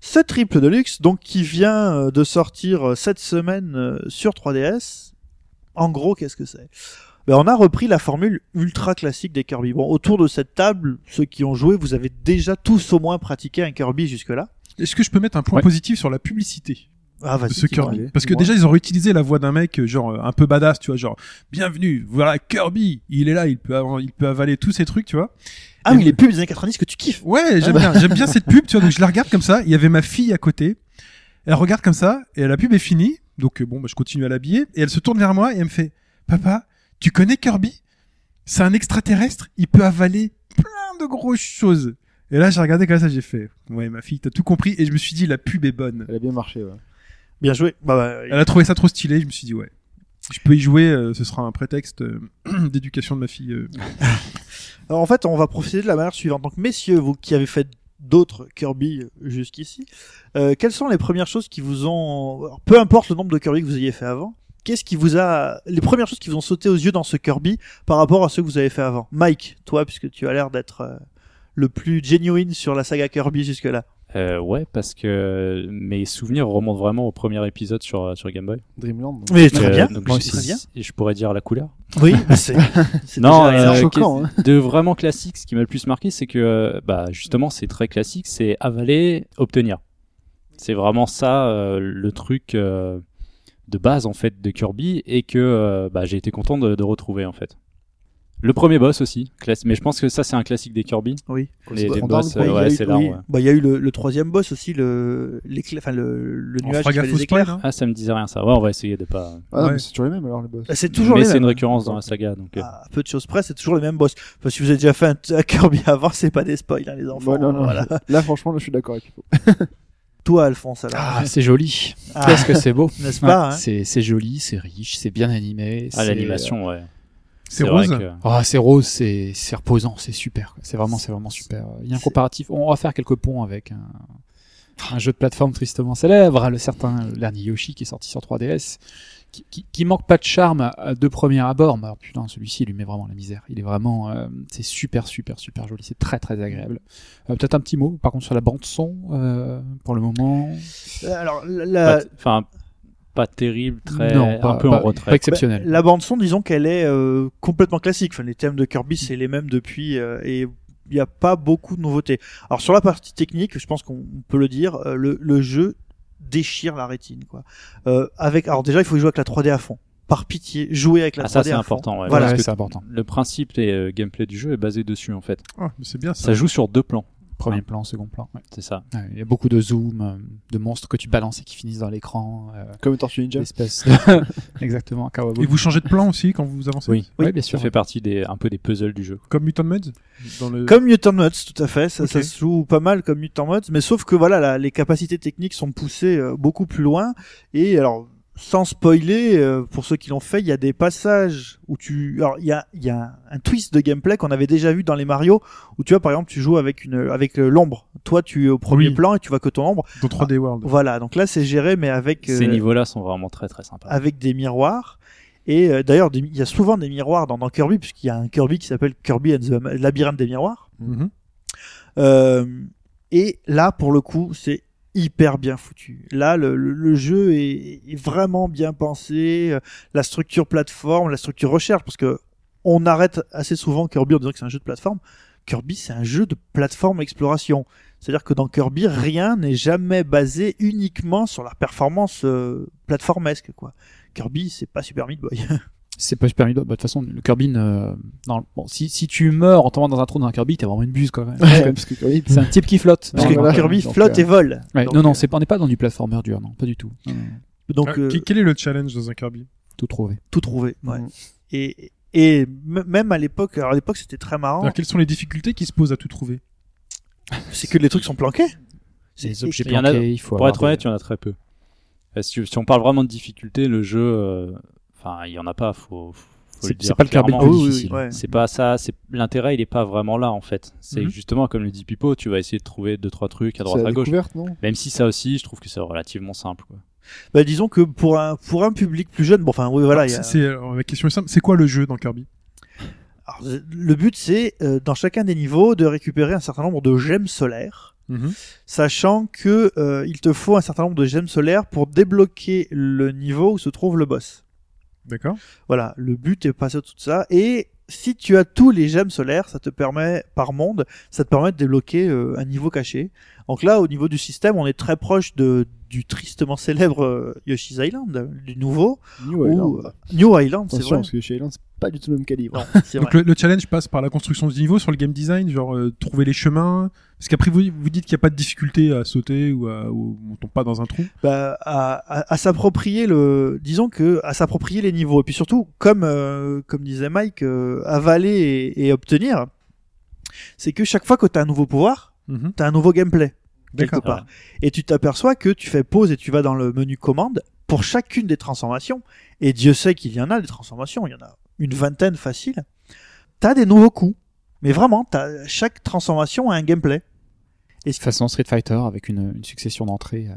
Ce triple de luxe, donc qui vient euh, de sortir euh, cette semaine euh, sur 3DS, en gros, qu'est-ce que c'est ben, On a repris la formule ultra classique des Kirby. Bon, autour de cette table, ceux qui ont joué, vous avez déjà tous au moins pratiqué un Kirby jusque-là.
Est-ce que je peux mettre un point
Ouais.
positif sur la publicité
Ah,
de
vas-y.
ce
dis-moi.
Kirby
allez,
Parce que
dis-moi.
déjà, ils ont réutilisé la voix d'un mec, euh, genre, euh, un peu badass, tu vois, genre, bienvenue, voilà, Kirby, il est là, il peut, av- il peut avaler tous ces trucs, tu vois.
Ah oui, les pubs des années 90 que tu kiffes.
Ouais, j'aime bien, j'aime bien cette pub, tu vois. Donc je la regarde comme ça. Il y avait ma fille à côté. Elle regarde comme ça et la pub est finie. Donc euh, bon, bah, je continue à l'habiller et elle se tourne vers moi et elle me fait "Papa, tu connais Kirby C'est un extraterrestre. Il peut avaler plein de grosses choses." Et là, j'ai regardé comme ça, j'ai fait "Ouais, ma fille, t'as tout compris." Et je me suis dit "La pub est bonne."
Elle a bien marché, ouais.
Bien joué. Bah, bah,
Elle a trouvé ça trop stylé. Je me suis dit "Ouais." Je peux y jouer, euh, ce sera un prétexte euh, d'éducation de ma fille. euh.
Alors, en fait, on va procéder de la manière suivante. Donc, messieurs, vous qui avez fait d'autres Kirby jusqu'ici, euh, quelles sont les premières choses qui vous ont, alors, peu importe le nombre de Kirby que vous ayez fait avant, qu'est-ce qui vous a, les premières choses qui vous ont sauté aux yeux dans ce Kirby par rapport à ceux que vous avez fait avant Mike, toi, puisque tu as l'air d'être euh, le plus genuine sur la saga Kirby jusque-là.
Euh, ouais, parce que mes souvenirs remontent vraiment au premier épisode sur, euh, sur Game Boy.
Dreamland. donc.
Mais très
Euh,
bien.
donc
Moi
je-
aussi. Très bien.
je pourrais dire la couleur.
Oui, bah, c'est c'est
Non,
déjà-
euh,
choquant, hein.
qu'est- de vraiment classique, ce qui m'a le plus marqué, c'est que, euh, bah, justement, c'est très classique, c'est avaler, obtenir. C'est vraiment ça euh, le truc euh, de base en fait de Kirby et que euh, bah, j'ai été content de, de retrouver en fait. Le premier boss aussi, classe- mais je pense que ça c'est un classique des Kirby.
Oui.
Les,
doit
les
être
boss,
dans le
euh,
coin,
il
ouais,
y a eu-
c'est là.
oui.
ouais.
Bah, il y a eu le, le troisième boss aussi, le, l'éclair- enfin, le, le
On
nuage
fera
qui fait
gaffe au
les
spoil.
éclairs.
hein.
Ah, ça me disait rien ça. Ouais, on va essayer de pas.
Ah, non,
Ouais.
mais c'est toujours les mêmes alors les boss.
C'est toujours
mais
les
c'est une
mêmes.
récurrence dans la saga donc. euh,
Ah, à peu de choses près, c'est toujours les mêmes boss. Enfin, si vous avez déjà fait un t- un Kirby avant, c'est pas des spoils, hein, les enfants.
Bah,
Ouais, Bah, non, non.
Voilà.
Là, franchement, là, je suis d'accord avec Pipo.
Toi, Alphonse, alors.
Ah, c'est joli.
Ah,
Qu'est-ce que c'est beau.
n'est-ce pas hein
C'est c'est joli, c'est riche, c'est bien animé.
Ah
c'est-
l'animation ouais.
C'est
vrai
rose.
que-
Ah, c'est rose, c'est c'est reposant, c'est super. quoi. C'est vraiment, c'est vraiment super. Il y a un
C'est-
comparatif. On va faire quelques ponts avec un, un jeu de plateforme tristement célèbre, le certain le dernier Yoshi qui est sorti sur 3DS, qui, qui, qui manque pas de charme à- de premier abord. Mais alors, putain, celui-ci il lui met vraiment la misère. Il est vraiment, euh, c'est super, super, super joli. C'est très, très agréable. Euh, Peut-être un petit mot, par contre, sur la bande son euh, pour le moment.
Euh, Alors, la,
pas
la-
t- enfin pas terrible, très
non, pas,
un peu
pas-
en retrait.
pas exceptionnel.
la bande-son, disons qu'elle est euh, complètement classique. Enfin, les thèmes de Kirby, c'est les mêmes depuis euh, et il n'y a pas beaucoup de nouveautés. Alors, sur la partie technique, je pense qu'on on peut le dire, euh, le, le jeu déchire la rétine. Quoi. Euh, avec, alors, déjà, il faut jouer avec la 3D à fond. Par pitié, jouer avec la
Ah,
3D
ça c'est
à fond.
important. ouais.
Voilà.
Parce
Ouais,
que
c'est important.
le principe et euh, gameplay du jeu est basé dessus en fait.
Ah, mais c'est bien ça.
Ça joue sur deux plans,
Premier plan, second plan. ouais.
c'est ça.
Ouais, Il y a beaucoup de zoom, euh, de monstres que tu balances et qui finissent dans l'écran. euh,
Comme Tortue Ninja.
l'espèce de... Exactement, Kawabu.
Et vous changez de plan aussi quand vous avancez.
Oui.
Oui, bien
Ça
sûr.
fait partie des un peu des puzzles du jeu.
Comme Mutant Muds dans le...
Comme Newton Nuts, tout à fait. Ça,
Ok.
ça se joue pas mal comme Newton Nuts, mais sauf que voilà, la- les capacités techniques sont poussées euh, beaucoup plus loin. Et alors, sans spoiler, euh, pour ceux qui l'ont fait, il y a des passages où tu, alors il y a, il y a un, un twist de gameplay qu'on avait déjà vu dans les Mario, où tu vois par exemple, tu joues avec une, avec euh, l'ombre. Toi, tu es au premier
Oui.
plan et tu vois que ton ombre.
Dans 3D World.
Voilà. Donc là, c'est géré, mais avec euh,
Ces niveaux-là sont vraiment très très sympas.
Ah,
avec des miroirs. Et euh, d'ailleurs, des mi- il y a souvent des miroirs dans, dans Kirby, puisqu'il y a un Kirby qui s'appelle Kirby and the Labyrinthe des miroirs.
Mhm.
Euh, et là, pour le coup, c'est hyper bien foutu. Là, le, le- le jeu est, est vraiment bien pensé. Euh, La structure plateforme, la structure recherche, parce que on arrête assez souvent Kirby en disant que c'est un jeu de plateforme. Kirby, c'est un jeu de plateforme exploration. C'est-à-dire que dans Kirby, rien n'est jamais basé uniquement sur la performance euh, plateformesque. Quoi. Kirby, c'est pas Super Meat Boy.
C'est pas super. Nintendo. Bah, De toute façon, le Kirby. ne- non, bon, si, si tu meurs en tombant dans un trou dans un Kirby, t'es vraiment une buse quand même.
Ouais, quand même, parce que Kirby,
C'est un type qui flotte.
Parce
Non,
que
voilà.
Kirby
Donc,
flotte
euh,
et vole.
Ouais,
Donc,
non, non,
euh,
c'est pas- on n'est pas dans du platformer dur, non, pas du tout. Non, non,
donc,
Ah,
euh,
qui- Quel est le challenge dans un Kirby
tout trouvé.
tout trouvé. Ouais.
Mm.
Et, et m- même à l'époque, alors à l'époque c'était très marrant,
Alors, Quelles sont les difficultés qui se posent à tout trouver
c'est que les trucs sont planqués.
Les objets
il y en a-
planqués, il faut.
Pour
avoir
être
des-
honnête, il y en a très peu. Euh, Si, si on parle vraiment de difficulté, le jeu, euh, enfin, il y en a pas. Faut, faut
C'est-
le dire
c'est pas le Kirby
clairement.
le plus
Ah oui, oui,
difficile.
ouais.
C'est pas ça. C'est l'intérêt, il est pas vraiment là en fait. C'est
Mhm.
justement comme le dit Pipo, tu vas essayer de trouver deux trois trucs à
c'est
droite
la
à gauche.
découverte, non
Même si ça aussi, je trouve que c'est relativement simple. Quoi.
Bah, disons que pour un, pour un public plus jeune, bon, enfin, oui, voilà,
Alors,
il y a-
Ah, c'est- c'est- alors, La question est simple. C'est quoi le jeu dans Kirby
alors, le but c'est, euh, dans chacun des niveaux, de récupérer un certain nombre de gemmes solaires,
Mhm.
sachant que euh, il te faut un certain nombre de gemmes solaires pour débloquer le niveau où se trouve le boss.
D'accord.
Voilà, le but est de passer tout ça, et si tu as tous les gemmes solaires, ça te permet, par monde, ça te permet de débloquer euh, un niveau caché. Donc là, au niveau du système, on est très proche de, du tristement célèbre euh, Yoshi's Island, du nouveau,
New
ou
Island.
euh, New Island, c'est
Attention,
vrai.
parce que chez Island, c'est pas du tout le même calibre.
Non, c'est vrai.
Donc le, le challenge passe par la construction du niveau sur le game design, genre euh, trouver les chemins. Parce qu'après vous, vous dites qu'il n'y a pas de difficulté à sauter ou, à, ou on tombe pas dans un trou.
Bah, à, à, à s'approprier le, disons que à s'approprier les niveaux et puis surtout comme euh, comme disait Mike, euh, avaler et, et obtenir, c'est que chaque fois que t'as un nouveau pouvoir,
Mhm.
t'as un nouveau gameplay quelque
D'accord.
part. Et tu t'aperçois que tu fais pause et tu vas dans le menu commande pour chacune des transformations. Et Dieu sait qu'il y en a des transformations, il y en a une vingtaine facile. T'as des nouveaux coups, mais vraiment, t'as, chaque transformation a un gameplay. Et
Façon Street Fighter avec une, une succession d'entrées. euh,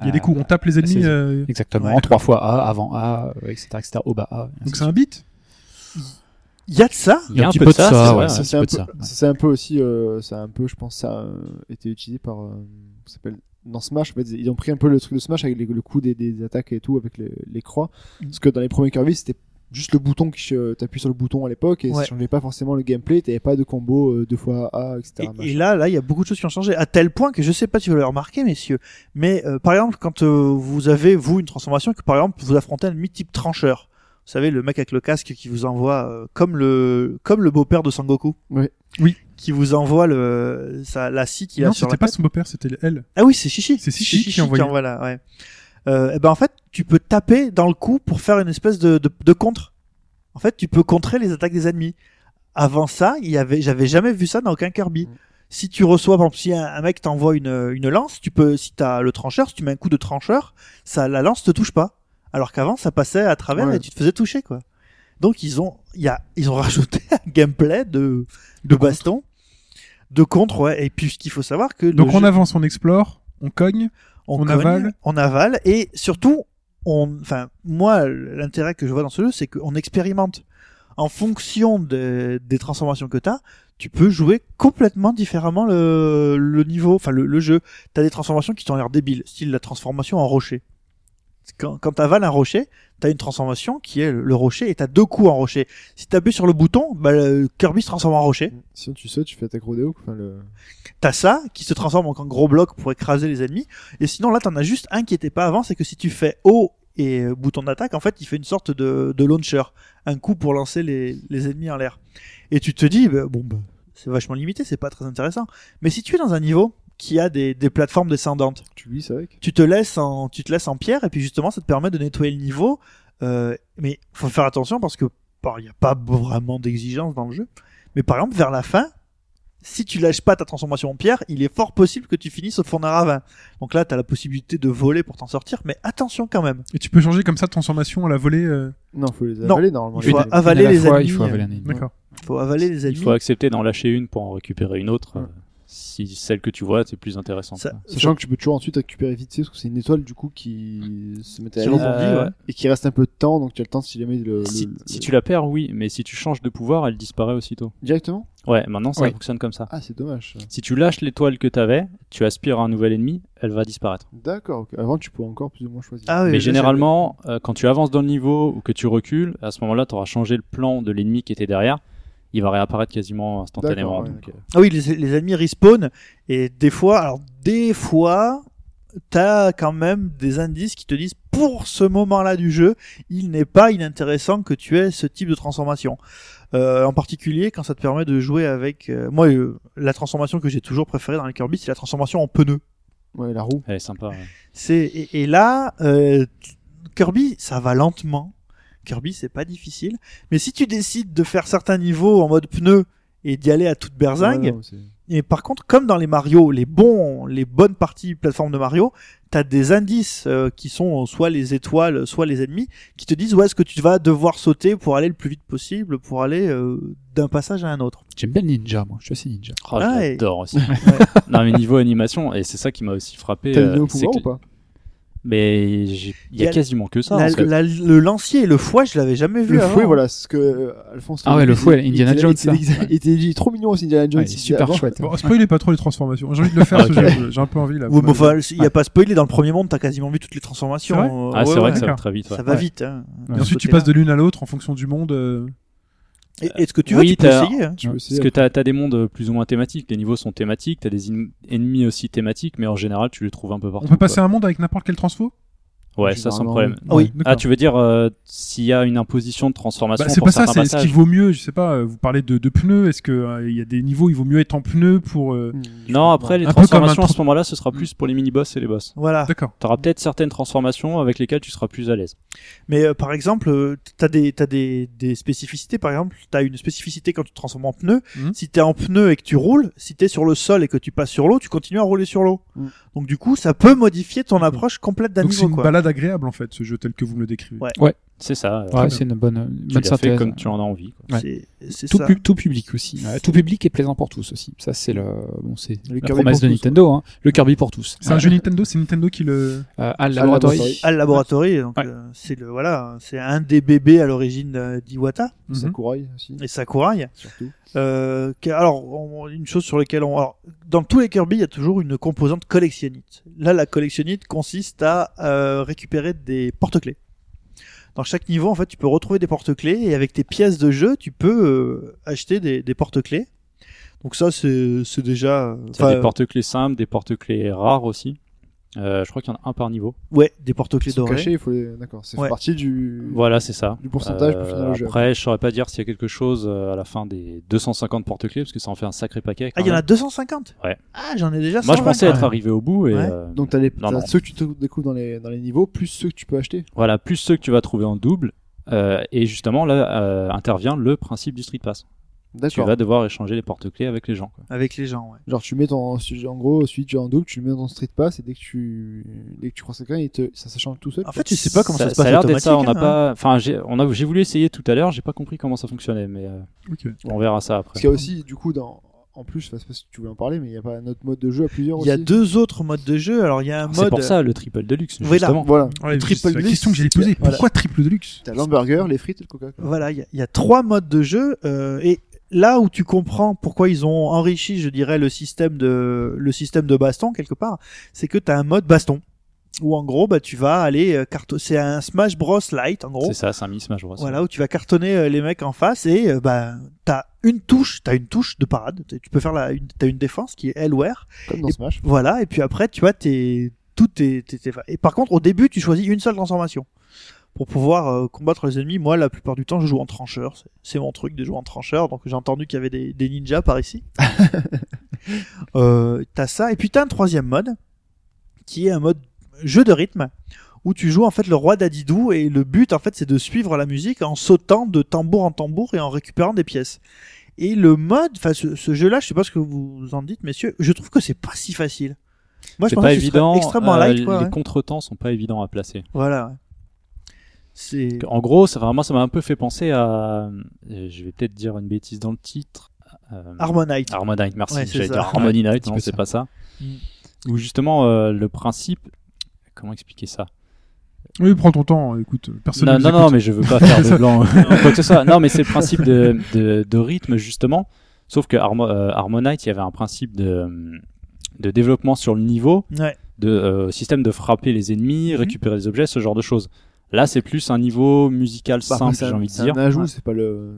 Il y a des coups, on tape les ennemis.
c'est-
euh,
Exactement,
Ouais.
trois fois A, avant A, euh, etc., etc., au bas A. et ainsi
Donc
de
c'est
suite.
un beat.
il y a de ça.
Il y a un petit peu de ça,
c'est
Ah ouais,
vrai.
ça,
Ça,
un
c'est
petit
un
peu de ça,
peu,
ouais.
ça, c'est un peu aussi, euh, ça a un peu, je pense, ça a euh, été utilisé par euh, ça s'appelle dans Smash, en fait, ils ont pris un peu le truc de Smash avec les- le coup des, des attaques et tout, avec les, les croix.
Mm.
Parce que dans les premiers Kirby, c'était juste le bouton, qui euh, t'appuies sur le bouton à l'époque et
Ouais.
ça changeait pas forcément le gameplay, t'avais pas de combo euh, deux fois A,
Et,
etc.
et là, là, il y a beaucoup de choses qui ont changé, à tel point que je sais pas si vous l'avez remarqué, messieurs, mais euh, par exemple, quand euh, vous avez, vous, une transformation, que par exemple, vous affrontez un ennemi type trancheur, vous savez, le mec avec le casque qui vous envoie, euh, comme le, comme le beau-père de Sangoku.
Oui.
Oui.
Qui vous envoie le, sa, la scie qu'il a
non,
sur la
c'était pas
tête.
son beau-père, c'était elle.
Ah oui, c'est Chichi.
C'est Chichi qui envoie.
envoie là, ouais. Euh, et ben en fait, tu peux taper dans le coup pour faire une espèce de, de, de contre. En fait, tu peux contrer les attaques des ennemis. Avant ça, il y avait, j'avais jamais vu ça dans aucun Kirby.
Mm.
Si tu reçois, par exemple, si un, un mec t'envoie une, une lance, tu peux, si t'as le trancheur, si tu mets un coup de trancheur, ça, la lance te touche pas. Alors qu'avant, ça passait à travers
Ouais.
et tu te faisais toucher, quoi. Donc ils ont, il y a, ils ont rajouté un gameplay de, de, baston, de contre, ouais. Et puis ce qu'il faut savoir que le
Donc on
jeu-
avance, on explore, on cogne. On
cogne,
avale.
on avale, et surtout, on, enfin, moi, l'intérêt que je vois dans ce jeu, c'est qu'on expérimente. En fonction de- des transformations que t'as, tu peux jouer complètement différemment le, le niveau, enfin le, le jeu. T'as des transformations qui t'ont l'air débiles, style la transformation en rocher. Quand, quand t'avales un rocher, t'as une transformation qui est le, le rocher et t'as deux coups en rocher. Si t'appuies sur le bouton, bah, le Kirby se transforme en rocher.
Mm. Sinon, tu sautes, tu fais attaque rodeo. Enfin, le...
T'as ça qui se transforme en gros bloc pour écraser les ennemis. Et sinon, là, t'en as juste un qui était pas avant, c'est que si tu fais haut et euh, bouton d'attaque, en fait, il fait une sorte de, de launcher, un coup pour lancer les, les ennemis en l'air. Et tu te dis, bah, bon, bah, c'est vachement limité, c'est pas très intéressant. Mais si tu es dans un niveau qui a des, des plateformes descendantes,
Tu glisses avec.
tu te laisses en, tu te laisses en pierre, et puis justement, ça te permet de nettoyer le niveau. Euh, mais faut faire attention parce que il n'y a pas vraiment d'exigence dans le jeu. Mais par exemple, vers la fin, si tu lâches pas ta transformation en pierre, il est fort possible que tu finisses au fond d'un ravin. Donc là, tu as la possibilité de voler pour t'en sortir, mais attention quand même.
Et tu peux changer comme ça de transformation à la volée. euh,
Non, faut les
Non.
avaler normalement.
Il
les-
faut
les-
avaler
Une à la
les
fois,
ennemis.
Il faut avaler un ennemi.
D'accord.
faut avaler les
Il
ennemis.
faut accepter d'en lâcher une pour en récupérer une autre.
Ouais.
euh, Si celle que tu vois, c'est plus intéressante.
Ça-
Sachant que tu peux toujours ensuite récupérer vite, tu sais, parce que c'est une étoile du coup qui se matérialise
rebondit,
Euh,
ouais.
et qui reste un peu de temps, donc tu as le temps si jamais le.
Si,
le-
Euh, si
le-
tu la perds, oui, mais si tu changes de pouvoir, elle disparaît aussitôt.
Directement
Ouais, maintenant ça
Oui.
fonctionne comme ça.
Ah, c'est dommage. ça.
Si tu lâches l'étoile que t'avais, tu aspires à un nouvel ennemi, elle va disparaître.
D'accord, ok. avant tu pouvais encore plus ou moins choisir.
Ah oui,
Mais
je-
généralement, euh, quand tu avances dans le niveau ou que tu recules, à ce moment-là, tu auras changé le plan de l'ennemi qui était derrière. Il va réapparaître quasiment instantanément.
D'accord, ouais,
donc, euh,
d'accord.
Ah oui, les, les ennemis respawn et des fois, alors des fois, t'as quand même des indices qui te disent pour ce moment-là du jeu, il n'est pas inintéressant que tu aies ce type de transformation. Euh, en particulier quand ça te permet de jouer avec. euh, moi, euh, la transformation que j'ai toujours préférée dans les Kirby, c'est la transformation en pneu.
Ouais, la roue.
elle est sympa. ouais.
C'est et, et là, euh, Kirby, ça va lentement. Kirby, c'est pas difficile. Mais si tu décides de faire certains niveaux en mode pneu et d'y aller à toute berzingue,
Ouais, non, c'est-
et par contre, comme dans les Mario, les bons, les bonnes parties plateforme de Mario, t'as des indices euh, qui sont soit les étoiles, soit les ennemis, qui te disent où est-ce que tu vas devoir sauter pour aller le plus vite possible, pour aller euh, d'un passage à un autre.
J'aime bien le ninja, moi. Je suis assez ninja.
Oh,
Ah, et-
J'adore aussi. non, mais niveau animation, et c'est ça qui m'a aussi frappé.
T'as
euh,
le nouveau
c'est
pouvoir ou
que-
pas
mais j'ai- il y
Il y a-
a quasiment que ça.
La-
parce que-
la- le lancier et le fouet, je l'avais jamais vu
Le
avant.
fouet, voilà, c'est ce que euh, Alphonse.
Ah ouais, le
il-
fouet,
il-
Indiana
il-
Jones,
il-
ça.
Il il- il était il est trop mignon aussi, Indiana Jones.
Ouais, il est super
avant.
choulet.
Bon, spoilez pas trop les transformations. J'ai envie de le faire ce
Ah, Ok.
jeu. J'ai un peu envie là.
Oui, mais enfin, il y a pas spoilé dans le premier monde, t'as quasiment vu toutes les transformations.
C'est
Euh,
Ah, c'est
ouais,
vrai
ouais.
que ça va
d'accord.
très vite. ouais.
Ça va
Ouais.
vite. hein,
Et
de ce
ensuite, tu
côté-là.
passes de l'une à l'autre en fonction du monde. euh,
Et- Est-ce que tu veux,
Oui,
tu peux
t'as-
essayer hein.
Tu peux essayer.
Parce que t'as as des mondes plus ou moins thématiques, les niveaux sont thématiques, t'as des in- ennemis aussi thématiques, mais en général tu les trouves un peu
On
partout.
peut passer un monde avec n'importe quel transfo
quoi. Ouais, ça sans
Généralement,
problème.
Ah oui.
Ouais, d'accord.
Ah, tu veux dire euh, s'il y a une imposition de transformation
Bah, c'est
pour
pas ça,
certains
c'est ce
passages.
qui vaut mieux, je sais pas, euh, vous parlez de, de pneus, est-ce que euh, il y a des niveaux, il vaut mieux être en pneu pour... euh,
Mm.
Hmm.
Non, après les
Un peu comme un
transformations à
trou-
ce moment-là, ce sera plus pour les mini-boss et les boss.
Voilà.
D'accord.
T'auras peut-être certaines transformations avec lesquelles tu seras plus à l'aise.
Mais euh, par exemple, euh, t'as des t'as des des spécificités. Par exemple, t'as une spécificité quand tu te transformes en pneu.
Mhm.
Si t'es en pneu et que tu roules, si t'es sur le sol et que tu passes sur l'eau, tu continues à rouler sur l'eau.
Mhm.
Donc du coup, ça peut modifier ton approche complète d'un
Donc c'est
niveau.
une
quoi.
balade agréable en fait, ce jeu tel que vous me le décrivez.
Ouais.
C'est ça. euh,
Ouais, c'est une bonne, une bonne
tu l'as fait
synthèse.
comme tu en as envie. quoi.
Ouais.
C'est- C'est
tout,
ça.
pub- tout public aussi. Ouais, tout public est plaisant pour tous aussi. Ça, c'est le, bon, c'est
Le
la
Kirby
promesse de
pour tous,
Nintendo. hein. Le Kirby pour tous.
C'est un jeu Nintendo, c'est Nintendo qui le.
Euh, Al
Al Laboratory.
Laboratory.
Al Laboratory, donc
Ouais.
euh, c'est le voilà, c'est un des bébés à l'origine euh, d'Iwata
Mhm.
Mmh. Sakurai aussi,
et Sakurai.
surtout.
Euh, que- alors, on- une chose sur laquelle on. Alors, dans tous les Kirby, il y a toujours une composante collectionnite. Là, la collectionnite consiste à euh, récupérer des porte-clés. Dans chaque niveau, en fait, tu peux retrouver des porte-clés et avec tes pièces de jeu, tu peux euh, acheter des, des porte-clés. Donc ça, c'est c'est déjà. euh,
T'as
enfin,
des porte-clés simples, des porte-clés rares aussi. Euh, je crois qu'il y en a un par niveau.
ouais, des porte-clés
Ils sont
dorés.
cachés, il faut les... D'accord, c'est
Ouais.
partie du...
Voilà, c'est ça.
du pourcentage
Euh,
pour finir le jeu.
Après, je saurais pas dire s'il y a quelque chose euh, à la fin des 250 porte-clés parce que ça en fait un sacré paquet.
Ah,
quand
il y en a
même.
250
Ouais.
Ah, j'en ai déjà
Moi, je
120,
pensais
quand
être
même.
arrivé au bout et
Ouais.
euh,
Donc t'as les...
Non,
t'as
non.
ceux que tu te découvres dans les... dans les niveaux, plus ceux que tu peux acheter.
voilà, plus ceux que tu vas trouver en double. Euh, et justement, là euh, intervient le principe du Street Pass. Tu
D'accord.
vas devoir échanger les porte-clés avec les gens. quoi.
Avec les gens, ouais.
Genre tu mets ton... En gros, celui que tu as en double, tu le mets dans ton street pass et dès que tu, dès que tu croises quelqu'un, il te... ça s'échange tout seul.
En fait, tu sais pas comment ça, se passe.
a l'air d'être ça. On n'a
automatique, hein.
pas. Enfin, j'ai on a- j'ai voulu essayer tout à l'heure. J'ai pas compris comment ça fonctionnait, mais euh,
Ok.
on verra ça après.
Parce qu'il y a aussi, du coup, dans... en plus, je sais pas si tu voulais en parler, mais il y a pas un autre mode de jeu à plusieurs
Il y a
aussi.
deux autres modes de jeu. Alors, il y a un
Alors,
mode.
C'est pour ça le triple deluxe.
Voilà.
Justement.
Voilà.
Ouais,
Le
c'est la
deluxe,
question que j'allais
c'est-
poser.
voilà.
Pourquoi triple deluxe
T'as l'hamburger, les frites et le coca. quoi.
Voilà, il y, a- il y a trois modes de jeu euh, et là où tu comprends pourquoi ils ont enrichi, je dirais, le système de le système de baston quelque part, c'est que tu as un mode baston où en gros bah tu vas aller euh, carto- c'est un Smash Bros Lite en gros.
C'est ça, c'est un mini Smash Bros.
Voilà où tu vas cartonner euh, les mecs en face et euh, bah t'as une touche, t'as une touche de parade, T'as- tu peux faire la une, t'as une défense qui est L-Ware
Comme dans
Et-
Smash.
voilà, et puis après, tu vois, t'es, tout est, t'es- t'es- et par contre, au début, tu choisis une seule transformation. Pour pouvoir euh, combattre les ennemis, moi, la plupart du temps, je joue en trancheur. C'est- C'est mon truc de jouer en trancheur. Donc, j'ai entendu qu'il y avait des, des ninjas par ici. euh, t'as ça. Et puis, t'as un troisième mode, qui est un mode jeu de rythme, où tu joues, en fait, le roi d'Adidou. Et le but, en fait, c'est de suivre la musique en sautant de tambour en tambour et en récupérant des pièces. Et le mode, enfin, ce, ce jeu-là, je sais pas ce que vous en dites, messieurs, je trouve que c'est pas si facile. Moi, je
C'est
pensais que
pas
ce serait
évident.
extrêmement
euh,
light, quoi.
les
ouais.
contretemps sont pas évidents à placer.
Voilà. ouais. C'est.
En gros, ça, enfin, moi, ça m'a un peu fait penser à. euh, Je vais peut-être dire une bêtise dans le titre. euh,
Harmonite.
Harmonite, merci.
Ouais, c'est
J'allais
ça.
dire Harmony Night,
petit
non,
peu
c'est
ça.
pas ça. Ou justement, euh, le principe. Comment expliquer ça
Oui, prends ton temps. Écoute, personne. ne
Non, non,
nous
non,
écoute.
mais je veux pas faire de blanc. euh, quoi que ce soit. Non, mais c'est le principe de, de, de rythme, justement. Sauf que Harmo- euh, Harmonite, il y avait un principe de, de développement sur le niveau,
Ouais.
de euh, système de frapper les ennemis, récupérer des objets, ce genre de choses. Là, c'est plus un niveau musical
Bah,
simple,
c'est un-
j'ai envie de
c'est
dire.
un ajout, c'est pas le.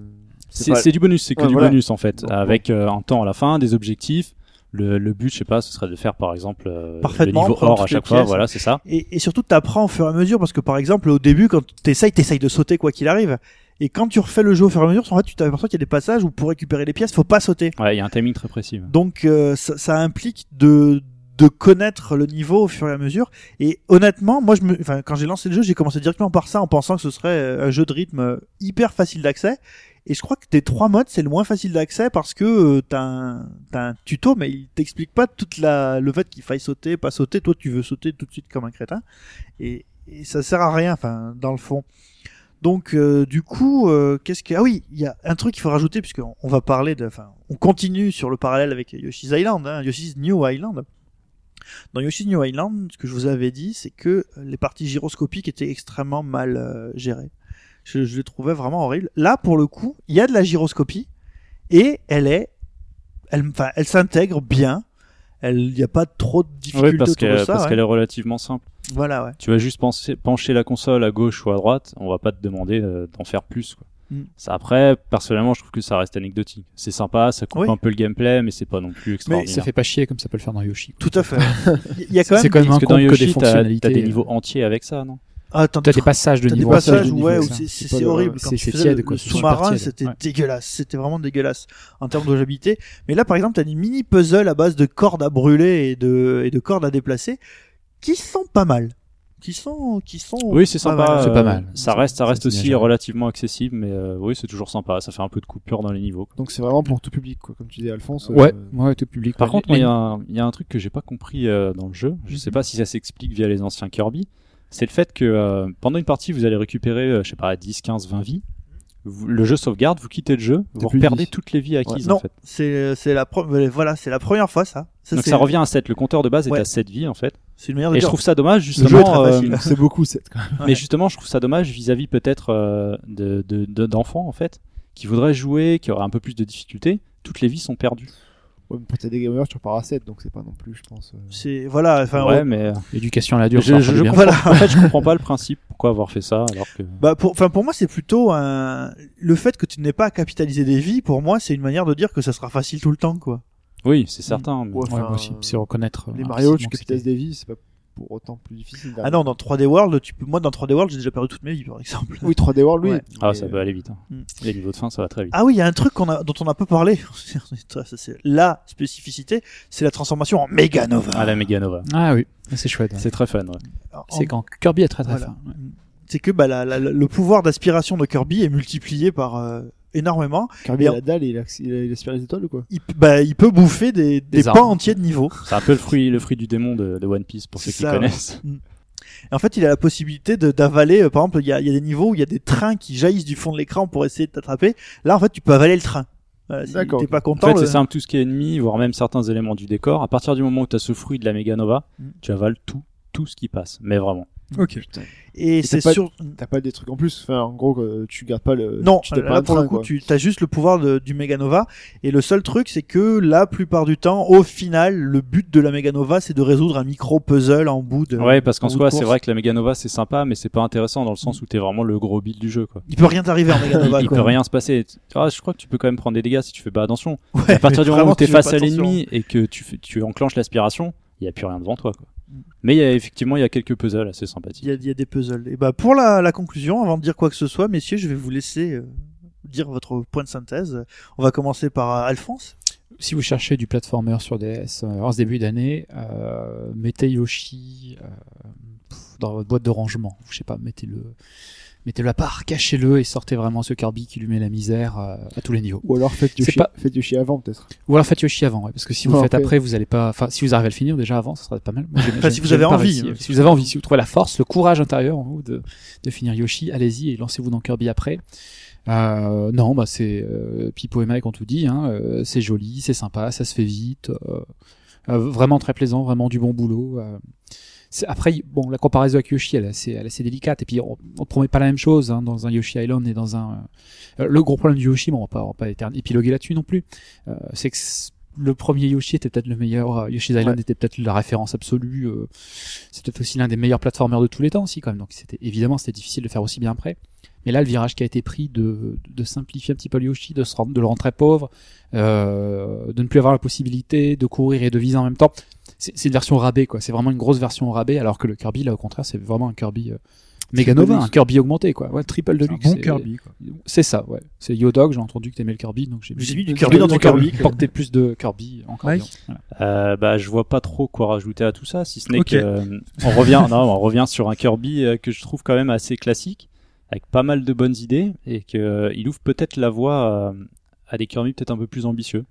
C'est
pas-
c'est du bonus, c'est que
Ouais,
du
voilà.
bonus en fait,
Donc,
avec euh, un temps à la fin, des objectifs. Le, le but, je sais pas, ce serait de faire par exemple euh, le
Parfaitement,
niveau
prendre
or à
toutes les
chaque fois,
pièces.
voilà, c'est ça.
Et, et surtout, t'apprends au fur et à mesure, parce que par exemple, au début, quand t'essayes, t'essayes de sauter quoi qu'il arrive. Et quand tu refais le jeu au fur et à mesure, en fait, tu t'aperçois qu'il y a des passages où pour récupérer les pièces, faut pas sauter.
Ouais, il y a un timing très précis.
Donc euh, ça, ça implique de de connaître le niveau au fur et à mesure. Et honnêtement, moi, je me, enfin, quand j'ai lancé le jeu, j'ai commencé directement par ça en pensant que ce serait euh, un jeu de rythme euh, hyper facile d'accès. Et je crois que des trois modes, c'est le moins facile d'accès parce que euh, t'as un, t'as un tuto, mais il t'explique pas toute la, le fait qu'il faille sauter, pas sauter. Toi, tu veux sauter tout de suite comme un crétin. Et, et ça sert à rien, enfin, dans le fond. Donc, euh, du coup, euh, qu'est-ce que, ah oui, il y a un truc qu'il faut rajouter puisqu'on on va parler de, enfin, on continue sur le parallèle avec Yoshi's Island, hein, Yoshi's New Island. Dans Yoshi's New Island, ce que je vous avais dit, c'est que les parties gyroscopiques étaient extrêmement mal euh, gérées. Je, je les trouvais vraiment horribles. Là, pour le coup, il y a de la gyroscopie et elle est, elle, enfin, elle s'intègre bien. Elle, il n'y a pas trop de difficultés
Oui, parce
autour de
que-
ça.
parce
ouais.
qu'elle est relativement simple.
Voilà, ouais.
Tu vas juste penser- pencher la console à gauche ou à droite, on va pas te demander euh, d'en faire plus. Quoi.
Mm.
Ça, après, personnellement, je trouve que ça reste anecdotique. C'est sympa, ça coupe
Oui.
un peu le gameplay, mais c'est pas non plus extraordinaire.
Ça fait pas chier comme ça peut le faire dans Yoshi.
Tout à fait. Il y a quand
C'est
même.
quand même un
Parce que dans
compte que des
Yoshi, t'as
fonctionnalités.
t'as des
euh,
niveaux entiers avec ça, non
Ah, attends,
T'as des passages de
T'as des
niveau.
passages
de
ouais,
niveau,
où
ça.
c'est- c'est
pas
c'est
le-
horrible.
c'est-
Quand tu
c'est
faisais
tiède,
le,
quoi,
le
c'est super
sous-marin,
tiède.
c'était
Ouais.
dégueulasse. C'était vraiment dégueulasse en termes de jouabilité. Mais là, par exemple, t'as des mini puzzles à base de cordes à brûler et de, et de cordes à déplacer qui sont pas mal. Qui sont, qui sont.
Oui, c'est
pas
sympa.
mal.
C'est
euh,
pas mal.
Ça reste, ça
Ça
reste
se
aussi
nage à-
relativement accessible, mais euh, oui, c'est toujours sympa. Ça fait un peu de coupure dans les niveaux. quoi.
Donc c'est vraiment pour tout public, quoi, comme tu dis, Alphonse.
Ouais,
euh,
ouais, tout public.
Par
ouais.
contre,
Mhm.
Les-
il y, a un- il y a un truc que j'ai pas compris euh, dans le jeu. Je sais pas si ça s'explique via les anciens Kirby, c'est le fait que euh, pendant une partie, vous allez récupérer, euh, je sais pas, 10, 15, 20 vies. Vous- le jeu sauvegarde, vous quittez le jeu, vous
plus de
perdez
vie.
toutes les vies acquises
Non,
en fait.
c'est c'est la pro- euh, voilà, c'est la première fois ça.
Donc
c'est-
ça revient à 7, le compteur de base
Ouais.
est à 7 vies en fait.
C'est une manière de
Et je
dire.
trouve ça dommage
Le jeu est
justement.
très
euh,
facile.
C'est beaucoup, cette. quand même.
Mais justement, je trouve ça dommage vis-à-vis peut-être euh, de- de- de- d'enfants en fait, qui voudraient jouer, qui auraient un peu plus de difficultés. Toutes les vies sont perdues.
Ouais, mais pour tes dégâts majeurs, tu repars à 7, donc c'est pas non plus, je pense. euh,
C'est voilà, enfin
ouais,
on-
mais euh,
Éducation à la dure,
Je-
ça
je-
fait
je
bien.
voilà.
en fait, je comprends pas le principe. Pourquoi avoir fait ça alors que
Bah pour, enfin pour moi c'est plutôt un... le fait que tu n'aies pas à capitaliser des vies. Pour moi c'est une manière de dire que ça sera facile tout le temps quoi.
Oui,
Mm.
c'est certain. mais-
ouais,
Ouais,
enfin,
moi aussi,
euh,
c'est reconnaître. euh,
Les Mario, tu
rapidement que
capitalises
c'était-
des vies, c'est pas pour autant plus difficile.
Ah non dans 3D World tu peux... moi dans 3D World j'ai déjà perdu toutes mes vies par exemple.
Oui, 3D World, oui.
Ouais.
Ah,
Mais,
ça
euh,
peut aller vite. hein.
Mm.
Les niveaux de fin, ça va très vite.
Ah oui il y a un truc qu'on a... dont on a peu parlé. Ça, c'est la spécificité c'est la transformation en Mega Nova.
Ah, la Meganova.
Ah oui, c'est chouette. ouais.
C'est très fun. ouais.
En-
C'est quand Kirby est très très
Voilà.
fin. ouais.
c'est que bah, la- la- le pouvoir d'aspiration de Kirby est multiplié par euh, énormément.
Kirby,
Et
il
en-
a la dalle et il, acc- il, il aspire les étoiles ou quoi
Il, p- bah, il peut bouffer des, des,
arbres.
pans entiers de niveau.
C'est un peu le fruit, le fruit du démon de, de One Piece pour
C'est
ceux qui
ça, ouais.
connaissent.
Et en fait, il a la possibilité de- d'avaler. euh, par exemple, il y a, il y a des niveaux où il y a des trains qui jaillissent du fond de l'écran pour essayer de t'attraper. Là, en fait, tu peux avaler le train. Voilà, si
D'accord,
T'es
ok.
pas
En
content. euh,
fait,
le-
c'est simple, tout ce qui est ennemi, voire même certains éléments du décor. À partir du moment où tu as ce fruit de la Meganova,
Mm.
tu avales tout, tout ce qui passe. Mais vraiment.
Ok.
Et
t'as
c'est
pas-
sur.
T'as pas des trucs en plus Enfin, en gros, euh, tu gardes pas le.
Non,
tu tapes pas
là
un
pour le
train,
coup,
quoi.
tu as juste le pouvoir de- du Meganova. Et le seul truc, c'est que la plupart du temps, au final, le but de la Meganova, c'est de résoudre un micro puzzle en bout de.
Ouais, parce qu'en
bout de
soi, c'est
course.
vrai que la Meganova, c'est sympa, mais c'est pas intéressant dans le sens où t'es vraiment le gros build du jeu, quoi.
Il peut rien t'arriver en Meganova.
il
quoi.
peut rien se passer. Ah, je crois que tu peux quand même prendre des dégâts si tu fais pas attention.
Ouais,
à partir
mais
du moment
vraiment,
où t'es
tu fais
face
pas
à
attention.
l'ennemi et que tu, fais- tu enclenches l'aspiration, il n'y a plus rien devant toi. Quoi. Mais il y a, effectivement, il y a quelques puzzles assez sympathiques.
Il y, a, il y a des puzzles. Et bah pour la, la conclusion, avant de dire quoi que ce soit, messieurs, je vais vous laisser euh, dire votre point de synthèse. On va commencer par euh, Alphonse.
Si vous cherchez du platformer sur DS euh, en ce début d'année, euh, mettez Yoshi euh, pff, dans votre boîte de rangement. Je sais pas, mettez-le mettez-le à part, cachez-le et sortez vraiment ce Kirby qui lui met la misère euh, à tous les niveaux.
Ou alors faites
C'est
Yoshi,
pas-
faites Yoshi avant, peut-être.
Ou alors faites Yoshi avant, ouais, parce que si vous
Ouais,
le faites
après.
après, vous allez pas. Enfin, si vous arrivez à le finir déjà avant, ça serait pas mal. Moi, j'ai-
Enfin,
j'ai-
si vous
j'ai
avez
pas
envie,
réussi,
hein.
ouais. Si vous avez envie, si vous trouvez la force, le courage intérieur en vous de, de finir Yoshi, allez-y et lancez-vous dans Kirby après. Euh, non, bah c'est euh, Pipo et Mike ont tout dit. Hein, euh, c'est joli, c'est sympa, ça se fait vite. euh, euh, vraiment très plaisant, vraiment du bon boulot. euh. C'est- Après, y- bon, la comparaison avec Yoshi, elle est assez, elle est assez délicate. Et puis, on ne promet pas la même chose hein, dans un Yoshi Island et dans un. euh, le gros problème du Yoshi, bon, on va pas, on va pas étern- épiloguer là-dessus non plus. euh, c'est que c- le premier Yoshi était peut-être le meilleur. euh, Yoshi's Island était peut-être la référence absolue. euh, c'est peut-être aussi l'un des meilleurs platformers de tous les temps aussi, quand même. Donc, c'était évidemment, c'était difficile de faire aussi bien après. Mais là, le virage qui a été pris de, de simplifier un petit peu le Yoshi, de, se rendre, de le rendre très pauvre, euh, de ne plus avoir la possibilité de courir et de viser en même temps, c'est c'est une version au rabais, quoi. C'est vraiment une grosse version au rabais, alors que le Kirby, là, au contraire, c'est vraiment un Kirby euh, Meganova,
Deluxe.
un Kirby augmenté, quoi. Ouais, triple de
Un
luxe.
bon
c'est-
Kirby, quoi.
C'est ça, ouais. C'est Yodog, j'ai entendu que t'aimais le Kirby, donc j'ai
J'ai mis du Kirby dans ton Kirby.
Pour que t'aies plus de Kirby en Kirby.
Mike
Voilà.
Euh, bah, je vois pas trop quoi rajouter à tout ça, si ce n'est
Ok.
que euh, on revient, non, on revient sur un Kirby euh, que je trouve quand même assez classique, avec pas mal de bonnes idées et que euh, il ouvre peut-être la voie euh, à des Kirby peut-être un peu plus ambitieux.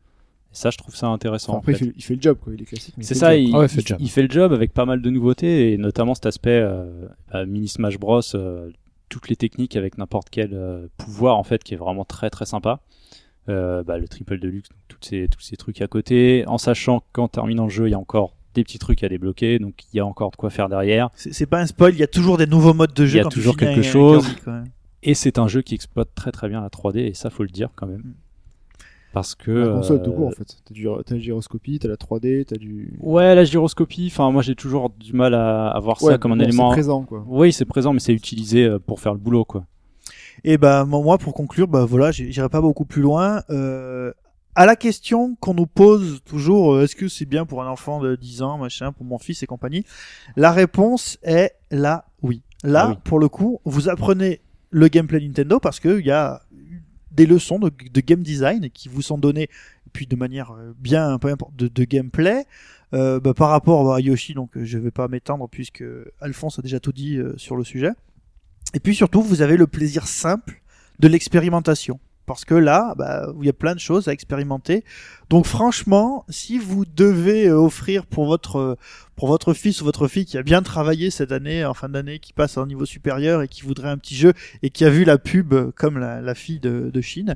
Et ça, je trouve ça intéressant.
Enfin,
en
après,
fait.
il, fait, il fait le job, quoi. Il est classique. mais
C'est
fait
ça,
le job.
il,
Ah ouais,
il-
fait le job.
il fait le job avec pas mal de nouveautés et notamment cet aspect euh, bah, mini Smash Bros, euh, toutes les techniques avec n'importe quel euh, pouvoir en fait qui est vraiment très très sympa. Euh, bah, le triple deluxe, donc toutes ces, tous ces trucs à côté, en sachant qu'en terminant le jeu, il y a encore des petits trucs à débloquer, donc il y a encore de quoi faire derrière.
C'est c'est pas un spoil, il y a toujours des nouveaux modes de jeu.
Il y a
quand tu
toujours
finis
quelque
un- un
chose.
Kirby, quand même.
Et c'est un jeu qui exploite très très bien la 3D et ça faut le dire quand même. Parce que...
La console, tout
euh,
court, en fait. T'as du- t'as la gyroscopie, t'as la 3D, t'as du.
Ouais, la gyroscopie, enfin moi j'ai toujours du mal à, à voir ça comme un
bon, c'est
élément...
présent, quoi.
Oui, c'est présent, mais c'est utilisé euh, pour faire le boulot, quoi.
Et bah moi moi, pour conclure, bah voilà, j'ai- j'irai pas beaucoup plus loin. Euh, à la question qu'on nous pose toujours, euh, est-ce que c'est bien pour un enfant de 10 ans, machin, pour mon fils et compagnie La réponse est là, oui. Là,
Ah oui.
pour le coup, vous apprenez le gameplay Nintendo parce qu'il y a des leçons de, de game design qui vous sont données, puis de manière euh, bien, peu importe, de, de gameplay. Euh, bah, par rapport à Yoshi, donc euh, je vais pas m'étendre puisque Alphonse a déjà tout dit euh, sur le sujet. Et puis surtout, vous avez le plaisir simple de l'expérimentation. parce que là, bah, il y a plein de choses à expérimenter. Donc franchement, si vous devez euh, offrir pour votre euh, pour votre fils ou votre fille qui a bien travaillé cette année, en fin d'année, qui passe à un niveau supérieur et qui voudrait un petit jeu et qui a vu la pub euh, comme la, la fille de, de Chine,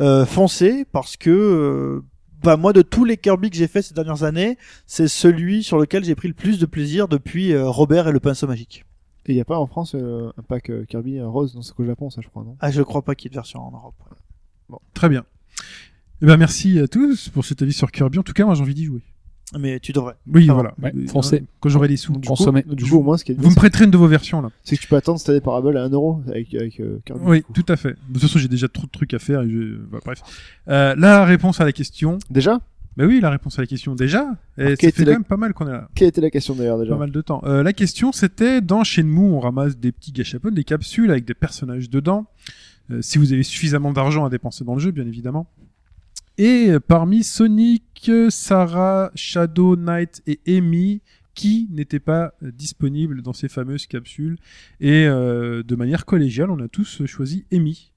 euh, foncez parce que euh, bah moi de tous les Kirby que j'ai fait ces dernières années, c'est celui sur lequel j'ai pris le plus de plaisir depuis euh, Robert et le pinceau magique.
Et il n'y a pas en France euh, un pack euh, Kirby euh, rose, non, c'est qu'au Japon, ça, je crois, non
Ah, je crois pas qu'il y ait de version en Europe.
Très bien. Eh ben, merci à tous pour cet avis sur Kirby. En tout cas, moi, j'ai envie d'y jouer.
Mais tu devrais.
Oui,
Ah,
voilà.
ouais,
Euh,
foncez.
Quand j'aurai les sous.
Du Consommez.
Du coup, au moins, ce qui est bien,
Vous me prêterez une de vos versions, là.
c'est que tu peux attendre cette année Parable à 1€ avec, avec euh, Kirby.
Oui, tout à fait. De toute façon, j'ai déjà trop de trucs à faire. Et je... bah, bref. Euh, la réponse à la question.
Déjà
Bah oui, la réponse à la question déjà. Et
Alors,
ça
quelle
fait
était
quand
la-
même pas mal qu'on est là.
Quelle était la question d'ailleurs déjà
Pas mal de temps. Euh, la question, c'était dans Shenmue, on ramasse des petits gâchapones, des capsules avec des personnages dedans. Euh, si vous avez suffisamment d'argent à dépenser dans le jeu, bien évidemment. Et euh, parmi Sonic, euh, Sarah, Shadow, Knight et Amy, qui n'étaient pas euh, disponibles dans ces fameuses capsules. Et euh, de manière collégiale, on a tous euh, choisi Amy.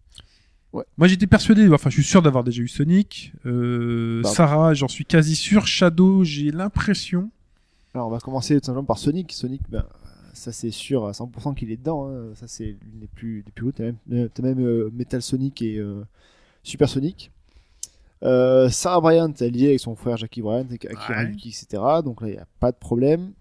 Ouais.
Moi j'étais persuadé, enfin je suis sûr d'avoir déjà eu Sonic. Euh,
Pardon.
Sarah, j'en suis quasi sûr. Shadow, j'ai l'impression.
Alors on va commencer tout simplement par Sonic. Sonic, ben, ça c'est sûr à 100% qu'il est dedans. hein. Ça c'est l'une des plus, des plus hautes. T'as même, euh, t'as même euh, Metal Sonic et euh, Super Sonic. Euh, Sarah Bryant est liée avec son frère Jackie Bryant, et Akira
Ouais.
Yuki, etc. Donc là il n'y a pas de problème.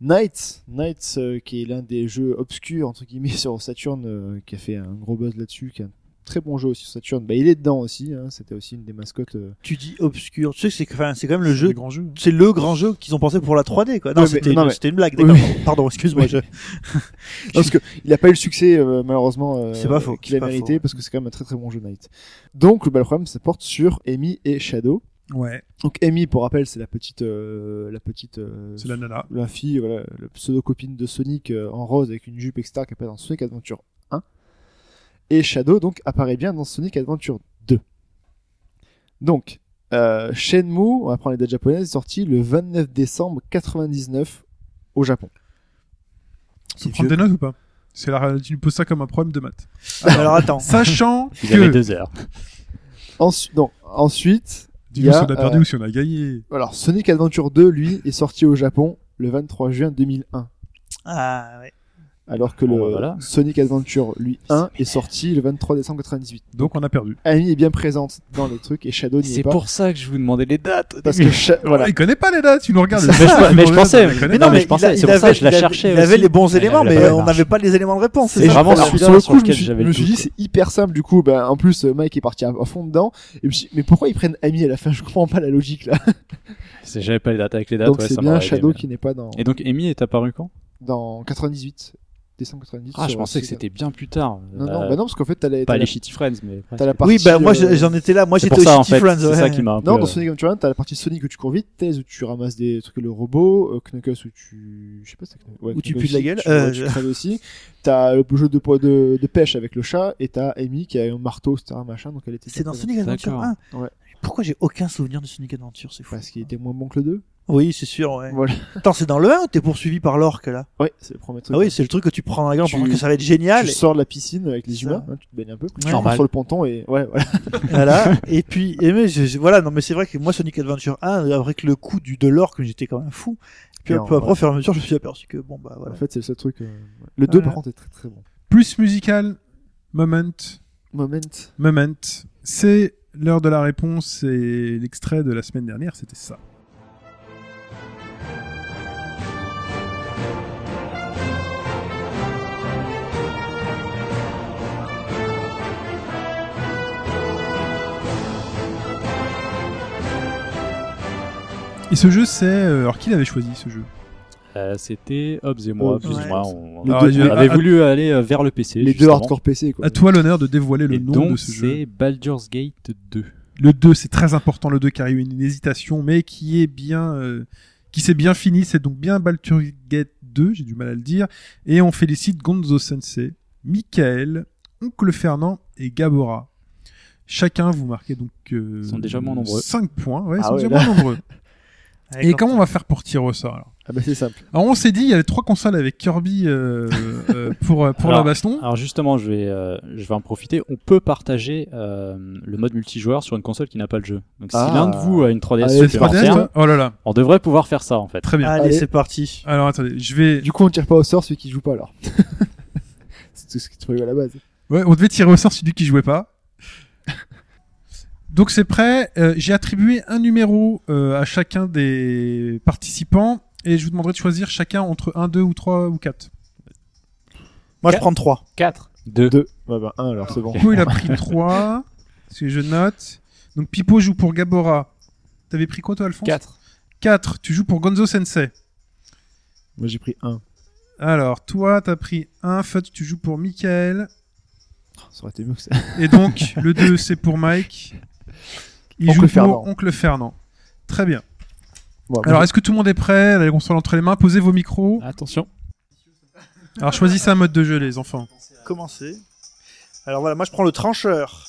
Knights, Knights euh, qui est l'un des jeux obscurs entre guillemets sur Saturn, euh, qui a fait un gros buzz là-dessus, qui est un très bon jeu aussi sur Saturn. Bah, il est dedans aussi. hein. C'était aussi une des mascottes. euh,
Tu dis obscur. Tu sais que c'est enfin, c'est quand même le
Des
jeu.
grands jeux.
C'est le grand jeu qu'ils ont pensé pour la 3D quoi. Non,
Ouais, mais-
c'était
non,
une,
mais-
c'était une blague.
Oui,
D'accord. Pardon, excuse-moi.
Oui.
je-
parce que il n'a pas eu le succès euh, malheureusement euh,
C'est pas faux,
qu'il
c'est
a
pas
mérité
faux, ouais.
parce que c'est quand même un très très bon jeu Knight. Donc bah, le problème ça porte sur Amy et Shadow.
Ouais,
Donc Amy pour rappel c'est la petite euh, la petite euh,
c'est la nana.
la fille voilà, la pseudo copine de Sonic euh, en rose avec une jupe etc qui apparaît dans Sonic Adventure 1 et Shadow donc apparaît bien dans Sonic Adventure 2. Donc euh, Shenmue on va prendre les dates japonaises sorti le 29 décembre 99 au Japon.
Tu
C'est
prends des
vieux.
notes ou pas c'est la... Tu nous poses ça comme un problème de maths.
Alors attends.
Sachant
Il avait
que.
deux heures.
Ensu- non, ensuite
Dis-nous
Il y
si
a,
on a perdu
euh,
ou si on a gagné.
Alors, Sonic Adventure 2, lui, est sorti au Japon le 23 juin 2001.
Ah ouais.
Alors que
Bon,
le
bah voilà.
Sonic Adventure, lui, 1, est sorti le 23 décembre 98.
Donc on a perdu.
Amy est bien présente dans les trucs et Shadow n'y est
C'est
pas.
pour ça que je vous demandais les dates. au
Parce que,
début.
Sha- voilà.
Ah, Il connaît pas les dates, tu nous regardes.
Mais je- mais je pensais-
Mais
mais non,
non,
mais- je pensais,
il
c'est pour ça
avait-
que je la
il avait-
cherchais
Il avait
aussi.
les bons
Elle
éléments,
avait
mais
pas la
on
marche.
n'avais pas les éléments de réponse.
Et
c'est ça
vraiment,
Alors,
celui-là,
sur le
sur
coup, je me
lequel
suis,
j'avais
je
le
me suis
doute,
dit,
quoi.
c'est hyper simple, du coup, ben, en plus, euh, Mike est parti à à fond dedans. Et je me suis dit, mais pourquoi ils prennent Amy à la fin Je comprends pas la logique, là.
C'est- J'avais pas les dates avec les dates.
Donc,
Ah, ouais,
c'est
ça
bien
m'aurait aidé,
Shadow
mais-
qui n'est pas dans,
Et donc, Amy est apparue quand
dans 98, décembre 98.
Ah, je
sur
pensais que
Sonic-
c'était bien plus tard.
Non,
Euh,
non, bah non, parce qu'en fait, t'as la,
pas
t'as
les
la,
Shitty Friends, mais. presque.
t'as la partie.
Oui, bah moi
euh,
je- j'en étais là. Moi
C'est
j'étais au
pour ça, en
Shitty
fait.
Friends.
C'est
ouais.
ça qui m'a un peu. euh,
Non, dans Sonic Adventure 1, t'as la partie Sonic où tu cours vite, Tails où tu ramasses des trucs, le robot, euh, Knuckles où tu. Je sais pas si t'as Knuckles. Ouais,
Où tu
Knuckles
pues de la
aussi,
gueule.
Tu,
Euh,
ouais, tu
je-
crèves aussi. T'as le jeu de, poids de, de pêche avec le chat et t'as Amy qui a un marteau, etc. Machin, donc elle était. euh,
C'est dans
Sonic
Sonic Adventure
D'accord.
1.
Ouais.
Pourquoi j'ai aucun souvenir de Sonic Adventure C'est fou.
Parce qu'il était moins bon que le 2.
Oui, c'est sûr. Ouais.
Voilà.
Attends, c'est dans le 1 ou t'es poursuivi par l'orque là
Ouais, c'est le premier truc.
Ah oui, c'est le truc que tu prends dans la gueule
Tu-
pensant que ça va être
tu
génial.
sors de la piscine avec les
C'est
humains,
ça.
hein, tu te baignes un peu, puis tu
Ouais.
rentres
Normal.
sur le ponton et. Ouais, voilà.
voilà. Et puis, et mais je- je- voilà, non, mais c'est vrai que moi, Sonic Adventure 1, avec le coup du de l'orque, j'étais quand même fou. Puis
Non,
un peu après,
ouais.
au fur et à mesure, je me suis aperçu que bon, bah voilà.
En fait, c'est le seul truc. euh, ouais. Le 2, par
Voilà.
contre, est très très bon.
Plus musical, moment,
Moment.
moment. C'est l'heure de la réponse et l'extrait de la semaine dernière, c'était ça. Et ce jeu, c'est. euh, Alors, qui l'avait choisi ce jeu
Euh, C'était Hobbs et moi.
Hobbs et
excuse-moi,
moi.
on,
Les
on
deux-
je-
les-
à-
avait
à-
voulu aller euh, vers le PC.
Les deux
justement.
hardcore PC, quoi.
À toi l'honneur de dévoiler le
Et
nom de
donc,
ce jeu.
c'est Baldur's Gate 2.
Le 2, c'est très important, le 2 car il y a eu une hésitation, mais qui est bien, euh, qui s'est bien fini. C'est donc bien Baldur's Gate 2, j'ai du mal à le dire. Et on félicite Gonzo Sensei, Michael, Oncle Fernand et Gabora. Chacun, vous marquez donc. euh,
Ils sont déjà moins nombreux.
5 points, ouais, ils
Ah
sont
ouais,
déjà moins nombreux. Et comment on va faire pour tirer au sort alors
Ah bah c'est simple.
Alors, on s'est dit, il y avait trois consoles avec Kirby euh, euh, pour, euh, pour
Alors,
la baston.
Alors justement, je vais, euh, je vais en profiter. On peut partager euh, le mode multijoueur sur une console qui n'a pas le jeu. Donc
Ah.
si l'un de vous a une 3DS
Ah,
C'est Ah.
les
Super
3DS,
Ferme,
toi Oh là là,
on devrait pouvoir faire ça en fait.
très bien.
Allez,
Allez.
c'est parti.
Alors attendez, je vais.
Du coup, on tire pas au sort celui qui joue pas alors. c'est tout ce qui te prévu à la base.
Ouais, on devait tirer au sort celui qui jouait pas. Donc c'est prêt. Euh, J'ai attribué un numéro euh, à chacun des participants et je vous demanderai de choisir chacun entre 1, 2 ou 3 ou 4.
Moi, je prends 3.
4.
Deux.
Deux. Bah bah un alors c'est bon.
Pipo il a pris 3. Ce que je note. Donc Pipo joue pour Gabora. T'avais pris quoi toi Alphonse
4.
4. Tu joues pour Gonzo Sensei.
Moi j'ai pris un.
Alors toi t'as pris 1. Fut tu joues pour Michael.
Ça aurait été mieux que ça.
Et donc le 2 c'est pour Mike. Il
Oncle
joue pour
Fernand.
Oncle Fernand. Très bien.
Bon,
Alors, est-ce que tout le monde est prêt La console entre les mains, posez vos micros.
Attention.
Alors, choisissez un mode de jeu, les enfants.
Commencez. Alors voilà, moi, je prends le trancheur.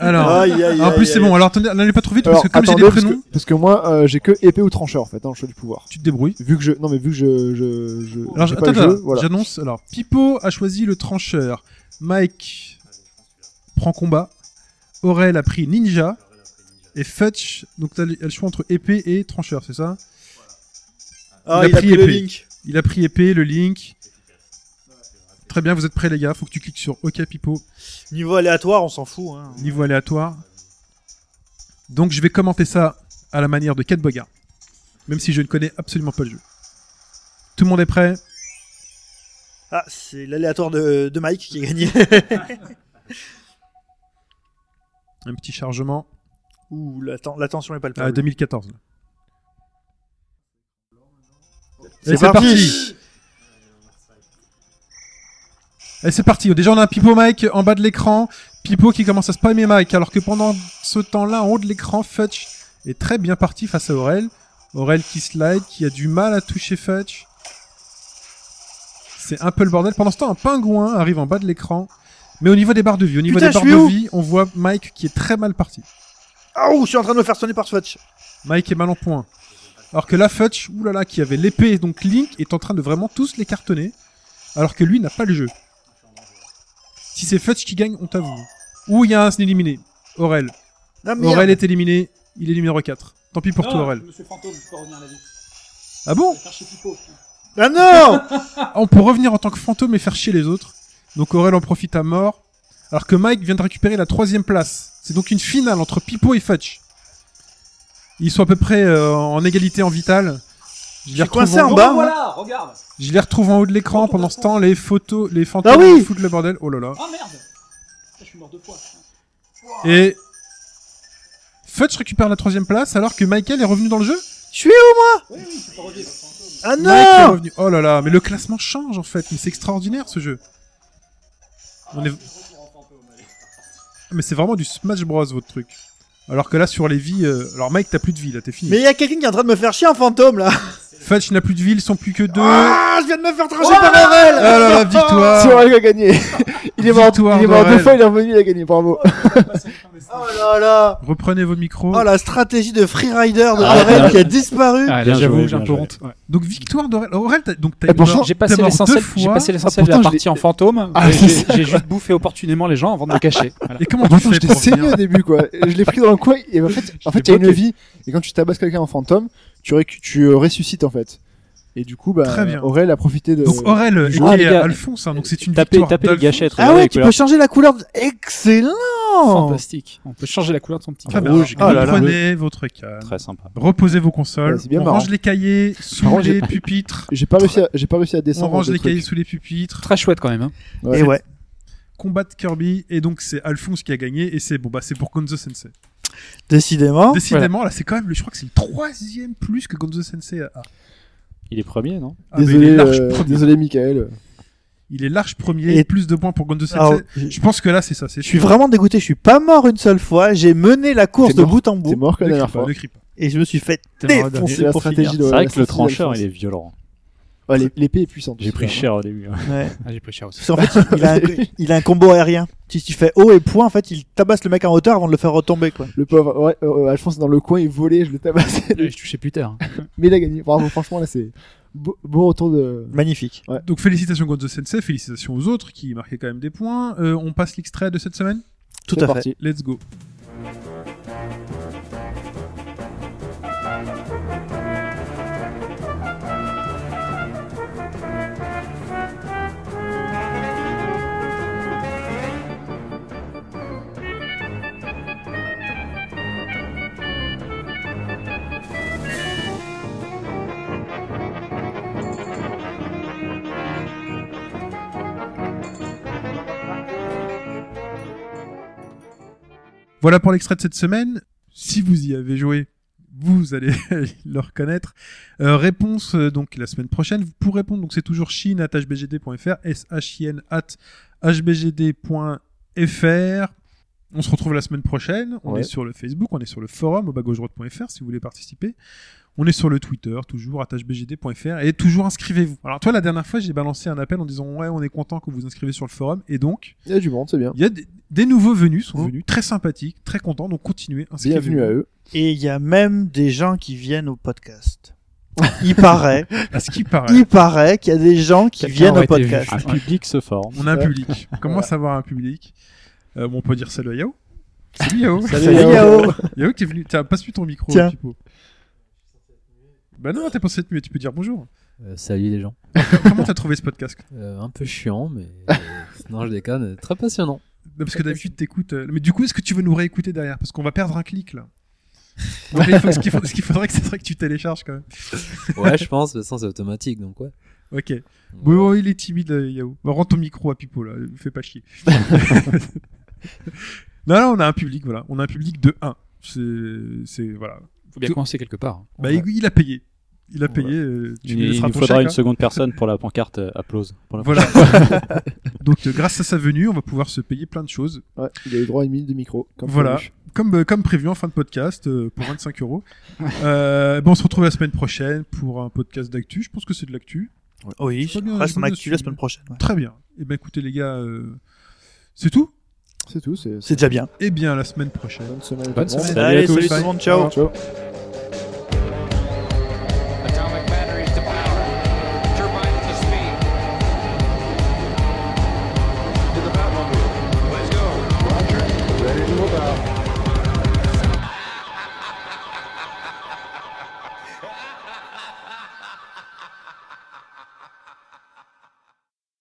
Alors,
Ah, Aïe, aïe,
en
aïe,
plus, c'est
aïe.
bon. Alors, attendez, n'allez pas trop vite parce que comme j'ai
attendez,
des
parce,
prénoms,
que, parce que moi euh, j'ai que épée ou trancheur en fait hein, le choix du pouvoir.
tu te débrouilles.
Vu que je non mais vu que je je, je
Alors,
j'ai
attends,
pas le
attends,
jeu, voilà.
j'annonce. Alors, Pipo a choisi le trancheur. Mike prend combat. Aurel a pris ninja. Et Fetch, donc t'as le elle choix entre épée et trancheur, c'est ça
Ah,
Il
il
a
a
pris
pris le
épée.
link.
Il a pris épée, le link. Très bien, vous êtes prêts les gars, faut que tu cliques sur OK Pipo.
Niveau aléatoire, on s'en fout. Hein.
niveau aléatoire. Donc je vais commenter ça à la manière de Ken Bogard, même si je ne connais absolument pas le jeu. Tout le monde est prêt
Ah, c'est l'aléatoire de, de Mike qui a gagné.
Un petit chargement
Ouh, la, ten- la tension est
à
palpable.
2014. là.
C'est
Et c'est parti Et c'est parti. Déjà on a un Pipo Mike en bas de l'écran, Pipo qui commence à spammer Mike, alors que pendant ce temps-là, en haut de l'écran, Fetch est très bien parti face à Aurel. Aurel qui slide, qui a du mal à toucher Fetch. C'est un peu le bordel. Pendant ce temps, un pingouin arrive en bas de l'écran. Mais au niveau des barres de vie, au niveau
Putain,
des
je
barres
suis où
de vie, on voit Mike qui est très mal parti.
Ah, ouh, je suis en train de me faire sonner par Swatch.
Mike est mal en point. Alors que la Fudge, oulala, qui avait l'épée, donc Link, est en train de vraiment tous les cartonner. Alors que lui n'a pas le jeu. Si c'est Fudge qui gagne, on t'avoue. Ou il y a un E éliminé. Aurel.
Ah, merde.
Aurel est éliminé. Il est numéro 4. Tant pis pour
Ah.
toi, Aurel.
Monsieur Fantôme, je peux revenir à la vie.
Ah bon
Ah non
Ah, On peut revenir en tant que fantôme et faire chier les autres. Donc Aurel en profite à mort. Alors que Mike vient de récupérer la troisième place. C'est donc une finale entre Pipo et Fudge. Ils sont à peu près euh, en égalité en vital. Je les
suis
retrouve
coincé en
Oh,
Bah,
voilà, regarde.
Je les retrouve en haut de l'écran. Pendant ce temps, les photos, les fantômes
Ah oui
foutent le bordel. Oh là là.
Ah merde. Je suis mort deux fois.
Et Fudge récupère la troisième place alors que Michael est revenu dans le jeu.
Je suis où
Oui, oui, tu peux revenir.
Ah
Michael est
non
revenu. Oh là là. Mais le classement change en fait. Mais c'est extraordinaire ce jeu. On est... Ah, Mais c'est vraiment du Smash Bros votre truc. Alors que là sur les vies, euh, alors Mike t'as plus de vie là, t'es fini.
Mais il y a quelqu'un qui est en train de me faire chier en fantôme là
Fudge n'a plus de vie, ils sont plus que
Oh
deux.
Ah, je viens de me faire trancher par Aurel
Ah là là, victoire.
Si Aurélien a gagné. Il est mort,
Victoire Ah,
il est mort
d'Aurel.
deux fois, il est revenu, il a gagné, bravo.
Oh là là
Reprenez vos micros.
Oh la stratégie de Freerider de
Ah,
Aurel
ah,
qui a disparu
Ah, là,
Bien
j'avoue,
joué,
j'ai un
bien
peu
joué.
honte. ouais.
Donc victoire d'Aurel. Aurel, t'as- donc t'as
Eh,
t'es
pourtant,
mort-
J'ai
t'es
passé
mort
l'essentiel.
deux
J'ai
fois.
passé l'essentiel de
Ah,
la
pourtant, je
partie
l'ai-
en fantôme.
Ah,
et
c'est
j'ai j'ai juste bouffé opportunément les gens avant de me cacher. Voilà.
Et comment tu
Attends,
fais
j'étais
pour
saigné
revenir
au début, quoi. Je l'ai pris dans le coin, et en fait, en fait, il y a une vie, et quand tu tabasses quelqu'un en fantôme, tu, récu- tu euh, ressuscites, en fait. Et du coup, bah,
Très bien.
Aurel a profité de...
Donc Aurel et
Ah, les gars.
Alphonse, hein, donc c'est une
tapez,
victoire.
tapez les
d'Alphonse.
gâchettes.
Ah
regardez
ouais,
les
tu Oh. peux
couleurs.
changer la couleur de- Excellent
Fantastique. On peut changer la couleur de son petit
Très
cœur.
bien.
Rouge,
Alors,
oh là là.
Reprenez votre canne.
Très sympa.
Reposez vos consoles.
Ouais, c'est bien
on
marrant.
range les cahiers sous
Par contre,
les pupitres.
J'ai pas réussi à, j'ai pas réussi à
On
descendre.
range
de
les
truc.
cahiers sous les pupitres.
Très chouette quand même. hein.
Ouais.
Et ouais.
Combat de Kirby. Et donc c'est Alphonse qui a gagné. Et c'est bon, bah c'est pour Gonzo Sensei.
Ah,
Décidément.
Décidément, là c'est quand même, le- je crois que c'est le troisième plus que Gonzo Sensei a.
Il est premier, non
Ah, mais il
Désolé,
est large
euh,
premier.
désolé, Michael.
Il est large premier.
Et-
Plus de points pour Gonzo
Ah,
Sensei. Je pense que là c'est ça. C'est
je suis vraiment dégoûté, je suis pas mort une seule fois, j'ai mené la course
T'es
de
mort.
bout en
T'es
bout
mort que
Ne
la
crie
dernière
pas,
fois.
ne crie pas.
et je me suis fait
T'es mort,
C'est
défoncer
la
pour
stratégie
finir.
de.
C'est
la
vrai que le
stratégie
trancheur,
d'Alphonse.
il est violent.
Ouais, l'ép- l'épée est puissante.
J'ai
aussi,
pris
vraiment.
cher au début. hein.
Ouais.
Ah, j'ai pris cher aussi.
Parce qu'en fait, il a, un, il a un combo aérien. Si tu fais haut et point, en fait, il tabasse le mec en hauteur avant de le faire retomber, quoi.
Le pauvre, ouais, euh, Alphonse dans le coin, il volait, je le tabassais.
Je touchais plus tard.
Mais il a gagné. Bravo, franchement, là, c'est beau, beau retour de.
Magnifique.
Donc félicitations Gonzo Sensei, félicitations aux autres qui marquaient quand même des points. Euh, on passe l'extrait de cette semaine
Tout
C'est
à fait.
parti.
Let's go. Voilà pour l'extrait de cette semaine. Si vous y avez joué, vous allez le reconnaître. Euh, réponse euh, donc la semaine prochaine. Pour répondre, donc c'est toujours chine at hbgd.fr, s-h-i-n at hbgd.fr. On se retrouve la semaine prochaine. On
Ouais.
est sur le Facebook, on est sur le forum au bas gauche droite.fr si vous voulez participer. On est sur le Twitter, toujours attachbgd.fr et toujours inscrivez-vous. Alors toi, la dernière fois, j'ai balancé un appel en disant ouais, on est content que vous vous inscrivez sur le forum et donc
Il y a du monde, c'est bien.
il y a des, des nouveaux venus, sont
Oh.
venus, très sympathiques, très contents, donc continuez, inscrivez-vous.
Mmh. Bienvenue à eux.
Et il y a même des gens qui viennent au podcast. Il paraît,
À ce qui paraît,
il paraît qu'il y a des gens qui
Quelqu'un
viennent au
aurait été vu.
podcast.
Un public se forme.
on a un public. On commence à avoir un public. Euh, bon, on peut dire salut à Yao. Salut Yao.
Salut, Yao.
Yao qui est venu. Tiens, passe-lui ton micro,
Tiens.
Pipo. Bah non, t'es pensé être muet, tu peux dire bonjour.
Euh, salut les gens.
Comment t'as trouvé ce podcast
Euh, un peu chiant, mais euh, non, je déconne. Très passionnant.
Non, Parce que d'habitude t'écoutes. euh, Mais du coup, est-ce que tu veux nous réécouter derrière Parce qu'on va perdre un clic là. Donc, il faut- ce qu'il faut- ce qu'il faudrait que ce serait que tu télécharges quand même.
Ouais, je pense. De toute façon, c'est automatique, donc ouais.
Ok. Oui, oui, il est timide, euh, Yao. Bah, rends ton micro à Pipo, là. Fais pas chier. non, là, on a un public, voilà. On a un public de 1. C'est, c'est, voilà.
Faut bien commencer quelque part. hein.
Bah, il, il a payé. Il a
Voilà.
payé. euh, Tu me
Il, il
laisseras
nous
ton
faudra
chèque,
une
hein.
seconde personne pour la pancarte euh, applause. Pour la
Voilà. Donc, euh, grâce à sa venue, on va pouvoir se payer plein de choses.
Ouais, il a eu droit à une minute de micro. Comme
Voilà.
prévu.
Comme, euh, comme prévu en fin de podcast, euh, pour 25 euros. Euh, bon, on se retrouve la semaine prochaine pour un podcast d'actu. Je pense que c'est de l'actu.
Oui,
C'est pas bien,
reste
je
en
me
actu la
suis-
semaine prochaine. ouais.
Très bien. Eh ben, écoutez, les gars, euh, c'est tout.
C'est tout. C'est
C'est déjà bien.
Eh bien, à la semaine prochaine.
bonne semaine. à tout
Bonne
le monde.
semaine.
Salut à
Allez,
tous.
salut tout le monde, ciao.
Ciao.